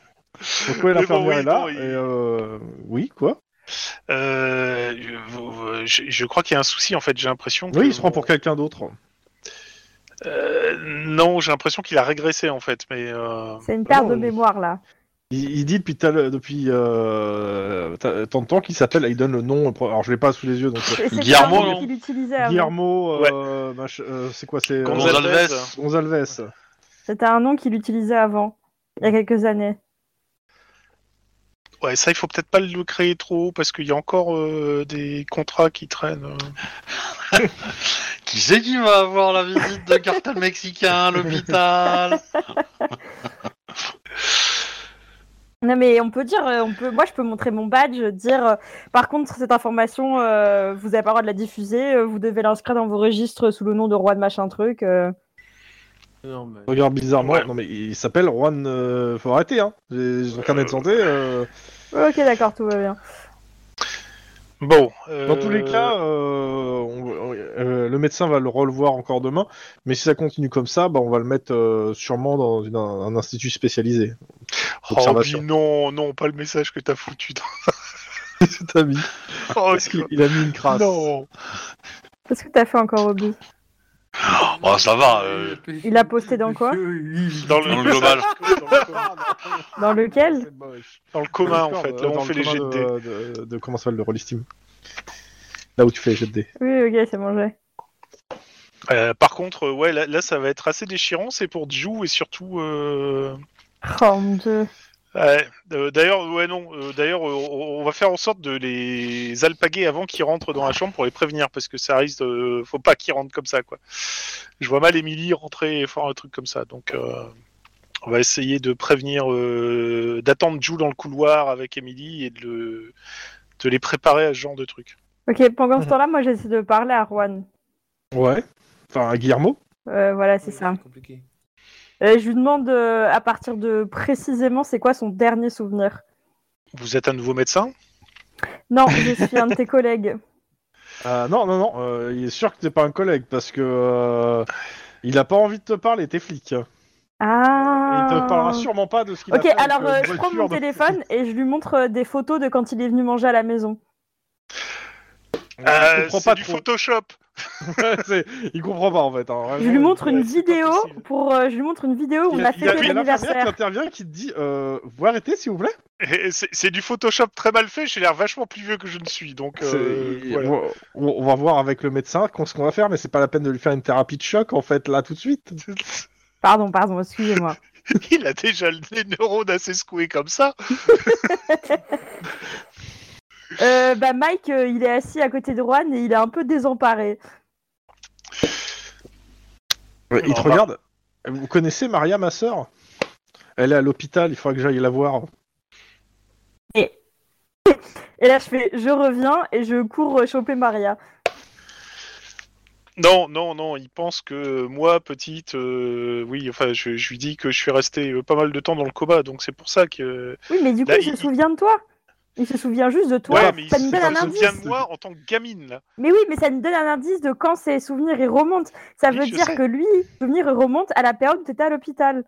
B: Donc,
A: Mais
B: ouais, l'infirmière
A: bon, oui,
B: est là.
A: bon, il-
B: et, euh, Oui, quoi
A: Euh, je- vous- je, je crois qu'il y a un souci en fait. J'ai l'impression. que-
B: Oui, il se prend pour quelqu'un d'autre.
A: Euh, non, j'ai l'impression qu'il a régressé en fait, mais. euh,
C: C'est une perte
B: Non,
C: de
B: il-
C: mémoire là.
B: Il, il dit depuis, t'as le- depuis euh, t'as- tant de
D: (laughs)
B: temps qu'il s'appelle, il donne le nom. Alors, je l'ai pas sous les yeux, donc. euh,
C: C'est- c'est
D: Guillermo,
C: clairement
D: non
C: qu'il utilisait avant.
B: Guillermo, euh, euh, mach- euh, c'est quoi C'est euh,
A: Gonzalez.
B: Gonzalves.
C: C'était un nom qu'il utilisait avant, il y a quelques années.
A: Ouais, ça, il faut peut-être pas le créer trop parce qu'il y a encore euh, des contrats qui traînent. euh.
D: Qui c'est qui va avoir la visite de cartel mexicain à l'hôpital
C: Non mais on peut dire, euh, on peut, moi je peux montrer mon badge, dire euh, par contre cette information, euh, vous n'avez pas le droit de la diffuser, euh, vous devez l'inscrire dans vos registres sous le nom de roi de machin truc. euh.
E: Non, mais...
B: Regarde bizarrement.
A: Ouais.
B: Non mais il s'appelle Juan. euh, Faut arrêter hein. J'ai j'ai un carnet de santé. euh,
C: Ok d'accord, tout va bien.
A: Bon.
B: Dans
A: euh,
B: tous les cas, euh, on- on- euh, le médecin va le revoir encore demain. Mais si ça continue comme ça, bah, on va le mettre euh, sûrement dans une- un
A: (laughs)
B: institut spécialisé.
A: Oh,
B: observation.
A: puis non, non, pas le message que t'as foutu. dans-
B: Cet ami.
A: Oh,
B: (laughs)
A: (laughs)
B: Parce qu'il il a mis une crasse. (laughs)
A: Non.
C: Qu'est-ce que t'as fait encore Obi
D: Oh, ça va. euh,
C: Il a posté dans
E: (laughs)
C: quoi
A: Dans
D: Dans
A: le,
D: le global.
C: Dans lequel
B: C'est moche.
A: (laughs) dans le commun,
B: Dans
A: en
B: le
A: fait.
B: score,
A: Là,
B: euh,
A: on
B: dans le
A: fait les
B: commun
A: jets de dés.
B: de, de- de- comment ça s'appelle, de Roll Steam. Là où tu fais les jets de dés.
C: Oui ok c'est mangé.
A: Euh, par contre, euh, ouais, là, là, ça va être assez déchirant. C'est pour Jou et surtout. euh,
C: Oh mon dieu.
A: ouais, euh, D'ailleurs, ouais, non. euh, D'ailleurs, euh, on on va faire en sorte de les alpaguer avant qu'ils rentrent dans la chambre pour les prévenir parce que ça risque. de- Faut pas qu'ils rentrent comme ça, quoi. Je vois mal Émilie rentrer et faire un truc comme ça. Donc, euh, on va essayer de prévenir, euh, d'attendre Jou dans le couloir avec Émilie et de, le- de les préparer à ce genre de truc.
C: Ok pendant ce temps-là moi j'essaie de parler à Juan.
B: Ouais. Enfin, à Guillermo.
C: Euh, voilà c'est ça.
E: compliqué.
C: Et je lui demande euh, à partir de précisément c'est quoi son dernier souvenir.
A: Vous êtes un nouveau médecin
C: Non je suis un (laughs) de tes collègues.
B: Euh, non, non, non. euh, il est sûr que t'es pas un collègue parce que euh, il a pas envie de te parler. T'es flic.
C: Ah.
B: Il te parlera sûrement pas de ce qu'il
C: Ok,
B: a fait
C: alors euh,
B: avec,
C: je
B: une
C: prends
B: voiture
C: mon
B: de- (laughs)
C: téléphone et je lui montre euh, des photos de quand il est venu manger à la maison.
A: Euh,
B: il comprend
A: c'est
B: pas
A: du
B: trop. (laughs)
A: Photoshop.
B: C'est- il comprend pas en fait. hein, vraiment.
C: Je lui montre une
A: Ah, ouais, c'est pas
C: vidéo
A: possible.
C: pour, euh, je lui montre une vidéo où
B: Il
C: on a
B: il
C: fêté
B: il y a l'infirmière qui
C: l'anniversaire.
B: intervient qui te dit euh, Vous arrêtez s'il vous plaît
A: Et C'est c'est du Photoshop très mal fait, j'ai l'air vachement plus vieux que je ne suis, donc euh,
B: C'est-
A: voilà.
B: on, on va voir avec le médecin qu'on- ce qu'on va faire, mais c'est pas la peine de lui faire une thérapie de choc en fait là tout de suite.
C: Pardon,
A: (laughs)
C: pardon, excusez-moi.
A: (laughs) il a déjà le- les neurones assez secoués comme ça.
C: Euh, bah Mike, euh, il est assis à côté de Juan et il est un peu désemparé.
B: il te
A: Non, bah.
B: regarde. Vous connaissez Maria, ma sœur Elle est à l'hôpital, il faudra que j'aille la voir.
C: Et là, je fais, je reviens et je cours euh, choper Maria.
A: Non, non, non, il pense que euh, moi, petite, euh, oui, enfin, je, je lui dis que je suis resté euh, pas mal de temps dans le coma, donc c'est pour ça que. euh,
C: Oui, mais du coup,
A: Là,
C: il se
A: il-
C: souvient de toi. Il se souvient juste de toi.
A: Ouais, mais il
C: ça
A: se-
C: nous donne
A: il
C: un
A: se
C: indice.
A: souvient de moi en tant que gamine, là.
C: Mais oui, mais ça nous donne un indice de quand ses souvenirs ils remontent. Ça
A: Oui,
C: veut
A: je
C: dire
A: sais.
C: que lui, ses souvenirs ils remontent à la période où t'étais à l'hôpital.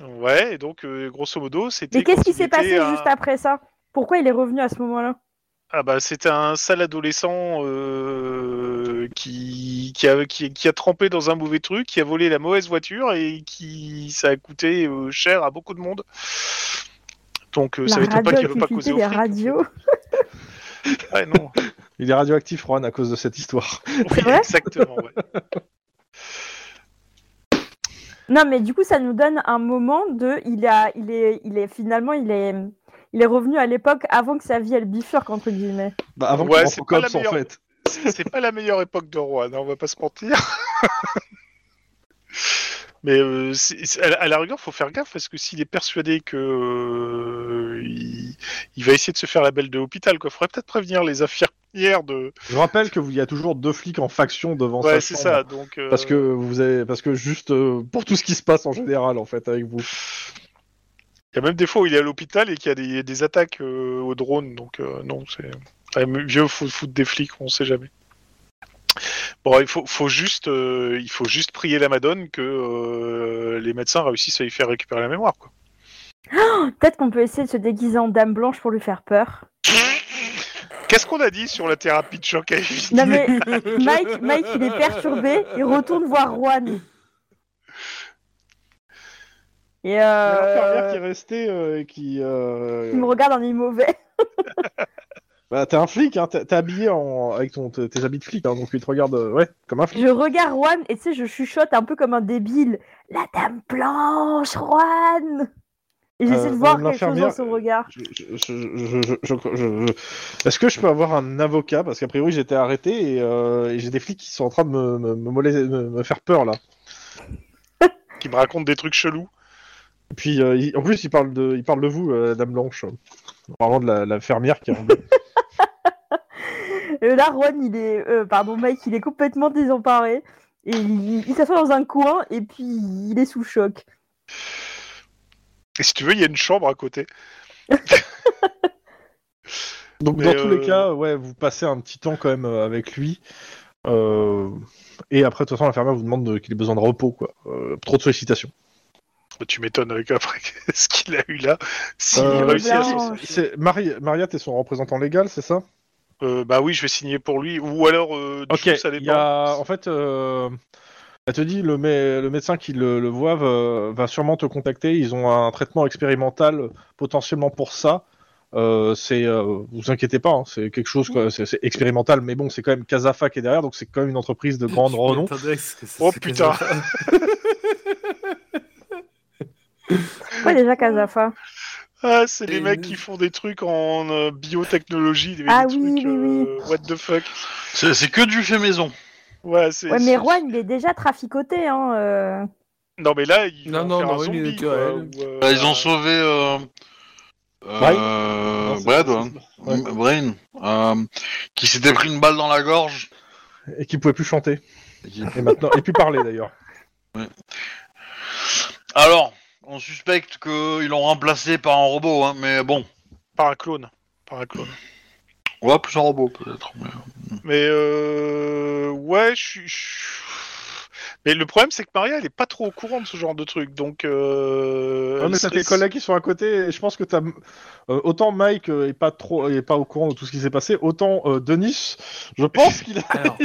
A: Ouais, et donc, euh, grosso modo, c'était.
C: Mais qu'est-ce
A: quand
C: qui
A: il
C: s'est
A: était
C: passé
A: un-
C: juste après ça Pourquoi il est revenu à ce moment-là
A: Ah bah c'était un sale adolescent euh, qui, qui, a, qui, qui a trempé dans un mauvais truc, qui a volé la mauvaise voiture et qui ça a coûté euh, cher à beaucoup de monde. Donc euh, ça
C: La
A: m'étonne pas
C: radio
A: qu'il
C: avec
A: veut pas causer
C: l'utilité
A: aux
C: des
A: flics.
C: radios.
A: Ouais,
C: (laughs)
A: non.
B: Il est radioactif, Juan, à cause de cette histoire. (laughs)
A: Oui,
C: vrai
A: exactement. ouais.
C: Non, mais du coup, ça nous donne un moment de. Il, a, il, est, il est finalement, il est, il est revenu à l'époque avant que sa vie elle bifurque entre guillemets.
B: Bah, avant
A: Ouais,
B: qu'on rentre
A: c'est
B: au
A: pas la
B: cops, en
A: meilleure-
B: fait.
A: C'est c'est pas la meilleure époque de Rouen, hein, on va pas se mentir. (laughs) Mais euh, c'est- c'est- à, la, à la rigueur, faut faire gaffe parce que s'il est persuadé que euh, il, il va essayer de se faire la belle de l'hôpital, quoi. Faudrait peut-être prévenir les infirmières de.
B: Je rappelle que vous- il y a toujours deux flics en faction devant
A: ouais, c'est
B: sa chambre.
A: ça. Donc euh,
B: Parce que vous avez, parce que juste euh, pour tout ce qui se passe en général en fait avec vous.
A: il y a même des fois où il est à l'hôpital et qu'il y a des, des attaques euh, au drone. Donc euh, non, c'est Ouais, mais vieux faut foutre des flics, on sait jamais. Bon, il faut, faut juste, euh, il faut juste prier la Madone que euh, les médecins réussissent à lui faire récupérer la mémoire, quoi.
C: Peut-être qu'on peut essayer de se déguiser en dame blanche pour lui faire peur.
A: Qu'est-ce qu'on a dit sur la thérapie de choc à éviter
C: Non
A: (laughs)
C: mais Mike, Mike, il est perturbé. Il retourne voir Juan. euh, Et
B: Il y a L'infirmière qui
C: euh,
B: est restée euh, et qui. euh,
C: il me regarde en œil mauvais.
B: Bah, t'es un flic, hein, t'es t'es habillé en... avec ton, tes tes habits de flic, hein, donc il te regarde euh, ouais, comme un flic.
C: Je regarde Juan et tu sais, je chuchote un peu comme un débile. La dame blanche, Juan Et j'essaie
B: Euh,
C: de voir
B: madame
C: quelque chose dans
B: l'infirmière,
C: son regard.
B: Je- je- je- je- je- je- je- je- Est-ce que je peux avoir un avocat Parce qu'a priori, j'ai été arrêté et, euh, et j'ai des flics qui sont en train de me, me, me molester- me- me faire peur là.
A: Qui me raconte des trucs chelous.
B: Et puis euh, il- en plus, ils parlent de, ils parlent de vous, euh, Dame Blanche. Vraiment de la, la fermière qui est en bleu.
C: Euh, là, Juan, il est. euh, pardon, Mike, il est complètement désemparé. Et il, il s'assoit dans un coin et puis il est sous le choc.
A: Et si tu veux, il y a une chambre à côté.
B: Donc
A: Mais,
B: dans tous
A: euh,
B: les cas, ouais, vous passez un petit temps quand même euh, avec lui. Euh, et après, de toute façon, l'infirmière vous demande de- qu'il ait besoin de repos, quoi. Euh, trop de sollicitations.
A: Bah, Tu m'étonnes avec après (laughs) ce qu'il a eu là. S'il
B: Euh,
A: réussit à s'en
C: Blanche.
A: sortir.
B: C'est Mari- Mariette est son représentant légal, c'est ça
A: Euh, bah oui, je vais signer pour lui. Ou alors, euh, du
B: Ok,
A: coup, ça
B: il
A: dépend.
B: y a, en fait, euh, elle te dit, le, mé- le médecin qui le, le voit va, va sûrement te contacter. Ils ont un traitement expérimental potentiellement pour ça. Euh, c'est, euh, vous inquiétez pas, hein, c'est quelque chose, quoi, c'est c'est expérimental, mais bon, c'est quand même Casafa qui est derrière, donc c'est quand même une entreprise de
E: (laughs)
B: grande renom.
A: Oh, putain.
C: Quoi déjà, Casafa
A: Ah, c'est les
E: Et
A: mecs
E: nous-
A: qui font des trucs en euh, biotechnologie. Des,
C: Ah
A: des
C: oui,
A: trucs,
C: oui, oui.
A: euh, what the fuck.
D: C'est c'est que du fait maison.
A: Ouais, c'est.
C: Ouais,
A: c'est-
C: mais Juan, il est déjà traficoté. Hein, euh.
A: Non, mais là, ils
E: Non,
A: vont
E: non,
A: faire
E: non,
A: un
E: oui, mais
A: zombie.
E: tu
A: quoi,
E: vois,
A: ou, euh,
D: Bah, ils ont sauvé. Euh... euh,
B: Non,
A: Euh,
B: c'est-
D: Brad,
A: hein.
D: ouais.
B: Ouais.
D: M- Brain, euh, qui s'était pris une balle dans la gorge.
B: Et qui pouvait plus chanter,
D: Et qui-
B: et maintenant, et puis parler d'ailleurs.
D: Alors, on suspecte qu'ils l'ont remplacé par un robot, hein, mais bon,
A: Par un clone. Par un
E: (laughs)
A: clone.
D: on va plus un robot peut-être. mais-
A: Mais euh... ouais, je suis. je- Mais le problème, c'est que Maria, elle est pas trop au courant de ce genre de truc, donc. Euh...
B: Ouais, mais
A: elle
B: t'as
A: serait-
B: tes collègues qui sont à côté, et je pense que t'as. euh, autant Mike euh, est pas trop, est pas au courant de tout ce qui s'est passé, autant euh, Denis, je
A: (laughs)
B: pense qu'il a.
E: (laughs) Alors,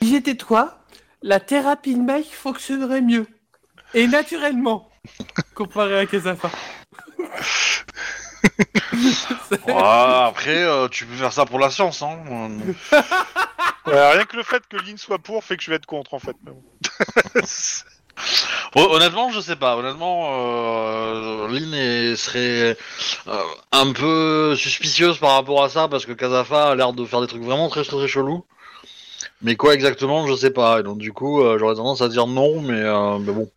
E: si j'étais toi, la thérapie de Mike fonctionnerait mieux. Et naturellement, comparé à Kazafa.
D: Ah, après, euh, tu peux faire ça pour la science. Hein. euh,
A: Ouais, rien que le fait que Lynn soit pour fait que je vais être contre, en fait. mais bon.
D: Hon- Honnêtement, je sais pas. Honnêtement, euh, Lynn est- serait euh, un peu suspicieuse par rapport à ça parce que Kazafa a l'air de faire des trucs vraiment très très très chelous. Mais quoi exactement, je sais pas. Et donc du coup, euh, j'aurais tendance à dire non, mais, euh, mais bon.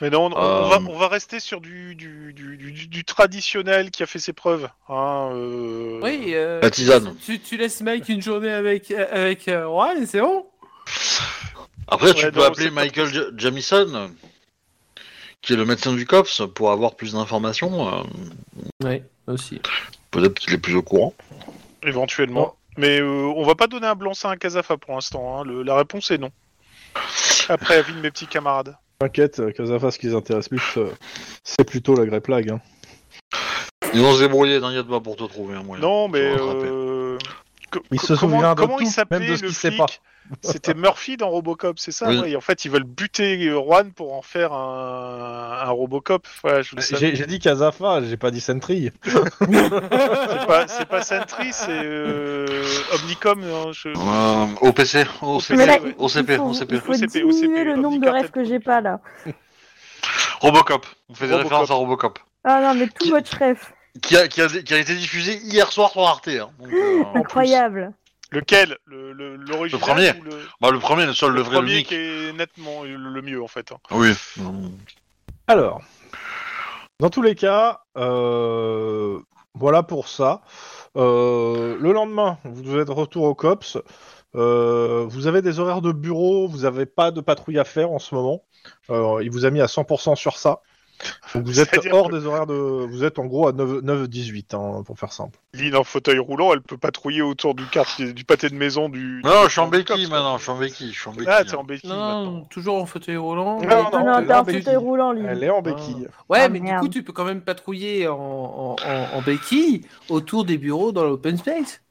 A: mais non, on, on
D: Euh.
A: va, on va rester sur du, du, du, du- du traditionnel qui a fait ses preuves. Hein, euh,
E: (laughs) Oui, euh,
D: La tisane.
E: Tu, tu laisses Mike une journée avec, avec euh, Juan et c'est bon.
D: Après, tu
A: Ouais,
D: peux
A: non,
D: appeler
A: c'est pas-
D: Michael Ja- Jamison, euh, qui est le médecin du COPS, pour avoir plus d'informations. euh,
E: Oui, aussi.
D: Peut-être qu'il est plus au courant.
A: Éventuellement. Mais euh, on va pas donner un blanc-seing à Casafa pour l'instant. hein. Le- La réponse est non. Après avis de mes petits camarades.
B: T'inquiète, euh, Casafa, ce qui les intéresse plus, euh, c'est plutôt la Grey Plague. hein.
D: Ils vont se débrouiller, t'inquiète pas, pour te trouver un moyen.
A: Non, mais.
D: Tu vas rattraper.
A: euh, co-
B: Il
A: co-
B: se
A: comment,
B: souviendra de
A: comment
B: tout,
A: il s'appelait
B: même de ce
A: le
B: qu'il sait
A: flic
B: pas.
A: C'était Murphy dans Robocop, c'est ça
D: Oui.
A: ouais. Et En fait, ils veulent buter euh, Juan pour en faire un, un Robocop. Ouais, je le savais.
B: Euh, J'ai j'ai dit Casafa, j'ai pas dit Sentry.
A: C'est pas, c'est pas Sentry, c'est euh, Omnicom. hein, je-
D: Euh, OPC, OCP,
A: Mais là,
D: OCP,
C: il faut, il
D: OCP.
A: OCP,
C: faut
A: OCP,
C: diminuer le
A: OCP,
C: nombre de
A: handicap,
C: rêves que j'ai pas là.
D: Robocop. On fait des
A: Robocop.
D: références à Robocop.
C: Ah non, mais tout
D: Qui-
C: votre rêve.
D: Qui a, qui a- qui a été diffusé hier soir sur Arte. hein.
A: (laughs)
D: Donc, euh, en plus.
C: Incroyable.
A: Lequel Le- le- L'original
D: Le premier.
A: ou le,
D: Bah, le premier, le seul, le,
A: le
D: vrai, le
A: premier
D: unique.
A: qui est nettement le- le mieux en fait. hein.
D: Oui.
B: Alors, dans tous les cas, euh, voilà pour ça. Euh, le lendemain, vous êtes de retour au COPS. Euh, vous avez des horaires de bureau, vous n'avez pas de patrouille à faire en ce moment. Euh, il vous a mis à 100% sur ça. Donc vous êtes
A: C'est-à-dire
B: hors
A: que-
B: des horaires de. Vous êtes en gros à 9 9-18, hein, pour faire simple.
A: Lynn en fauteuil roulant, elle peut patrouiller autour du quartier, du pâté de maison du.
D: Non,
A: du-
D: je suis en
A: du
D: béquille
A: cops, quoi.
D: maintenant, je suis en béquille. Je suis en béquille. hein.
A: Ah, t'es en béquille
E: Non, non,
A: maintenant.
E: toujours en fauteuil
B: Non,
E: roulant. Mais-
C: Non,
B: non,
C: non, t'es en
B: béquille.
C: fauteuil roulant, Lynn.
B: Elle est en béquille.
E: Ouais,
C: Ah,
E: mais
C: merde.
E: du coup, tu peux quand même patrouiller en, en, en- en béquille autour des bureaux dans l'open space.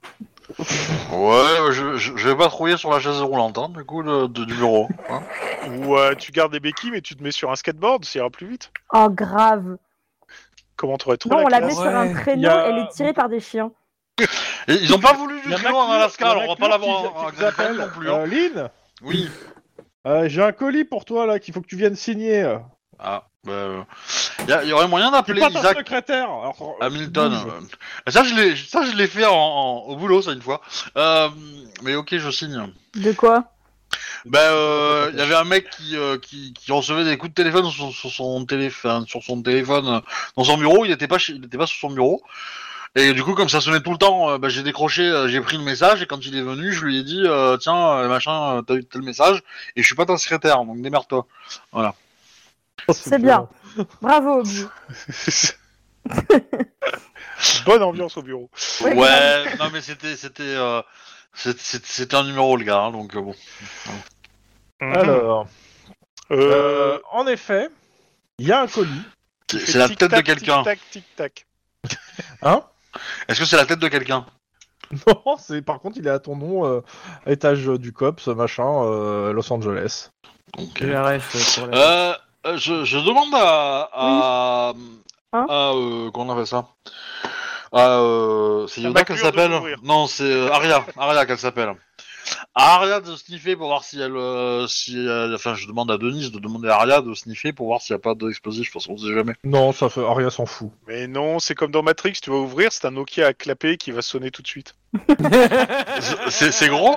D: Ouais, je, je, je vais pas trouver sur la chaise roulante, hein, du coup, le- de- du bureau. hein.
A: Ou euh, tu gardes des béquilles, mais tu te mets sur un skateboard, ça ira plus vite.
C: Oh, grave.
A: Comment t'aurais trouvé
C: Non, on la
A: classe
C: met sur un
E: Ouais.
C: traîneau,
B: Il y a-
C: elle est tirée par des chiens.
D: Et ils ont pas voulu
B: Il y en a
D: jusqu'à loin en
B: qui- il y
D: Alaska,
B: en a
D: alors on va
B: qui-
D: pas
B: qui-
D: l'avoir en
B: qui
D: Xatel
B: t'appellent.
D: non plus. hein.
B: Euh, Lynn,
D: Oui.
B: euh, j'ai un colis pour toi là qu'il faut que tu viennes signer.
D: Ah, il y, aurait moyen
B: Tu
D: d'appeler
B: pas ton
D: Isaac
B: secrétaire. Alors,
D: Hamilton.
B: bouge.
D: euh. Ça, je l'ai, ça, je l'ai fait en- en- au boulot, ça, une fois. Euh, mais ok, je signe.
C: De quoi
B: (laughs)
D: Ben, euh, il y avait un mec qui, euh, qui, qui recevait des coups de téléphone sur, sur son téléphone, sur son téléphone, euh, dans son bureau. Il n'était pas, chez- il était pas sur son bureau. Et du coup, comme ça sonnait tout le temps, euh, ben, j'ai décroché, euh, j'ai pris le message. Et quand il est venu, je lui ai dit, euh, tiens, euh, machin, euh, t'as eu tel message. Et je suis pas ta secrétaire, donc démerde-toi.
B: Oh,
C: C'est bien. Bravo, Obi.
A: (laughs) Bonne ambiance au bureau.
C: Ouais,
D: Ouais, non mais c'était, c'était, euh, c'est- c'est- c'était un numéro le gars, hein, donc euh, bon.
B: Mhm. Alors,
A: Euh,
B: euh, en effet, il y a un colis.
D: C'est
A: fait
D: c'est la tête de
A: tic-tac,
D: quelqu'un.
A: Tic-tac, tic-tac.
B: Hein
D: Est-ce que c'est la tête de quelqu'un
B: Non, (laughs) c'est par contre, il est à ton nom, euh, étage du COPS, machin, euh, Los Angeles.
D: Ok.
E: J'ai la ref, euh, pour la-
D: Euh, euh, je, je demande à. à,
C: Hein
D: à, euh, comment on appelle ça à, euh, C'est
A: La
D: Yoda qu'elle
A: bacure de
D: s'appelle
A: mourir.
D: Non, c'est euh, Aria. Aria qu'elle s'appelle. À Aria de sniffer pour voir si elle. euh, si elle- Enfin, je demande à Denise de demander à Aria de sniffer pour voir s'il n'y a pas d'explosif, parce qu'on sait
B: (laughs)
D: jamais.
B: Non, ça fait Aria s'en fout.
A: Mais non, c'est comme dans Matrix, tu vas ouvrir, c'est un Nokia à clapper qui va sonner tout de suite.
D: C'est- C'est c'est gros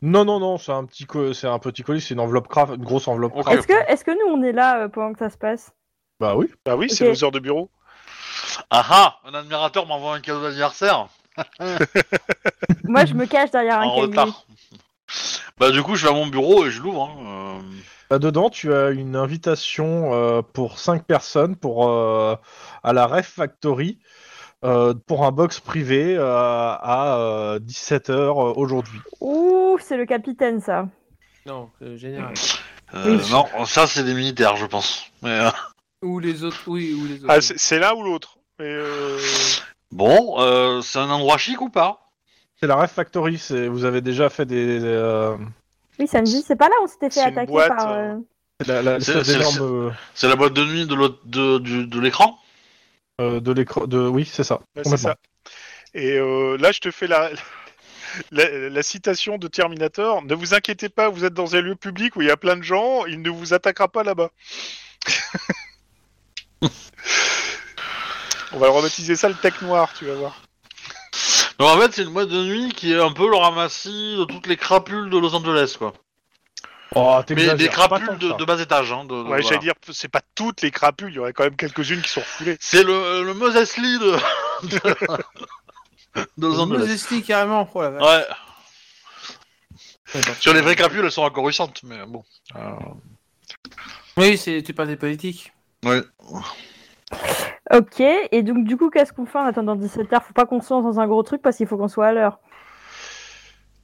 B: Non, non, non, c'est un petit, co- c'est un petit colis, c'est une enveloppe craft, une grosse enveloppe
D: Ok.
B: craft.
C: Est-ce que, est que nous, on est là euh, pendant que ça se passe
B: Bah oui.
A: Bah oui, c'est
C: Ok.
A: nos heures de bureau.
D: Ah ah Un admirateur m'envoie un cadeau d'anniversaire
C: Moi, je me cache derrière Ah, un
D: en
C: cahier.
D: retard. Bah, du coup, je vais à mon bureau et je l'ouvre. hein, euh.
B: Là Bah, dedans, tu as une invitation euh, pour 5 personnes pour euh, à la Ref Factory euh, pour un box privé euh, à euh, 17h aujourd'hui.
C: Ouh, c'est le capitaine, ça.
E: Non, euh, général.
D: Euh,
C: Oui.
D: Non, ça c'est des militaires, je pense. Mais, euh,
E: Ou les autres, oui, ou les autres.
A: Ah, c'est- c'est l'un ou l'autre. Mais euh,
D: Bon, euh, c'est un endroit chic ou pas
B: C'est la Ref Factory, c'est- vous avez déjà fait des. euh,
C: Oui, ça me dit, c'est pas là, on s'était fait
A: C'est une
C: attaquer
A: boîte,
C: par.
A: euh,
C: euh,
B: c'est la- la-
D: C'est-
B: l'espèce
D: c'est-
B: d'énorme,
D: c'est-
B: euh,
D: C'est la boîte de nuit de l'autre- de- du- de l'écran
B: euh, de l'écran. de- Oui, c'est ça.
A: ouais, c'est
B: complètement.
A: ça. Et euh, là, je te fais la, (laughs) la, la citation de Terminator. Ne vous inquiétez pas, vous êtes dans un lieu public où il y a plein de gens, il ne vous attaquera pas là-bas. On va rebaptiser ça le tech noir, tu vas voir.
D: Non, en fait, c'est une boîte de nuit qui est un peu le ramassis de toutes les crapules de Los Angeles, quoi.
B: Oh,
D: Mais
B: t'exagères,
D: des
B: pas tant
D: crapules
B: que
D: de,
B: ça.
D: de bas étage. Hein, de- de-
A: Ouais,
D: voilà.
A: j'allais dire, c'est pas toutes les crapules, il y aurait quand même quelques-unes qui sont refoulées.
D: C'est le, le Moses Lee de... (laughs) de- de Los
E: Nous,
D: Angeles.
E: Leslie, carrément. Oh, la vache.
D: Ouais. Sur les vraies crapules, elles sont encore récentes, mais bon. Euh,
E: Oui, c'est tu parles des politiques.
D: ouais.
C: Ok, et donc, du coup, qu'est-ce qu'on fait en attendant 17h Faut pas qu'on se lance dans un gros truc parce qu'il faut qu'on soit à l'heure.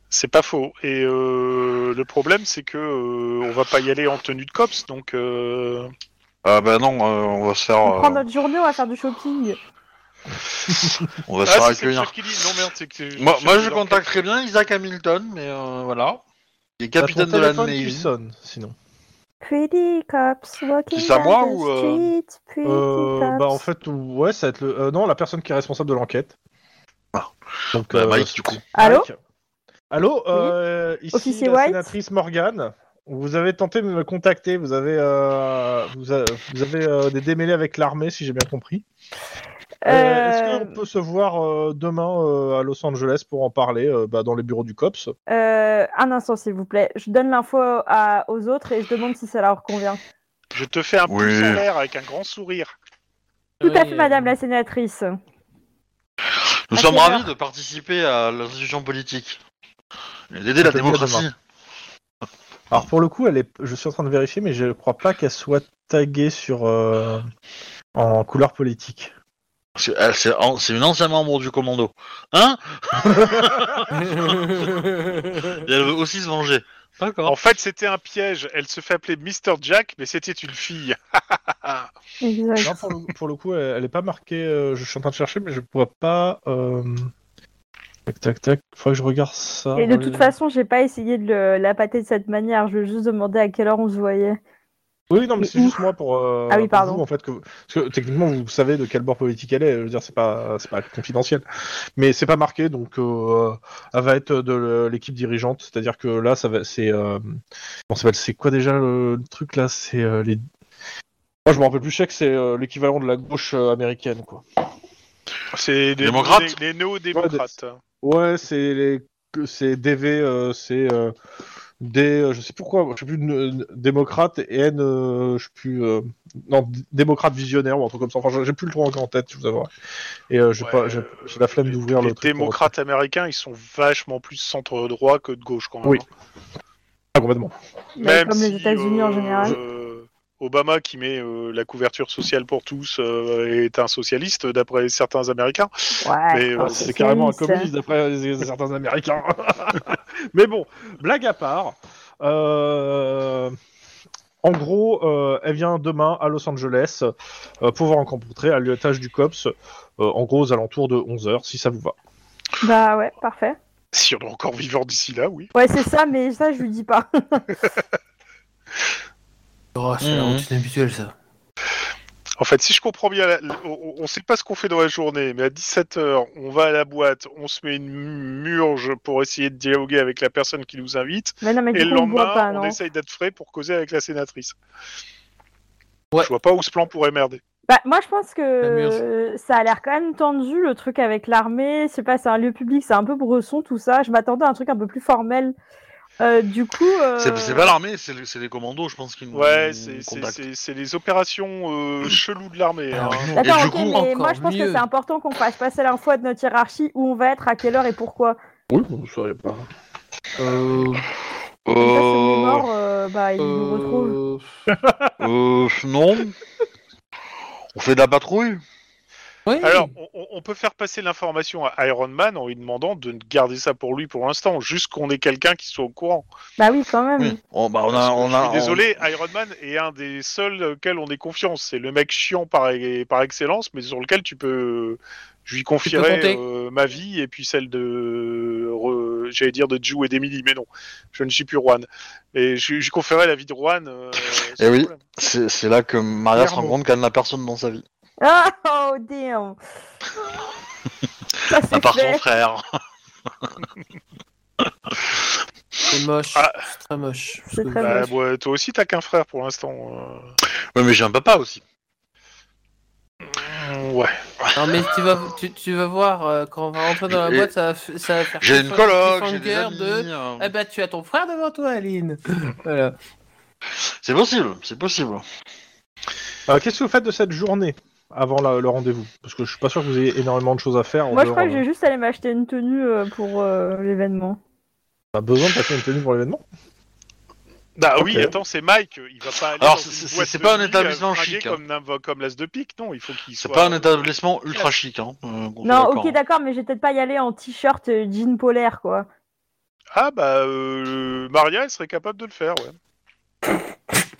A: C'est pas faux. Et euh, le problème, c'est que euh, on va pas y aller en tenue de cops, donc euh,
D: Ah bah non, euh, on va se faire,
C: On prend
D: euh,
C: notre journée, on va faire du shopping.
D: on va se
A: Ah,
D: faire
A: si, c'est le
D: accueillir.
A: chef qui dit. Non, merde, c'est que c'est-
D: Moi,
A: c'est
D: moi
A: le
D: je
A: chef qui dit.
D: contacterai bien Isaac Hamilton, mais euh, voilà. Il est
B: T'as Bah, ton
D: capitaine de la
B: téléphone qui
D: Navy.
B: sonne, sinon.
C: Pretty cops walking
D: C'est à
C: down
D: moi
C: the
D: ou, euh,
C: street, pretty
B: Euh,
C: cops.
B: bah en fait ouais ça va être le euh, non la personne qui est responsable de l'enquête.
D: Ah.
B: Donc
D: Bah,
B: euh,
D: Mike, du coup.
C: Allô
B: Mike. Allô euh, ici
C: Officier
B: la
C: White
B: sénatrice Morgan. Vous avez tenté de me contacter, vous avez euh, vous, a- vous avez euh, des démêlés avec l'armée si j'ai bien compris. Euh, Est-ce
C: Euh,
B: qu'on peut se voir euh, demain euh, à Los Angeles pour en parler euh, bah, dans les bureaux du COPS
C: euh, un instant, s'il vous plaît. Je donne l'info à- aux autres et je demande si ça leur convient.
A: Je te fais un
D: Oui.
A: pouce en l'air avec un grand sourire.
C: Tout à
E: Oui,
C: fait,
E: euh,
C: madame la sénatrice.
D: Nous
C: À
D: sommes
C: quelle
D: ravis de participer à l'institution politique et d'aider la
B: peut le dire
D: démocratie.
B: Alors pour le coup, elle est je suis en train de vérifier mais je crois pas qu'elle soit taguée sur euh, en couleur politique.
D: C'est elle, c'est an- c'est une ancienne membre du commando. Hein Et elle veut aussi se venger.
A: En
D: D'accord.
A: fait, c'était un piège. Elle se fait appeler Mr. Jack, mais c'était une fille.
C: Exact.
B: Non, pour le, pour le coup, elle, elle est pas marquée. euh, je suis en train de chercher, mais je vois pas. euh, Tac, tac, tac. Faudrait que je regarde ça.
C: Et de toute façon, j'ai pas essayé de le- la pâter de cette manière. Je vais juste demander à quelle heure on se voyait.
B: Oui, non, mais
C: Mais
B: c'est
C: où
B: juste moi pour. euh,
C: Ah oui,
B: pour
C: pardon.
B: vous, en fait, que... Parce que techniquement, vous savez de quel bord politique elle est. Je veux dire, c'est pas, c'est pas confidentiel. Mais c'est pas marqué, donc euh, elle va être de l'équipe dirigeante. C'est-à-dire que là, ça va, c'est. euh, comment ça s'appelle C'est quoi déjà le truc là C'est euh, les. Moi, je me rappelle plus. Je sais que c'est euh, l'équivalent de la gauche euh, américaine, quoi.
A: C'est des-
D: Démocrate
A: les, les néo-démocrates.
B: Ouais, c'est les, que c'est DV, euh, c'est euh, des, euh, je sais pourquoi, je sais plus, n- n- démocrate et N, euh, je sais plus, euh, non, d- démocrate visionnaire ou un truc comme ça. Enfin, j'ai- j'ai plus le truc encore en tête, je vous avoue. Et euh, j'ai
A: Ouais,
B: pas, j'ai j'ai la flemme
A: les-
B: d'ouvrir le
A: Les
B: truc pour
A: démocrates américains, ils sont vachement plus centre-droit que de gauche quand même. hein.
B: Oui. retrouver. Ah, complètement.
C: Bah,
A: Même
C: comme les
A: si,
C: États-Unis en
A: euh,
C: général.
A: euh, Obama qui met euh, la couverture sociale pour tous euh, est un socialiste d'après certains Américains. (laughs)
C: Ouais.
A: Mais, euh,
C: enfin,
B: Ah, C'est carrément un
C: socialiste,
B: communiste d'après les- les- certains Américains. (laughs) Mais bon, blague à part. euh, En gros, euh, elle vient demain à Los Angeles euh, pour vous rencontrer à l'étage du COPS, euh, en gros aux alentours de 11h, si ça vous va.
C: hein. Bah ouais, parfait.
A: Si on est encore vivant d'ici là, oui.
C: Ouais, c'est ça, mais ça, je lui dis pas.
E: (laughs)
C: (laughs)
E: Oh, c'est la
D: Mhm.
E: routine habituelle, ça.
A: En fait, si je comprends bien, la- la- on on sait pas ce qu'on fait dans la journée, mais à 17h, on va à la boîte, on se met une murge pour essayer de dialoguer avec la personne qui nous invite,
C: Mais non, mais
A: et
C: du
A: le
C: coup, on boit
A: lendemain,
C: pas,
A: on
C: non
A: essaye d'être frais pour causer avec la sénatrice.
E: Ouais.
A: Je vois pas où ce plan pourrait merder.
C: Bah, moi, je pense que
E: La murge.
C: euh, ça a l'air quand même tendu, le truc avec l'armée. Je sais pas, c'est un lieu public, c'est un peu bresson, tout ça. Je m'attendais à un truc un peu plus formel. Euh, du coup. euh,
D: C'est c'est pas l'armée, c'est le- c'est les commandos, je pense,
E: Mmh,
D: qui nous
A: Ouais,
D: nous
A: c'est- c'est
D: contactent.
A: c'est- c'est les opérations euh, cheloues de l'armée. hein.
E: Alors, non.
D: Et
C: D'accord,
D: du
C: ok,
D: coup,
C: mais moi
E: encore
C: je pense que
E: mieux.
C: c'est important qu'on fasse passer l'info de notre hiérarchie où on va être, à quelle heure et pourquoi.
B: Oui, vous ne saurez pas.
E: Euh,
C: Comme ça, si on est
D: Euh,
C: mort, euh, bah, ils nous retrouvent.
E: euh,
D: euh, non. On fait de la patrouille
E: oui.
A: Alors, on- on, on peut faire passer l'information à Iron Man en lui demandant de ne garder ça pour lui pour l'instant, juste qu'on ait quelqu'un qui soit au courant.
C: Bah oui, quand même.
D: Oui. Oh, bah, on a, on
A: Ah Je
D: a,
A: suis désolé, Iron Man est un des seuls auxquels on est confiance. C'est le mec chiant par, e-, par excellence, mais sur lequel tu peux. Je lui confierai
E: compter.
A: euh, ma vie et puis celle de. re- J'allais dire de Ju et d'Emily, mais non, je ne suis plus Juan. Et je, je confierai la vie de Juan.
D: (laughs)
A: euh, sans
D: Eh oui.
A: problème.
D: C'est c'est là que Maria se rend
A: Guillermo.
D: compte qu'elle n'a personne dans sa vie,
C: Ah, (laughs) Oh,
D: (laughs)
C: damn. ça
D: à
C: c'est
D: part son
C: fait.
D: frère.
E: C'est moche.
A: Ah.
E: C'est très moche.
C: C'est
E: Parce
C: très
E: que-
A: Bah,
C: moche.
A: bon, toi aussi, t'as qu'un frère pour l'instant.
D: Ouais, mais j'ai un papa aussi.
A: euh. Ouais.
E: Non, mais tu vas, tu, tu vas voir, euh, quand on va rentrer dans la
D: Et-
E: boîte, ça va, f- ça va faire.
D: J'ai une
E: cliffhanger-
D: coloc, j'ai des
E: cliffhanger
D: amis.
E: de...
D: euh,
E: Eh ben, tu as ton frère devant toi,
D: (laughs)
E: Aline. voilà.
D: C'est possible, c'est possible.
B: Euh, Qu'est-ce que vous faites de cette journée avant la- le rendez-vous Parce que je suis pas sûr que vous ayez énormément de choses à faire. en
C: Moi je
B: dehors,
C: crois que
B: euh,
C: j'ai juste allé m'acheter une tenue euh, pour euh, l'événement.
B: Pas besoin de passer une tenue pour l'événement.
A: Bah
B: Ok.
A: oui, attends, c'est Mike, il va pas aller.
D: Alors,
A: dans
D: c'est-
A: une
D: c'est-
A: boîte
D: c'est
A: de
D: pas un
A: nuit, euh,
D: établissement
A: fringué
D: chic, hein.
A: Comme, n'im- comme l'as de pique, non, il faut qu'il
D: C'est
A: soit.
D: pas un établissement ultra chic. Hein. euh, qu'on soit
C: Non,
D: d'accord,
C: ok, d'accord, mais je vais peut-être pas y aller en t-shirt euh, jean polaire quoi.
A: Ah bah, euh, Maria, elle serait capable de le faire, ouais.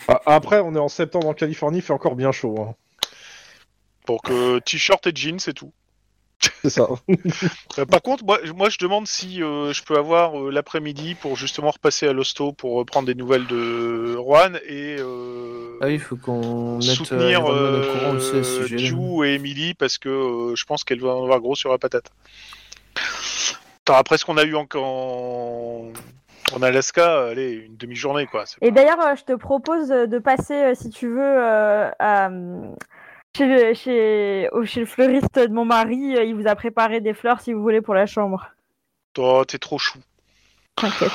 B: Ah, Après, on est en septembre en Californie, il fait encore bien chaud. hein.
A: Pour que t-shirt et jeans, c'est tout.
B: C'est ça.
A: Euh, par contre, moi, moi, je demande si euh, je peux avoir euh, l'après-midi pour justement repasser à l'hosto pour euh, prendre des nouvelles de Juan et euh,
E: Ah oui, il faut qu'on mette
A: soutenir
E: euh, Iron Man au courant aussi à ce
A: euh,
E: sujet.
A: Ju et Emily parce que euh, je pense qu'elles vont en avoir gros sur la patate. Attends, après ce qu'on a eu en, en, en Alaska, allez, une demi-journée quoi. c'est
C: Et
A: pas-
C: d'ailleurs, euh, je te propose euh, de passer, euh, si tu veux, euh, à, euh, chez, le, chez, au- chez le fleuriste de mon mari. euh, Il vous a préparé des fleurs, si vous voulez, pour la chambre.
A: Oh, t'es trop chou.
C: T'inquiète.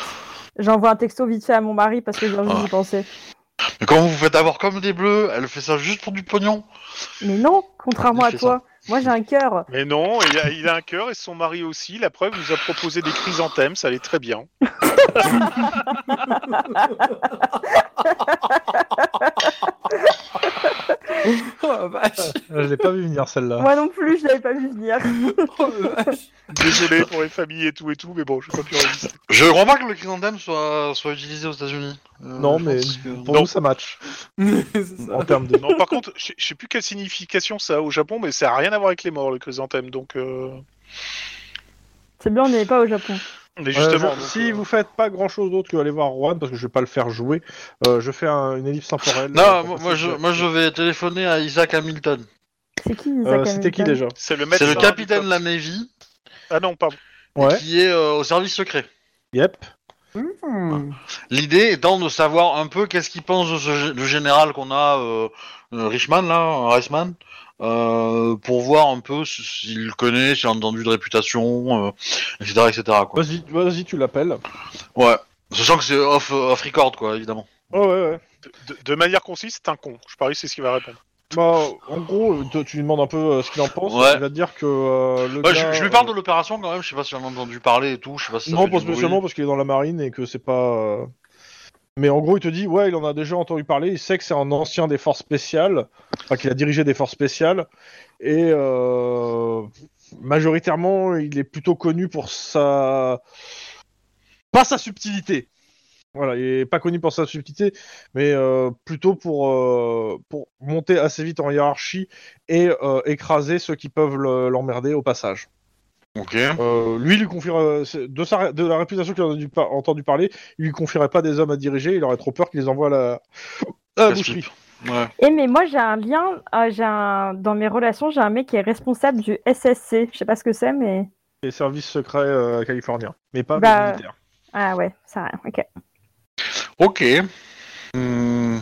C: J'envoie un texto vite fait à mon mari parce que je viens juste
D: Ah.
C: d'y penser.
D: Mais Quand vous vous faites avoir comme des bleus, elle fait ça juste pour du pognon.
C: Mais non, contrairement
D: Il
C: à
D: fait
C: toi, moi j'ai un cœur.
A: Mais non, il a, il a un cœur et son mari aussi. La preuve, il nous a proposé des chrysanthèmes, ça allait très bien.
E: Oh la vache!
B: (laughs) je l'ai pas vu venir celle-là.
C: Moi non plus, je l'avais pas vu venir.
E: Oh la vache! (laughs)
B: Bah.
A: Désolé pour les familles et tout et tout, mais bon, je pas pu résister.
B: (laughs)
D: Je crois pas que le chrysanthème soit, soit utilisé aux États-Unis. Euh,
B: Non,
D: je
B: mais
D: pense que-
B: pour nous, ça match
E: C'est ça.
B: en termes
D: (laughs)
B: de.
A: Non, par contre, je je sais plus quelle signification ça a au Japon, mais ça a rien à voir avec les morts, le chrysanthème. Donc, euh,
C: C'est bien, on n'est pas au Japon.
A: Mais justement,
B: Euh,
A: donc,
B: je- si
A: euh,
B: vous faites pas grand chose d'autre que aller voir Juan, parce que je vais pas le faire jouer, euh, je fais un- une ellipse temporelle. euh,
D: Non,
B: pour
D: moi,
B: passer
D: moi, je,
B: de-
D: moi je vais téléphoner à Isaac Hamilton.
C: C'est qui
B: Euh,
C: Isaac
B: C'était qui
C: Hamilton
B: déjà
A: c'est le
D: C'est
A: médecin
D: le capitaine
A: du
D: de la Navy
A: Ah non, pardon.
B: Ouais,
D: qui est euh, au service secret.
B: yep.
D: Ah. L'idée étant de savoir un peu qu'est-ce qu'il pense de ce gé- du général qu'on a, euh, euh, Richman, là, euh, Reisman, euh, pour voir un peu s- s'il le connaît, s'il a entendu de réputation, euh, etc. etc. quoi.
B: Vas-y, vas-y, tu l'appelles.
D: Ouais. Sachant que c'est off, euh, off record, quoi, évidemment.
B: Oh, ouais, ouais.
A: De, de manière concise, c'est un con. Je parie que c'est ce qu'il va répondre.
B: Bah, en gros, euh, te- tu lui demandes un peu euh, ce qu'il en pense.
D: Ouais.
B: Il va te dire que euh, le
D: Ouais,
B: gars,
D: je, je lui parle de l'opération quand même, je sais pas si on a entendu parler et tout, je sais pas si ça
B: Non,
D: fait
B: pas
D: du bruit.
B: spécialement parce qu'il est dans la marine et que c'est pas. euh, Mais en gros, il te dit, ouais, il en a déjà entendu parler. Il sait que c'est un ancien des forces spéciales, enfin qu'il a dirigé des forces spéciales, et euh, majoritairement, il est plutôt connu pour sa, pas sa subtilité. Voilà, il est pas connu pour sa subtilité, mais euh, plutôt pour euh, pour monter assez vite en hiérarchie et euh, écraser ceux qui peuvent le- l'emmerder au passage.
D: Ok.
B: Euh, lui, il lui confierait, c'est- de, sa, de la réputation qu'il en a dû par- entendu parler, il lui confierait pas des hommes à diriger, il aurait trop peur qu'il les envoie à la, à la
D: Casse-pipe.
B: boucherie.
D: Ouais.
C: Eh mais moi j'ai un lien, euh, j'ai un... dans mes relations j'ai un mec qui est responsable du SSC, je sais pas ce que c'est mais...
B: Les services secrets euh, californiens, mais pas
C: Bah,
B: les militaires.
C: Ah ouais, ça rien, ok.
D: Ok. Hmm.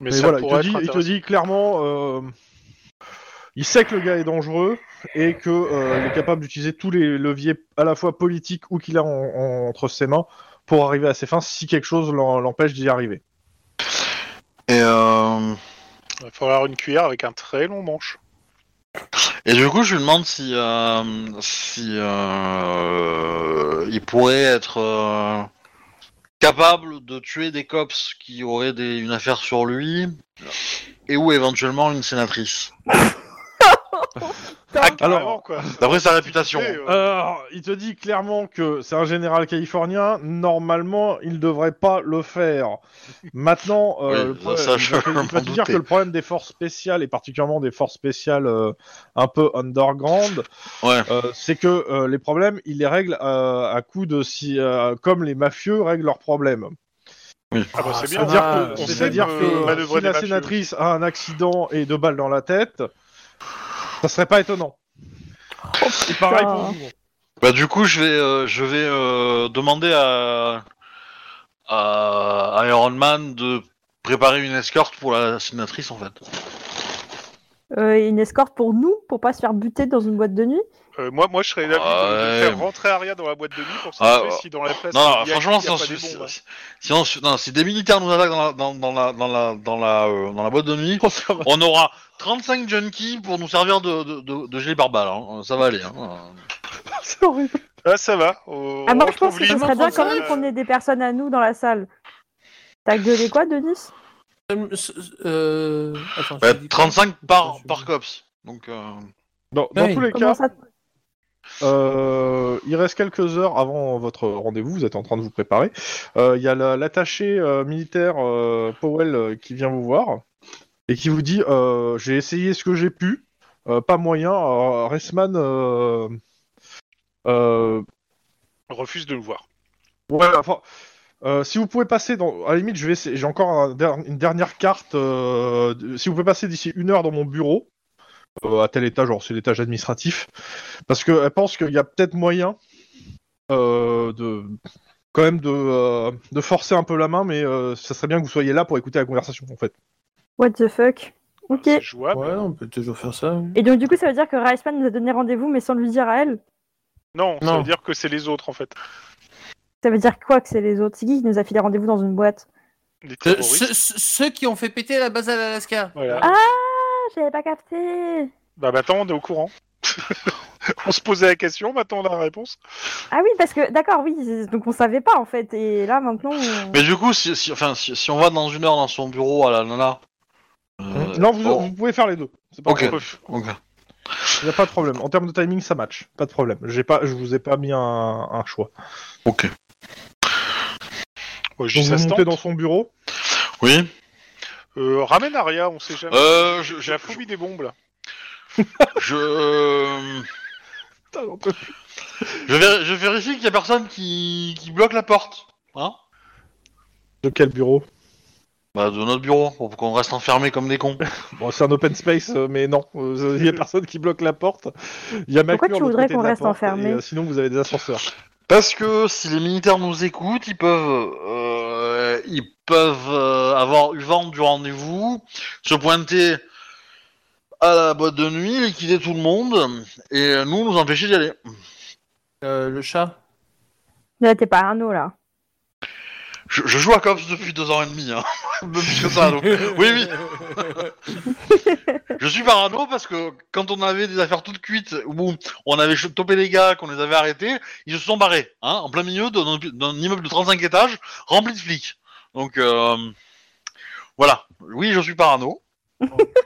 A: Mais,
B: Mais
A: ça
B: voilà, il te,
A: pourrait
B: dit,
A: être
B: il te
A: intéressant.
B: dit clairement, euh, il sait que le gars est dangereux et que euh, il est capable d'utiliser tous les leviers à la fois politiques ou qu'il a en- en- entre ses mains pour arriver à ses fins si quelque chose l'en- l'empêche d'y arriver.
D: Et, euh,
A: Il va falloir une cuillère avec un très long manche.
D: et du coup, je lui demande si, euh, si euh, il pourrait être euh, capable de tuer des cops qui auraient des- une affaire sur lui et ou éventuellement une sénatrice.
A: Ah,
B: Alors-
A: carrément, quoi.
D: D'après sa réputation.
A: Et, euh,
B: Alors, il te dit clairement que c'est un général californien. Normalement, il ne devrait pas le faire. Maintenant, euh,
D: Oui,
B: le
D: ça,
B: problème-
D: ça,
B: il
D: je
B: va te- il
D: m'en
B: va te dire
D: doutais.
B: que le problème des forces spéciales, et particulièrement des forces spéciales euh, un peu underground,
D: Ouais.
B: euh, c'est que euh, les problèmes, il les règle euh, à coup de si, euh, comme les mafieux règlent leurs problèmes.
A: Ah, bah, c'est bien.
E: ça va,
B: C'est-à-dire
E: Ah,
B: que,
E: on sait
B: c'est-à-dire
A: me-
B: que
A: manœuvrer des
B: si la
A: mafieux.
B: sénatrice a un accident et deux balles dans la tête, ça serait pas étonnant. Et pareil pour vous.
D: Bah du coup je vais euh, je vais euh, demander à, à à Iron Man de préparer une escorte pour la sénatrice en fait.
C: Euh, une escorte pour nous, pour pas se faire buter dans une boîte de nuit
A: Euh, moi, moi, je serais d'avis de-
D: Ah, Ouais.
A: de faire rentrer Aria dans la boîte de nuit pour
D: Ah,
A: savoir si dans la place.
D: Non, non,
A: il y a-
D: franchement
A: il
D: si,
A: y a
D: on
A: pas
D: se-
A: des
D: si-
A: bombes, hein.
D: si on se- non, si des militaires nous attaquent dans la dans, dans la dans la dans la euh, dans la boîte
A: (laughs)
D: de nuit, on aura 35 junkies pour nous servir de de, de, de gilet pare-balles. hein. Ça va aller. Hein.
B: (laughs) C'est horrible.
A: Ah, ça va. On,
C: Ah moi
A: on
C: je pense
A: retrouve
C: que ce
A: Lynn. Euh,
C: serait bien quand
E: Vincent,
C: même qu'on ait des personnes à nous dans la salle. T'as gueulé quoi Denis
E: Euh, attends,
D: Bah,
E: je dis quoi
D: 35 par
E: Je suis-
D: par cops. Donc euh,
B: Dans, dans
E: Oui.
B: tous les cas,
C: Comment ça
B: euh, il reste quelques heures avant votre rendez-vous, vous êtes en train de vous préparer. Euh, Il y a la- l'attaché euh, militaire euh, Powell euh, qui vient vous voir et qui vous dit euh, J'ai essayé ce que j'ai pu, euh, pas moyen. euh, Reisman, euh, euh,
A: On refuse de le voir.
B: ouais, enfin, euh, si vous pouvez passer, dans, à la limite, je vais essayer- j'ai encore un der- une dernière carte. euh, de- si vous pouvez passer d'ici une heure dans mon bureau, euh, à tel étage, alors c'est l'étage administratif, parce qu'elle pense qu'il y a peut-être moyen euh, de quand même de, euh, de forcer un peu la main, mais euh, ça serait bien que vous soyez là pour écouter la conversation en fait.
C: What the fuck Ok.
A: C'est jouable.
E: Ouais, on peut toujours faire ça. oui.
C: Et donc du coup ça veut dire que Reisman nous a donné rendez-vous mais sans lui dire à elle
A: Non, ça
E: Non.
A: veut dire que c'est les autres en fait.
C: Ça veut dire quoi que c'est les autres C'est qui qui nous a filé rendez-vous dans une boîte
A: Les
E: Euh,
A: terroristes.
E: ceux- ceux ceux qui ont fait péter la base à l'Alaska.
A: Voilà.
C: Ah j'avais pas capté
A: Bah maintenant on est au courant. (laughs) on se posait la question, maintenant on a la réponse.
C: Ah oui parce que d'accord oui c'est- donc on savait pas en fait et là maintenant on-
D: mais du coup si, si enfin si, si on va dans une heure dans son bureau à la nana. euh,
B: Hein non, vous,
D: bon,
B: vous pouvez faire les deux. C'est pas
D: Ok.
B: grave.
A: On peut-
D: ok.
B: Il n'y a pas de problème. En termes de timing, ça match. Pas de problème. J'ai pas, je vous ai pas mis un, un choix.
D: Ok.
A: Ouais,
B: Donc
A: juste
B: vous
A: ça se
B: montez
A: tente.
B: dans son bureau.
D: Oui.
A: Euh, ramène Aria, on sait jamais.
D: Euh, je,
A: J'ai
D: je,
A: la phobie des bombes là.
D: je-
B: Putain, j'en peux
D: Je, ver- je vérifie qu'il y a personne qui, qui bloque la porte. Hein
B: De quel bureau
D: bah, de notre bureau, pour qu'on reste enfermé comme des cons.
B: Bon, c'est un open space, euh, mais non, il n'y a personne qui bloque la porte. Il y a
C: Pourquoi
B: Mercure
C: tu
B: de
C: voudrais
B: côté de
C: qu'on
B: la
C: reste
B: porte,
C: enfermé
B: et, euh, Sinon, vous avez des ascenseurs.
D: Parce que si les militaires nous écoutent, ils peuvent, euh, ils peuvent euh, avoir eu vent du rendez-vous, se pointer à la boîte de nuit, liquider tout le monde, et euh, nous nous empêcher d'y aller.
E: Euh, le chat.
C: Là, t'es pas Arnaud, là.
D: Je, je joue à Cops depuis deux ans et demi, hein. (laughs) même plus que ça. Donc. Oui, oui. je suis parano parce que quand on avait des affaires toutes cuites où on avait ch- topé les gars, qu'on les avait arrêtés, ils se sont barrés, hein, en plein milieu d'un d'un immeuble de 35 étages rempli de flics. Donc euh, voilà. Oui, je suis parano.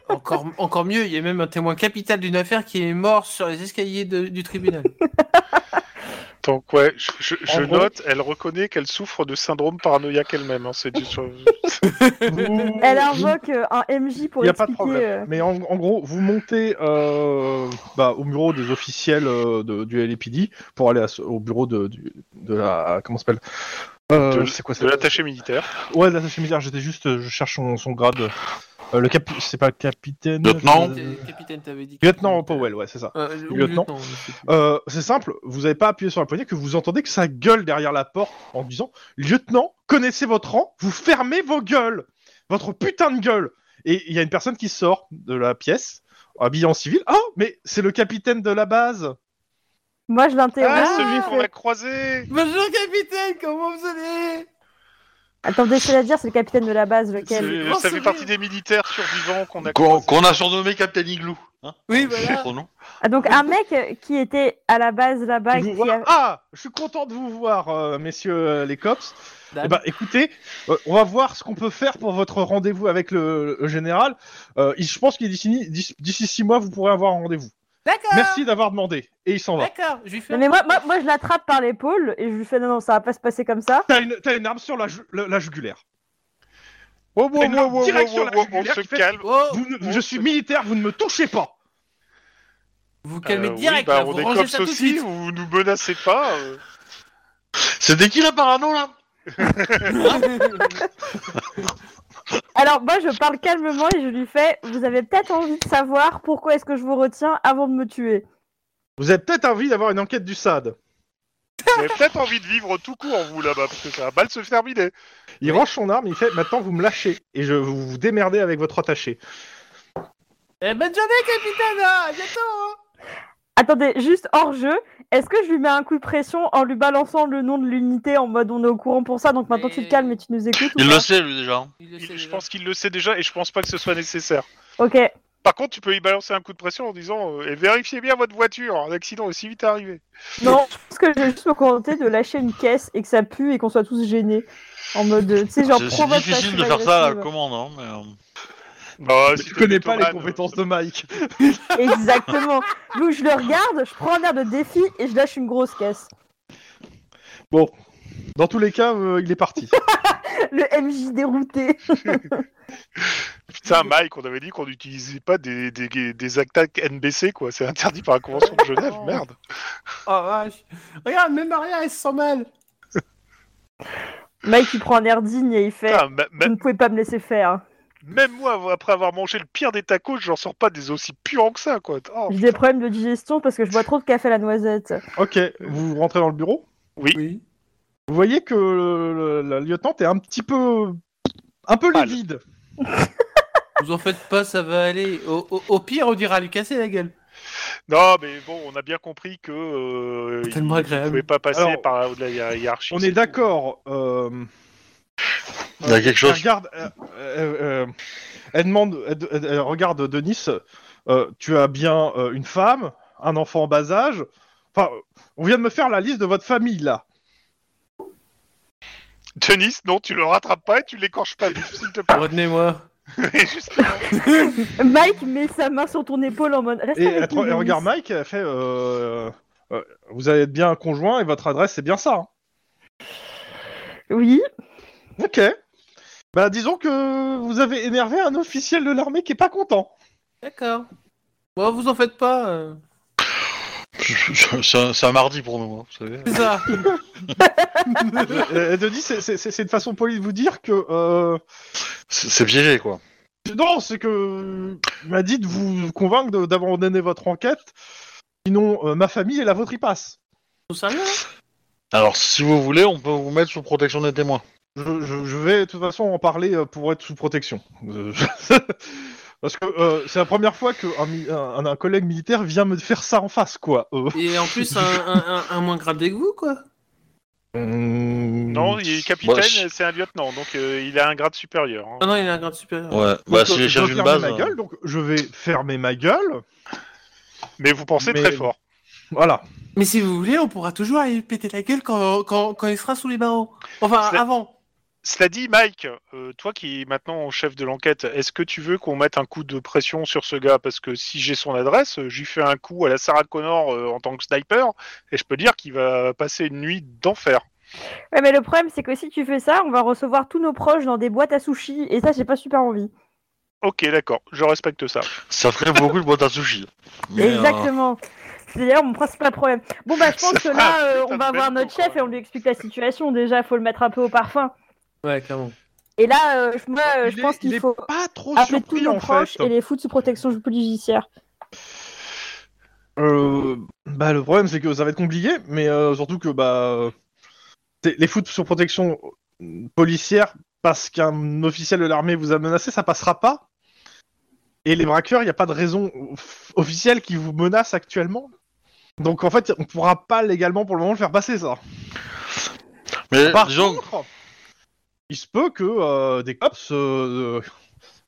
E: Encore, (laughs) encore mieux, il y a même un témoin capital d'une affaire qui est mort sur les escaliers de- du tribunal.
A: Donc ouais, je, je- je
B: En gros-
A: note, elle reconnaît qu'elle souffre de syndrome paranoïaque elle-même. hein, c'est du-
C: Elle invoque euh, un MJ pour
B: Il n'y a pas de
C: expliquer.
B: problème.
C: euh,
B: Mais en, en gros, vous montez euh, bah, au bureau des officiels euh, de- du LAPD pour aller à ce- au bureau de, du- de la. Comment ça s'appelle Euh,
A: De-
B: C'est quoi ça
A: de l'attaché militaire.
B: Ouais, l'attaché militaire, j'étais juste. euh, Je cherche son, son grade. Euh, le cap... C'est pas capitaine
D: Lieutenant.
B: euh,
E: Capitaine, capitaine, t'avais dit.
B: Lieutenant Powell, ouais, c'est ça.
E: Euh, ou
B: Lieutenant.
E: je sais plus.
B: Euh, c'est simple, vous n'avez pas appuyé sur la poignée que vous entendez que ça gueule derrière la porte en disant Lieutenant, connaissez votre rang, vous fermez vos gueules Votre putain de gueule Et il y a une personne qui sort de la pièce, habillée en civil. Ah, mais c'est le capitaine de la base
C: Moi, je l'interroge.
A: Ah,
C: je
A: celui
C: fais,
A: qu'on a croisé
E: Bonjour capitaine, comment vous
C: Ah,
E: allez
C: Attendez, c'est à dire, c'est le capitaine de la base, lequel
A: C'est-
E: grand
A: Ça fait
E: sourire.
A: partie des militaires survivants qu'on a
D: Qu'on
A: croisés.
D: qu'on a surnommé Captain Igloo. Hein
E: Oui, voilà.
D: Pour nous.
C: Ah, Donc, un mec euh, qui était à la base là-bas.
B: Il vous
C: et qui
B: voit.
C: a-
B: Ah, je suis content de vous voir, euh, messieurs euh, les cops.
E: Dame.
B: Eh ben, écoutez, euh, on va voir ce qu'on peut faire pour votre rendez-vous avec le, le général. Euh, il- je pense qu'il d'ici d'ici- d'ici six mois, vous pourrez avoir un rendez-vous.
E: D'accord.
B: Merci d'avoir demandé. Et il s'en va.
E: D'accord, je lui fais.
C: Non, mais moi, moi, moi, je l'attrape par l'épaule et je lui fais non, non, ça va pas se passer comme ça.
B: T'as une, t'as une arme sur la, ju- la- la jugulaire.
A: Wow, wow,
B: Et non,
A: wow, wow,
B: direct
A: wow,
B: sur la
A: wow, on
B: jugulaire
A: se
B: qui fait-
A: calme.
E: Oh,
B: Vous ne- je suis militaire, vous ne me touchez pas.
E: vous calmez
A: Euh, oui,
E: direct.
A: bah,
E: là,
A: on
E: vous
A: est
E: rangez
A: comme
E: ça tout de
A: ceci,
E: suite.
A: (laughs) vous nous menacez pas. euh.
D: C'était qui la parano là
E: Eh,
C: Alors, moi, je parle calmement et je lui fais Vous avez peut-être envie de savoir pourquoi est-ce que je vous retiens avant de me tuer.
B: Vous avez peut-être envie d'avoir une enquête du SAD.
A: Vous avez peut-être envie de vivre tout court, vous, là-bas, parce que ça va mal se terminer.
B: Il range son arme, il fait maintenant vous me lâchez et je vous vous démerdez avec votre attaché.
E: Eh, bonne journée capitaine, hein, à bientôt. hein.
C: Attendez, juste hors jeu, est-ce que je lui mets un coup de pression en lui balançant le nom de l'unité en mode on est au courant pour ça, donc maintenant tu te calmes et tu nous écoutes ou
D: Il
C: pas
D: le sait lui déjà.
E: Il le
A: Il-
E: sait
A: je
E: déjà.
A: pense qu'il le sait déjà et je pense pas que ce soit nécessaire.
C: Ok,
A: Par contre, tu peux y balancer un coup de pression en disant euh, Et vérifiez bien votre voiture, un accident aussi vite arrivé.
C: non, je pense que je vais juste me contenter de lâcher une caisse et que ça pue et qu'on soit tous gênés. En mode, tu sais, genre,
D: C'est- C'est
C: provoque
D: difficile de
C: passive
D: faire ça à la
C: agressive.
D: commande. Hein, mais, euh,
A: Bah, si
B: Je
A: t'es
B: connais pas les
A: mythomane,
B: compétences
A: euh,
B: de Mike.
C: Exactement. Lou, je le regarde, je prends un air de défi et je lâche une grosse caisse.
B: Dans tous les cas, euh, il est (laughs) parti.
C: Le MJ dérouté.
A: Putain, Mike, on avait dit qu'on n'utilisait pas des, des, des attaques NBC, quoi. C'est interdit par la Convention de Genève, merde.
E: Oh vache. Regarde, même Maria, elle se sent mal.
C: Mike, il prend un air digne et il fait
A: Putain,
D: Ah,
A: ma- ma-
C: Vous ne pouvez pas me laisser faire.
A: même moi, après avoir mangé le pire des tacos, j'en sors pas des aussi puants que ça, quoi. Oh,
C: J'ai des problèmes de digestion parce que je bois trop de café à la noisette.
B: ok, vous rentrez dans le bureau.
E: Oui.
B: Vous voyez que le- la lieutenante est un petit peu, un peu
A: Pâle.
B: livide.
E: Vous en faites pas, ça va aller. Au, au- au pire, on dira lui casser la gueule.
A: Non, mais bon, on a bien compris que euh,
E: C'est
A: il
E: tellement agréable.
A: pouvait pas passer
B: Alors,
A: par la hi- hiérarchie.
B: On est d'accord. euh,
D: Il y a quelque
B: Elle
D: chose.
B: regarde, euh, euh, euh, elle demande, elle, elle- elle regarde Denis. euh, tu as bien euh, une femme, un enfant en bas âge. Enfin, euh, on vient de me faire la liste de votre famille là.
A: Denis, non, tu le rattrapes pas et tu l'écorches pas, (laughs) vif, s'il te plaît.
E: Retenez-moi.
A: Justement.
C: Mike met sa main sur ton épaule en mode Reste
B: Et elle,
C: avec nous,
B: elle
C: Denis.
B: regarde Mike. Elle fait, euh, euh, vous allez être bien un conjoint et votre adresse c'est bien ça. hein.
C: Oui.
B: Ok. Bah disons que vous avez énervé un officiel de l'armée qui est pas content.
E: D'accord. Bon, vous en faites pas. euh.
D: (laughs) C'est un, c'est un mardi pour nous, hein, vous savez.
E: C'est ça.
B: Elle te dit, Euh, c'est- c'est c'est- c'est une façon polie de vous dire que. euh,
D: C'est c'est piégé, quoi.
B: Non, c'est que. Il m'a dit de vous convaincre de- d'abandonner votre enquête. Sinon, euh, ma famille et la vôtre y passent.
E: Au sérieux là
D: Alors, si vous voulez, on peut vous mettre sous protection des témoins.
B: Je, je- je vais de toute façon en parler euh, pour être sous protection. Euh, (laughs) Parce que euh, c'est la première fois qu'un mi- un, un collègue militaire vient me faire ça en face, quoi. Euh,
E: Et en plus, un, un- un- un moins gradé que vous, quoi.
D: Mmh.
A: Non, il est capitaine,
D: Moi, je-
A: c'est un lieutenant, donc euh, il a un grade supérieur. hein.
E: Ah non, il a un grade supérieur.
D: Ouais,
B: Donc,
D: bah
B: euh,
D: si les
B: je
D: cherche
B: dois
D: une
B: fermer
D: base.
B: ma gueule, donc je vais fermer ma gueule.
A: Mais vous pensez
B: Mais-
A: très fort.
B: Voilà.
E: Mais si vous voulez, on pourra toujours aller lui péter la gueule quand, quand, quand il sera sous les barreaux. Enfin,
A: C'est-
E: avant.
A: Cela dit, Mike, euh, toi qui es maintenant chef de l'enquête, est-ce que tu veux qu'on mette un coup de pression sur ce gars Parce que si j'ai son adresse, euh, j'y fais un coup à la Sarah Connor euh, en tant que sniper, et je peux dire qu'il va passer une nuit d'enfer.
C: Ouais, mais le problème, c'est que si tu fais ça, on va recevoir tous nos proches dans des boîtes à sushis. Et ça, j'ai pas super envie.
A: Ok, d'accord, je respecte
C: (laughs)
A: ça.
D: euh, Ça ferait beaucoup de boîte à sushi. Mais, euh,
C: Exactement. C'est d'ailleurs mon principal problème. Bon, bah, je pense que là, euh, on va
A: putain de
C: voir
A: bête
C: notre
A: con,
C: chef et on lui explique la situation. Déjà, faut le mettre un peu au parfum.
E: Ouais, clairement.
C: Et là, euh, je- moi, euh, je
B: Il est-
C: pense
B: il est
C: qu'il faut
B: Pas trop
C: appeler tous
B: surpris
C: nos
B: en
C: proches
B: fait.
C: et les foutre sous protection judiciaire.
B: Euh, bah, le problème, c'est que ça va être compliqué, mais euh, surtout que bah, euh, t'es- les foot sous protection euh, policière, parce qu'un officiel de l'armée vous a menacé, ça passera pas. Et les braqueurs, il n'y a pas de raison off- officielle qui vous menace actuellement. Donc en fait, on pourra pas légalement pour le moment le faire passer ça.
D: mais
B: Par
D: disons,
B: contre, il se peut que euh, des cops euh,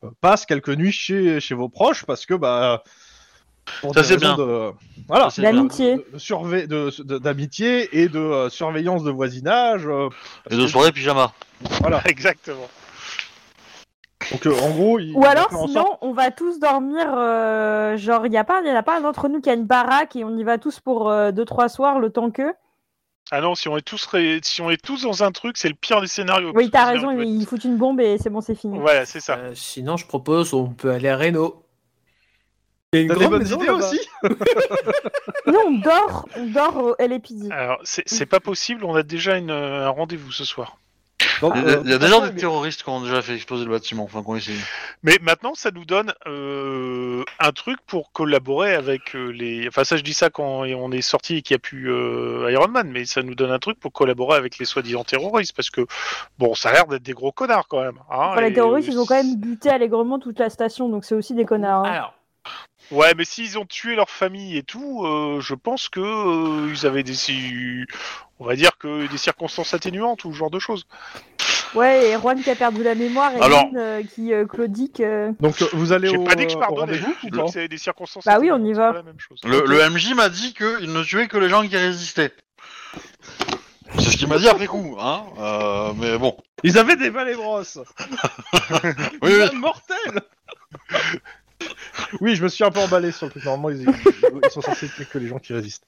B: euh, passent quelques nuits chez, chez vos proches parce que bah pour
D: Ça,
B: des
D: c'est
B: raisons
D: bien.
B: de voilà
D: Ça, c'est
C: D'amitié.
B: de- de surve- de- de- d'amitié et de euh, surveillance de voisinage. euh,
D: et de soirée pyjama.
A: (laughs) Exactement.
B: donc euh, en gros, il,
C: Ou
B: il a
C: alors,
B: fait en
C: sinon,
B: sorte-
C: on va tous dormir. euh, genre, il n'y a pas, y en a pas un d'entre nous qui a une baraque et on y va tous pour 2-3 soirs le temps que.
A: Ah non, si on est tous, ré- si on est tous dans un truc, c'est le pire des scénarios.
C: Oui, t'as raison,
A: Sinon,
C: il fout une bombe et c'est bon, c'est fini.
A: Voilà, c'est ça.
E: Euh, sinon, je propose, on peut aller à Reno. Il y a une
B: T'as des
E: grande
B: bonnes
E: maison
B: idées
E: là-bas.
B: aussi.
C: Non, on dort, on dort au LAPD.
A: Alors, c'est c'est pas possible, on a déjà une, euh, un rendez-vous ce soir.
B: Donc,
D: Il y a-
B: euh,
D: il y a déjà
B: mais-
D: des terroristes qui ont déjà fait exploser le bâtiment, enfin qu'on essayé.
A: Mais maintenant, ça nous donne euh, un truc pour collaborer avec euh, les. Enfin, ça, je dis ça quand on est sorti et qu'il n'y a plus euh, Iron Man, mais ça nous donne un truc pour collaborer avec les soi-disant terroristes, parce que, bon, ça a l'air d'être des gros connards quand même.
D: Ah,
A: hein,
C: Enfin,
A: et,
C: les terroristes,
A: euh,
C: ils ont quand même buté allègrement toute la station, donc c'est aussi des connards. hein.
E: Alors,
A: Ouais, mais s'ils ont tué leur famille et tout, euh, je pense que euh, ils avaient des. si- On va dire que des circonstances atténuantes ou ce genre de choses.
C: Ouais, et Juan qui a perdu la mémoire et
D: Ah. Alors-
C: Lynn, euh, qui euh, claudique. euh.
B: donc euh, vous allez
A: J'ai
B: au,
A: pas dit que je
B: euh, au
A: pardonnais.
B: rendez-vous
A: J'ai
B: ou
A: dit
B: pas
A: que c'est des circonstances.
C: Bah oui, on y
A: atténuantes,
C: va.
A: c'est pas la même chose.
D: Le, le MJ m'a dit qu'il ne tuait que les gens qui résistaient. C'est ce qu'il m'a dit après coup, hein. euh, mais bon.
B: Ils avaient des balais brosses.
D: Oui, oui.
B: mortel Oui, je me suis un peu emballé sur le truc. Normalement, ils, ils- ils sont censés tuer que les gens qui résistent.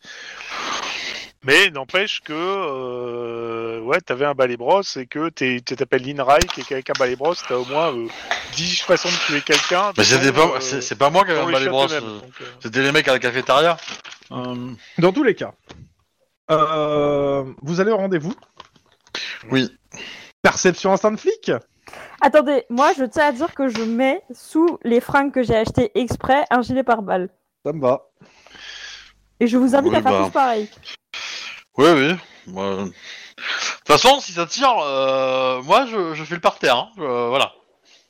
A: Mais n'empêche que euh, ouais, t'avais un balai brosse et que t'es- tu t'appelles Lynn Reich et qu'avec un balai brosse, t'as au moins euh, 10 façons de tuer quelqu'un.
D: Mais c'était pas,
A: euh,
D: c'est c'est pas moi qui
A: dans
D: avais
A: les
D: pas les
A: chiottes
D: brosses.
A: eux-mêmes,
D: euh,
A: donc, euh,
D: C'était les mecs à la cafétéria. Euh,
B: Dans tous les cas, euh, vous allez au rendez-vous.
D: oui.
B: Perception instinct de flic
C: Attendez, moi je tiens à dire que je mets sous les fringues que j'ai achetées exprès un gilet pare-balles.
B: Ça me va.
C: Et je vous invite
D: Oui,
C: à faire
D: bah.
C: tous pareil.
D: Oui, oui. Moi, euh, De toute façon, si ça tire, euh, moi je, je fais le parterre. Hein. euh, voilà.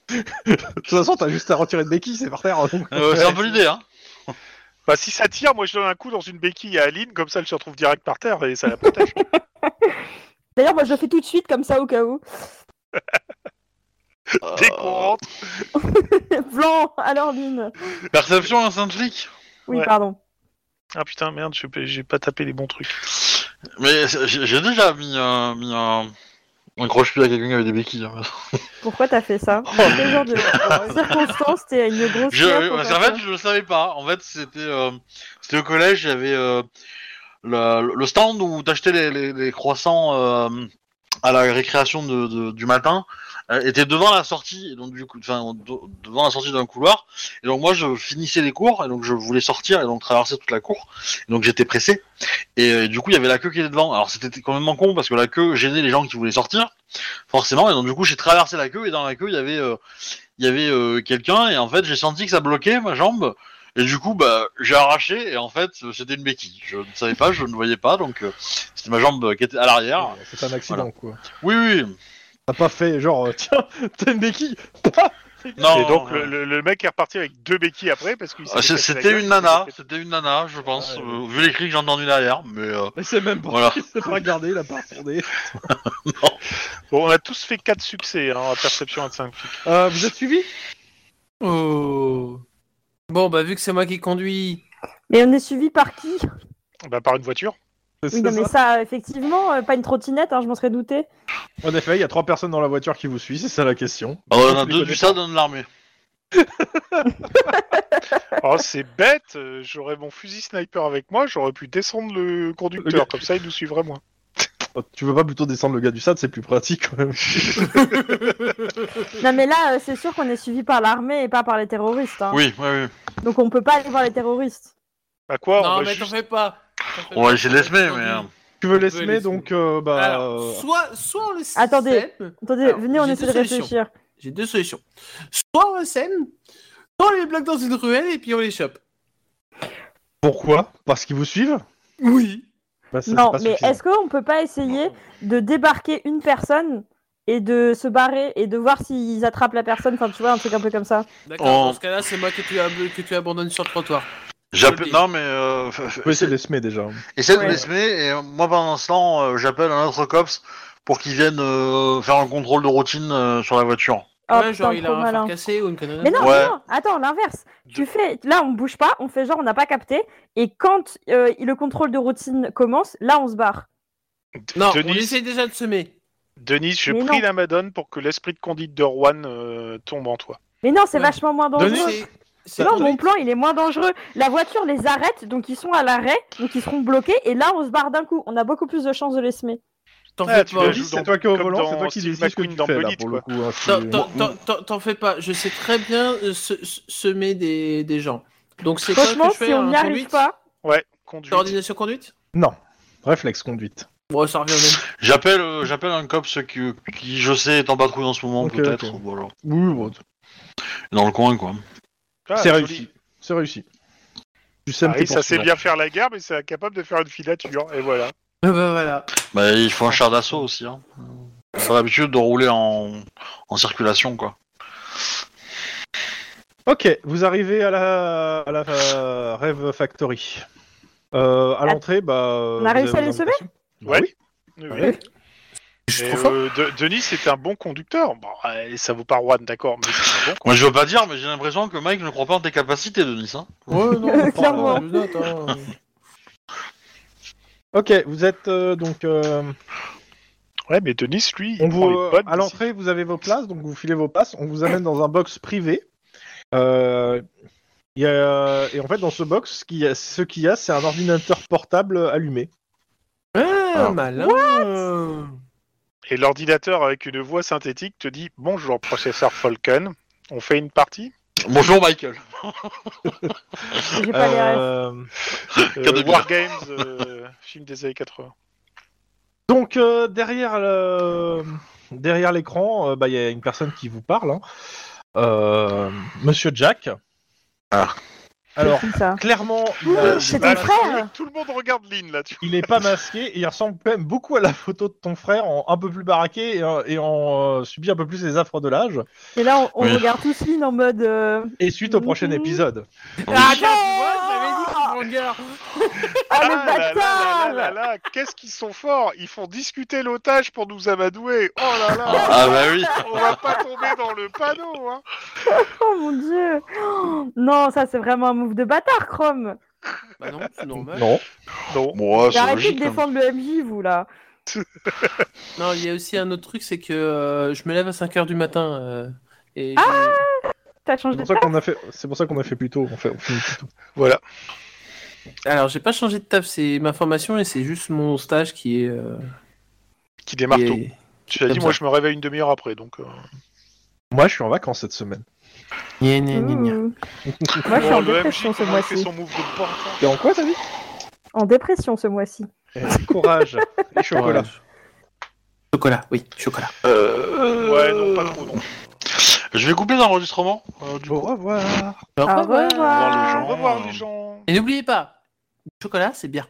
B: De toute façon, t'as juste à retirer de béquille, c'est par terre. donc. (laughs)
D: Euh, c'est un peu l'idée. Hein.
A: Bah, si ça tire, moi je donne un coup dans une béquille à Aline, comme ça elle se retrouve direct par terre et ça la
D: (laughs)
A: protège.
C: D'ailleurs, moi je le fais tout de suite comme ça au cas où. (laughs)
A: Dès
D: Euh,
A: qu'on rentre,
C: Blanc, alors Lynn.
D: Perception instinct de flic.
C: Oui,
A: Ouais.
C: pardon.
A: ah putain, merde, j'ai pas- j'ai pas tapé les bons trucs.
D: Mais c'est- j'ai j'ai déjà mis, un- mis un, un croche à quelqu'un avec des béquilles. hein.
C: Pourquoi t'as fait ça Dans quel genre de (laughs) circonstances T'es une grosse.
D: Oh, Je,
C: merde hein, pour
D: parce
C: faire
D: qu'en
C: ça
D: fait, je le savais pas. En fait, c'était euh, c'était au collège, j'avais euh, le, le stand où t'achetais les, les, les croissants euh, à la récréation de, de- du matin. euh, était devant la sortie, et donc du coup, enfin, en- de- devant la sortie d'un couloir. Et donc moi, je finissais les cours, et donc je voulais sortir, et donc traverser toute la cour. Et donc j'étais pressé. Et euh, du coup, il y avait la queue qui était devant. Alors c'était quand même con parce que la queue gênait les gens qui voulaient sortir, forcément. Et donc du coup, j'ai traversé la queue, et dans la queue, il y avait, euh, il y avait euh, quelqu'un, et en fait, j'ai senti que ça bloquait ma jambe. Et du coup, bah, j'ai arraché, et en fait, c'était une béquille. Je ne savais pas, je ne voyais pas, donc euh, c'était ma jambe qui était à l'arrière.
B: C'est un accident, quoi.
D: Oui, oui.
B: T'as pas fait genre, euh, tiens, (laughs) t'as une béquille
D: Non,
A: et donc
D: non.
A: le, le- le mec est reparti avec deux béquilles après parce qu'il s'est
D: Ah,
A: cassé
D: c'est-
A: la
D: C'était
A: gueule,
D: une
A: il s'est
D: nana,
A: fait-
D: c'était une nana, je pense,
B: Ah, ouais,
D: euh, vu les cris que j'ai entendus derrière, mais euh,
B: Mais c'est même pas,
D: Voilà.
B: il s'est pas regardé, il a pas
A: (laughs)
B: regardé.
A: Bon, on a tous fait quatre succès hein, en perception 25.
B: Euh, vous êtes suivi
E: Oh. Bon, bah, vu que c'est moi qui conduis.
C: Mais on est suivi par qui
A: Bah, par une voiture.
B: C'est (laughs)
C: Oui, non, mais
B: ça.
C: ça, effectivement, euh, pas une trottinette, hein, je m'en serais douté.
B: En effet, il y a trois personnes dans la voiture qui vous suivent, c'est ça la question.
D: ah, on a
B: Je les
D: deux
B: connais
D: du SAD, un de l'armée.
A: Oh, c'est bête, euh, j'aurais mon fusil sniper avec moi, j'aurais pu descendre le
B: Le gars-
A: conducteur, comme ça il nous suivrait moins.
B: Oh, Tu veux pas plutôt descendre le gars du SAD, c'est plus pratique
A: (laughs)
B: quand même.
C: Non, mais là, euh, c'est sûr qu'on est suivi par l'armée et pas par les terroristes. hein.
D: Oui, oui, oui.
C: Donc on peut pas aller voir les terroristes.
A: À quoi on
E: non,
A: va
E: mais
A: juste-
E: t'en fais pas. T'en fais
D: On
E: pas.
D: va essayer de l'ESME,
E: Conduis.
D: mais...
A: hein.
D: euh,
B: Tu veux
E: Ouais,
B: l'ESME,
E: laisse-le.
B: donc euh, bah.
E: Alors,
B: euh,
E: soit, soit on le sème.
C: Attendez. Attendez,
E: Alors,
C: venez, on
E: j'ai
C: essaie de
E: deux solutions.
C: réfléchir.
E: J'ai deux solutions. Soit on le sème, soit on les bloque dans une ruelle et puis on les chope.
B: Pourquoi Parce qu'ils vous suivent
E: Oui.
B: Bah, ça, c'est
C: Non,
B: pas
C: mais
B: suffisant.
C: est-ce qu'on peut pas essayer de débarquer une personne et de se barrer et de voir s'ils attrapent la personne Enfin, tu vois, un truc un peu comme ça.
E: D'accord,
A: Oh.
D: On-
E: dans ce cas-là, c'est moi que tu, ab- que tu abandonnes sur le trottoir.
D: j'appelle-
E: Je le
D: Non, mais... Euh... f- f-
B: Tu peux essayer de l'ESME déjà.
D: Essaye de
C: Ouais.
D: l'ESME, et euh, moi, pendant ce temps, euh, j'appelle un autre COPS pour qu'il vienne euh, faire un contrôle de routine euh, sur la voiture.
C: Oh,
E: ouais, genre
C: putain,
E: il a
C: trop
E: un
C: malin.
E: phare cassé ou une connerie.
C: Mais non,
D: Ouais.
C: non, attends, l'inverse. Tu fais, là, on bouge pas, on fait genre, on n'a pas capté. Et quand euh, le contrôle de routine commence, là, on se barre.
E: Non, on
A: Denis,
E: essaie déjà de semer.
A: Denis, je
C: Mais
A: prie
C: non.
A: la madone pour que l'esprit de conduite de Rouen euh, tombe en toi.
C: Mais non, c'est
E: Ouais.
C: vachement moins dangereux.
B: Denis,
E: C'est- c'est-
C: Non, mon plan, il est moins dangereux. La voiture les arrête, donc ils sont à l'arrêt, donc ils seront bloqués. Et là, on se barre d'un coup. On a beaucoup plus de chances de les semer.
E: T'en
A: Ah,
E: fais
A: tu
E: pas.
A: l'as
B: Denis,
A: joues
B: c'est
A: dans-
B: toi qui es au
A: comme
B: volant, c'est
A: dans
B: toi qui
A: Steve
B: décide ce que
A: McQueen
B: tu
A: dans
B: fais là
A: Bullitt,
B: pour
A: quoi.
B: le coup. hein, c'est-
E: T'en- t'en- t'en- t'en- T'en fais pas. Je sais très bien euh, se- se- semer des, des gens. Donc c'est quoi
C: Franchement,
E: que je fais
C: si on
E: un
C: n'y arrive
E: conduite
C: pas,
A: Ouais, conduite.
E: Coordination conduite
B: Non, réflexe conduite.
E: Bon, ça revient
C: (laughs)
E: au même.
D: J'appelle euh, j'appelle un COPS qui, qui, je sais, est en patrouille en ce moment,
B: Ok,
D: peut-être,
B: ok.
D: ou alors,
B: Oui, bon,
D: dans le coin, quoi.
A: Ah,
B: c'est
A: joli.
B: réussi. C'est réussi. Tu sais
A: Ah oui, ça sait bien faire la guerre, mais c'est incapable de faire une filature. Et voilà.
E: Ah bah voilà.
D: Bah, il faut un char d'assaut aussi, hein. Ils ont l'habitude de rouler en... en circulation, quoi.
B: Ok, vous arrivez à la, à la euh, Rêve Factory. Euh, à l'entrée, bah.
C: Ah. On a réussi à les sauver
A: Ouais.
B: Oui.
A: Oui.
B: Ouais.
A: Et, euh, De- Denis, c'est un bon conducteur. Bon, euh, ça vaut pas Rouen, d'accord, mais c'est un bon.
D: Moi, je veux pas dire, mais j'ai l'impression que Mike ne croit pas en tes capacités, Denis. Hein.
E: Ouais,
C: (laughs)
E: non,
C: Clairement.
E: on parle, euh, (laughs) attends.
B: Ok, vous êtes euh, donc. euh,
A: Ouais, mais Denis, lui, il
B: on
A: prend
B: vous,
A: les bonnes
B: à l'entrée, vous avez vos places, donc vous filez vos places. On vous amène dans un box privé. Euh, il y a- et en fait, dans ce box, ce qu'il y a, ce qu'il y a, c'est un ordinateur portable allumé.
E: Ah,
D: Alors.
E: malin.
A: Et l'ordinateur avec une voix synthétique te dit Bonjour, processeur Falcon, on fait une partie
D: Bonjour, Michael.
C: j'ai pas les restes.
B: Euh,
A: Euh,
D: Cadeau de
A: War Games, euh, (laughs) film des années 80.
B: Donc euh, derrière le- derrière l'écran, euh, bah, il y a une personne qui vous parle, hein. Euh, Monsieur Jack.
D: Ah.
B: Alors
C: C'est qui, ça
B: (laughs) clairement, il,
C: Ah,
B: a-
C: c'est
B: il a-
C: ton frère
A: Euh, Tout le monde regarde Lynn là, tu
B: il est pas masqué et il ressemble quand même beaucoup à la photo de ton frère, en un peu plus baraqué et, en- et en euh, subit un peu plus les affres de l'âge.
C: Et là, on, on
D: Oui.
C: regarde tous Lynn en mode. euh,
B: Et suite au
C: Mhm.
B: prochain épisode.
E: Ah, tiens, tu vois, j'avais dit, mon gars.
C: Ah,
A: là là
C: le
A: là là
C: bâtard
A: là là, Qu'est-ce qu'ils sont forts Ils font discuter l'otage pour nous amadouer. Oh là là
C: (laughs)
D: Ah, bah oui.
A: On va pas tomber dans le panneau, hein
C: Oh mon dieu (gasps) Oh, Non, ça, c'est vraiment un move de bâtard, Chrome
E: Bah non, c'est normal.
B: Non.
A: Non.
D: Moi,
C: Mais Arrêtez
D: hein.
C: de défendre le MJ, vous, là
E: Non, il y a aussi un autre truc, c'est que euh, je me lève à 5h du matin. euh, et
C: T'as
B: C'est
C: changé de
B: pour ça qu'on a fait. C'est pour ça qu'on a fait plus tôt. En fait, on finit plus tôt.
A: Voilà.
E: j'ai- Alors, j'ai pas changé de taf, c'est ma formation et c'est juste mon stage qui est, euh,
A: Qui démarre
E: qui
A: tout.
E: est,
A: Tu as dit,
E: Comme
A: moi
E: ça.
A: je me réveille une demi-heure après, donc. euh,
B: Moi, je suis en vacances cette semaine.
E: Gna, gna, gna, gna.
C: Ouh. Mmh. Moi, je suis
A: bon,
C: en
A: le MJ
C: dépression ce
A: qui a fait
C: mois-ci.
A: son move de porte.
B: T'es en quoi, t'as dit
C: En dépression ce mois-ci.
B: Eh, Courage (laughs) et chocolat.
E: Ouais. Chocolat, oui, chocolat.
C: Euh,
A: Ouais, non, pas trop, non.
D: Euh, Je vais couper l'enregistrement. euh, du
B: Au
D: coup.
B: revoir.
C: Au revoir.
D: Au revoir, les gens.
A: Au revoir, les gens.
E: Et n'oubliez pas, le chocolat, c'est bien.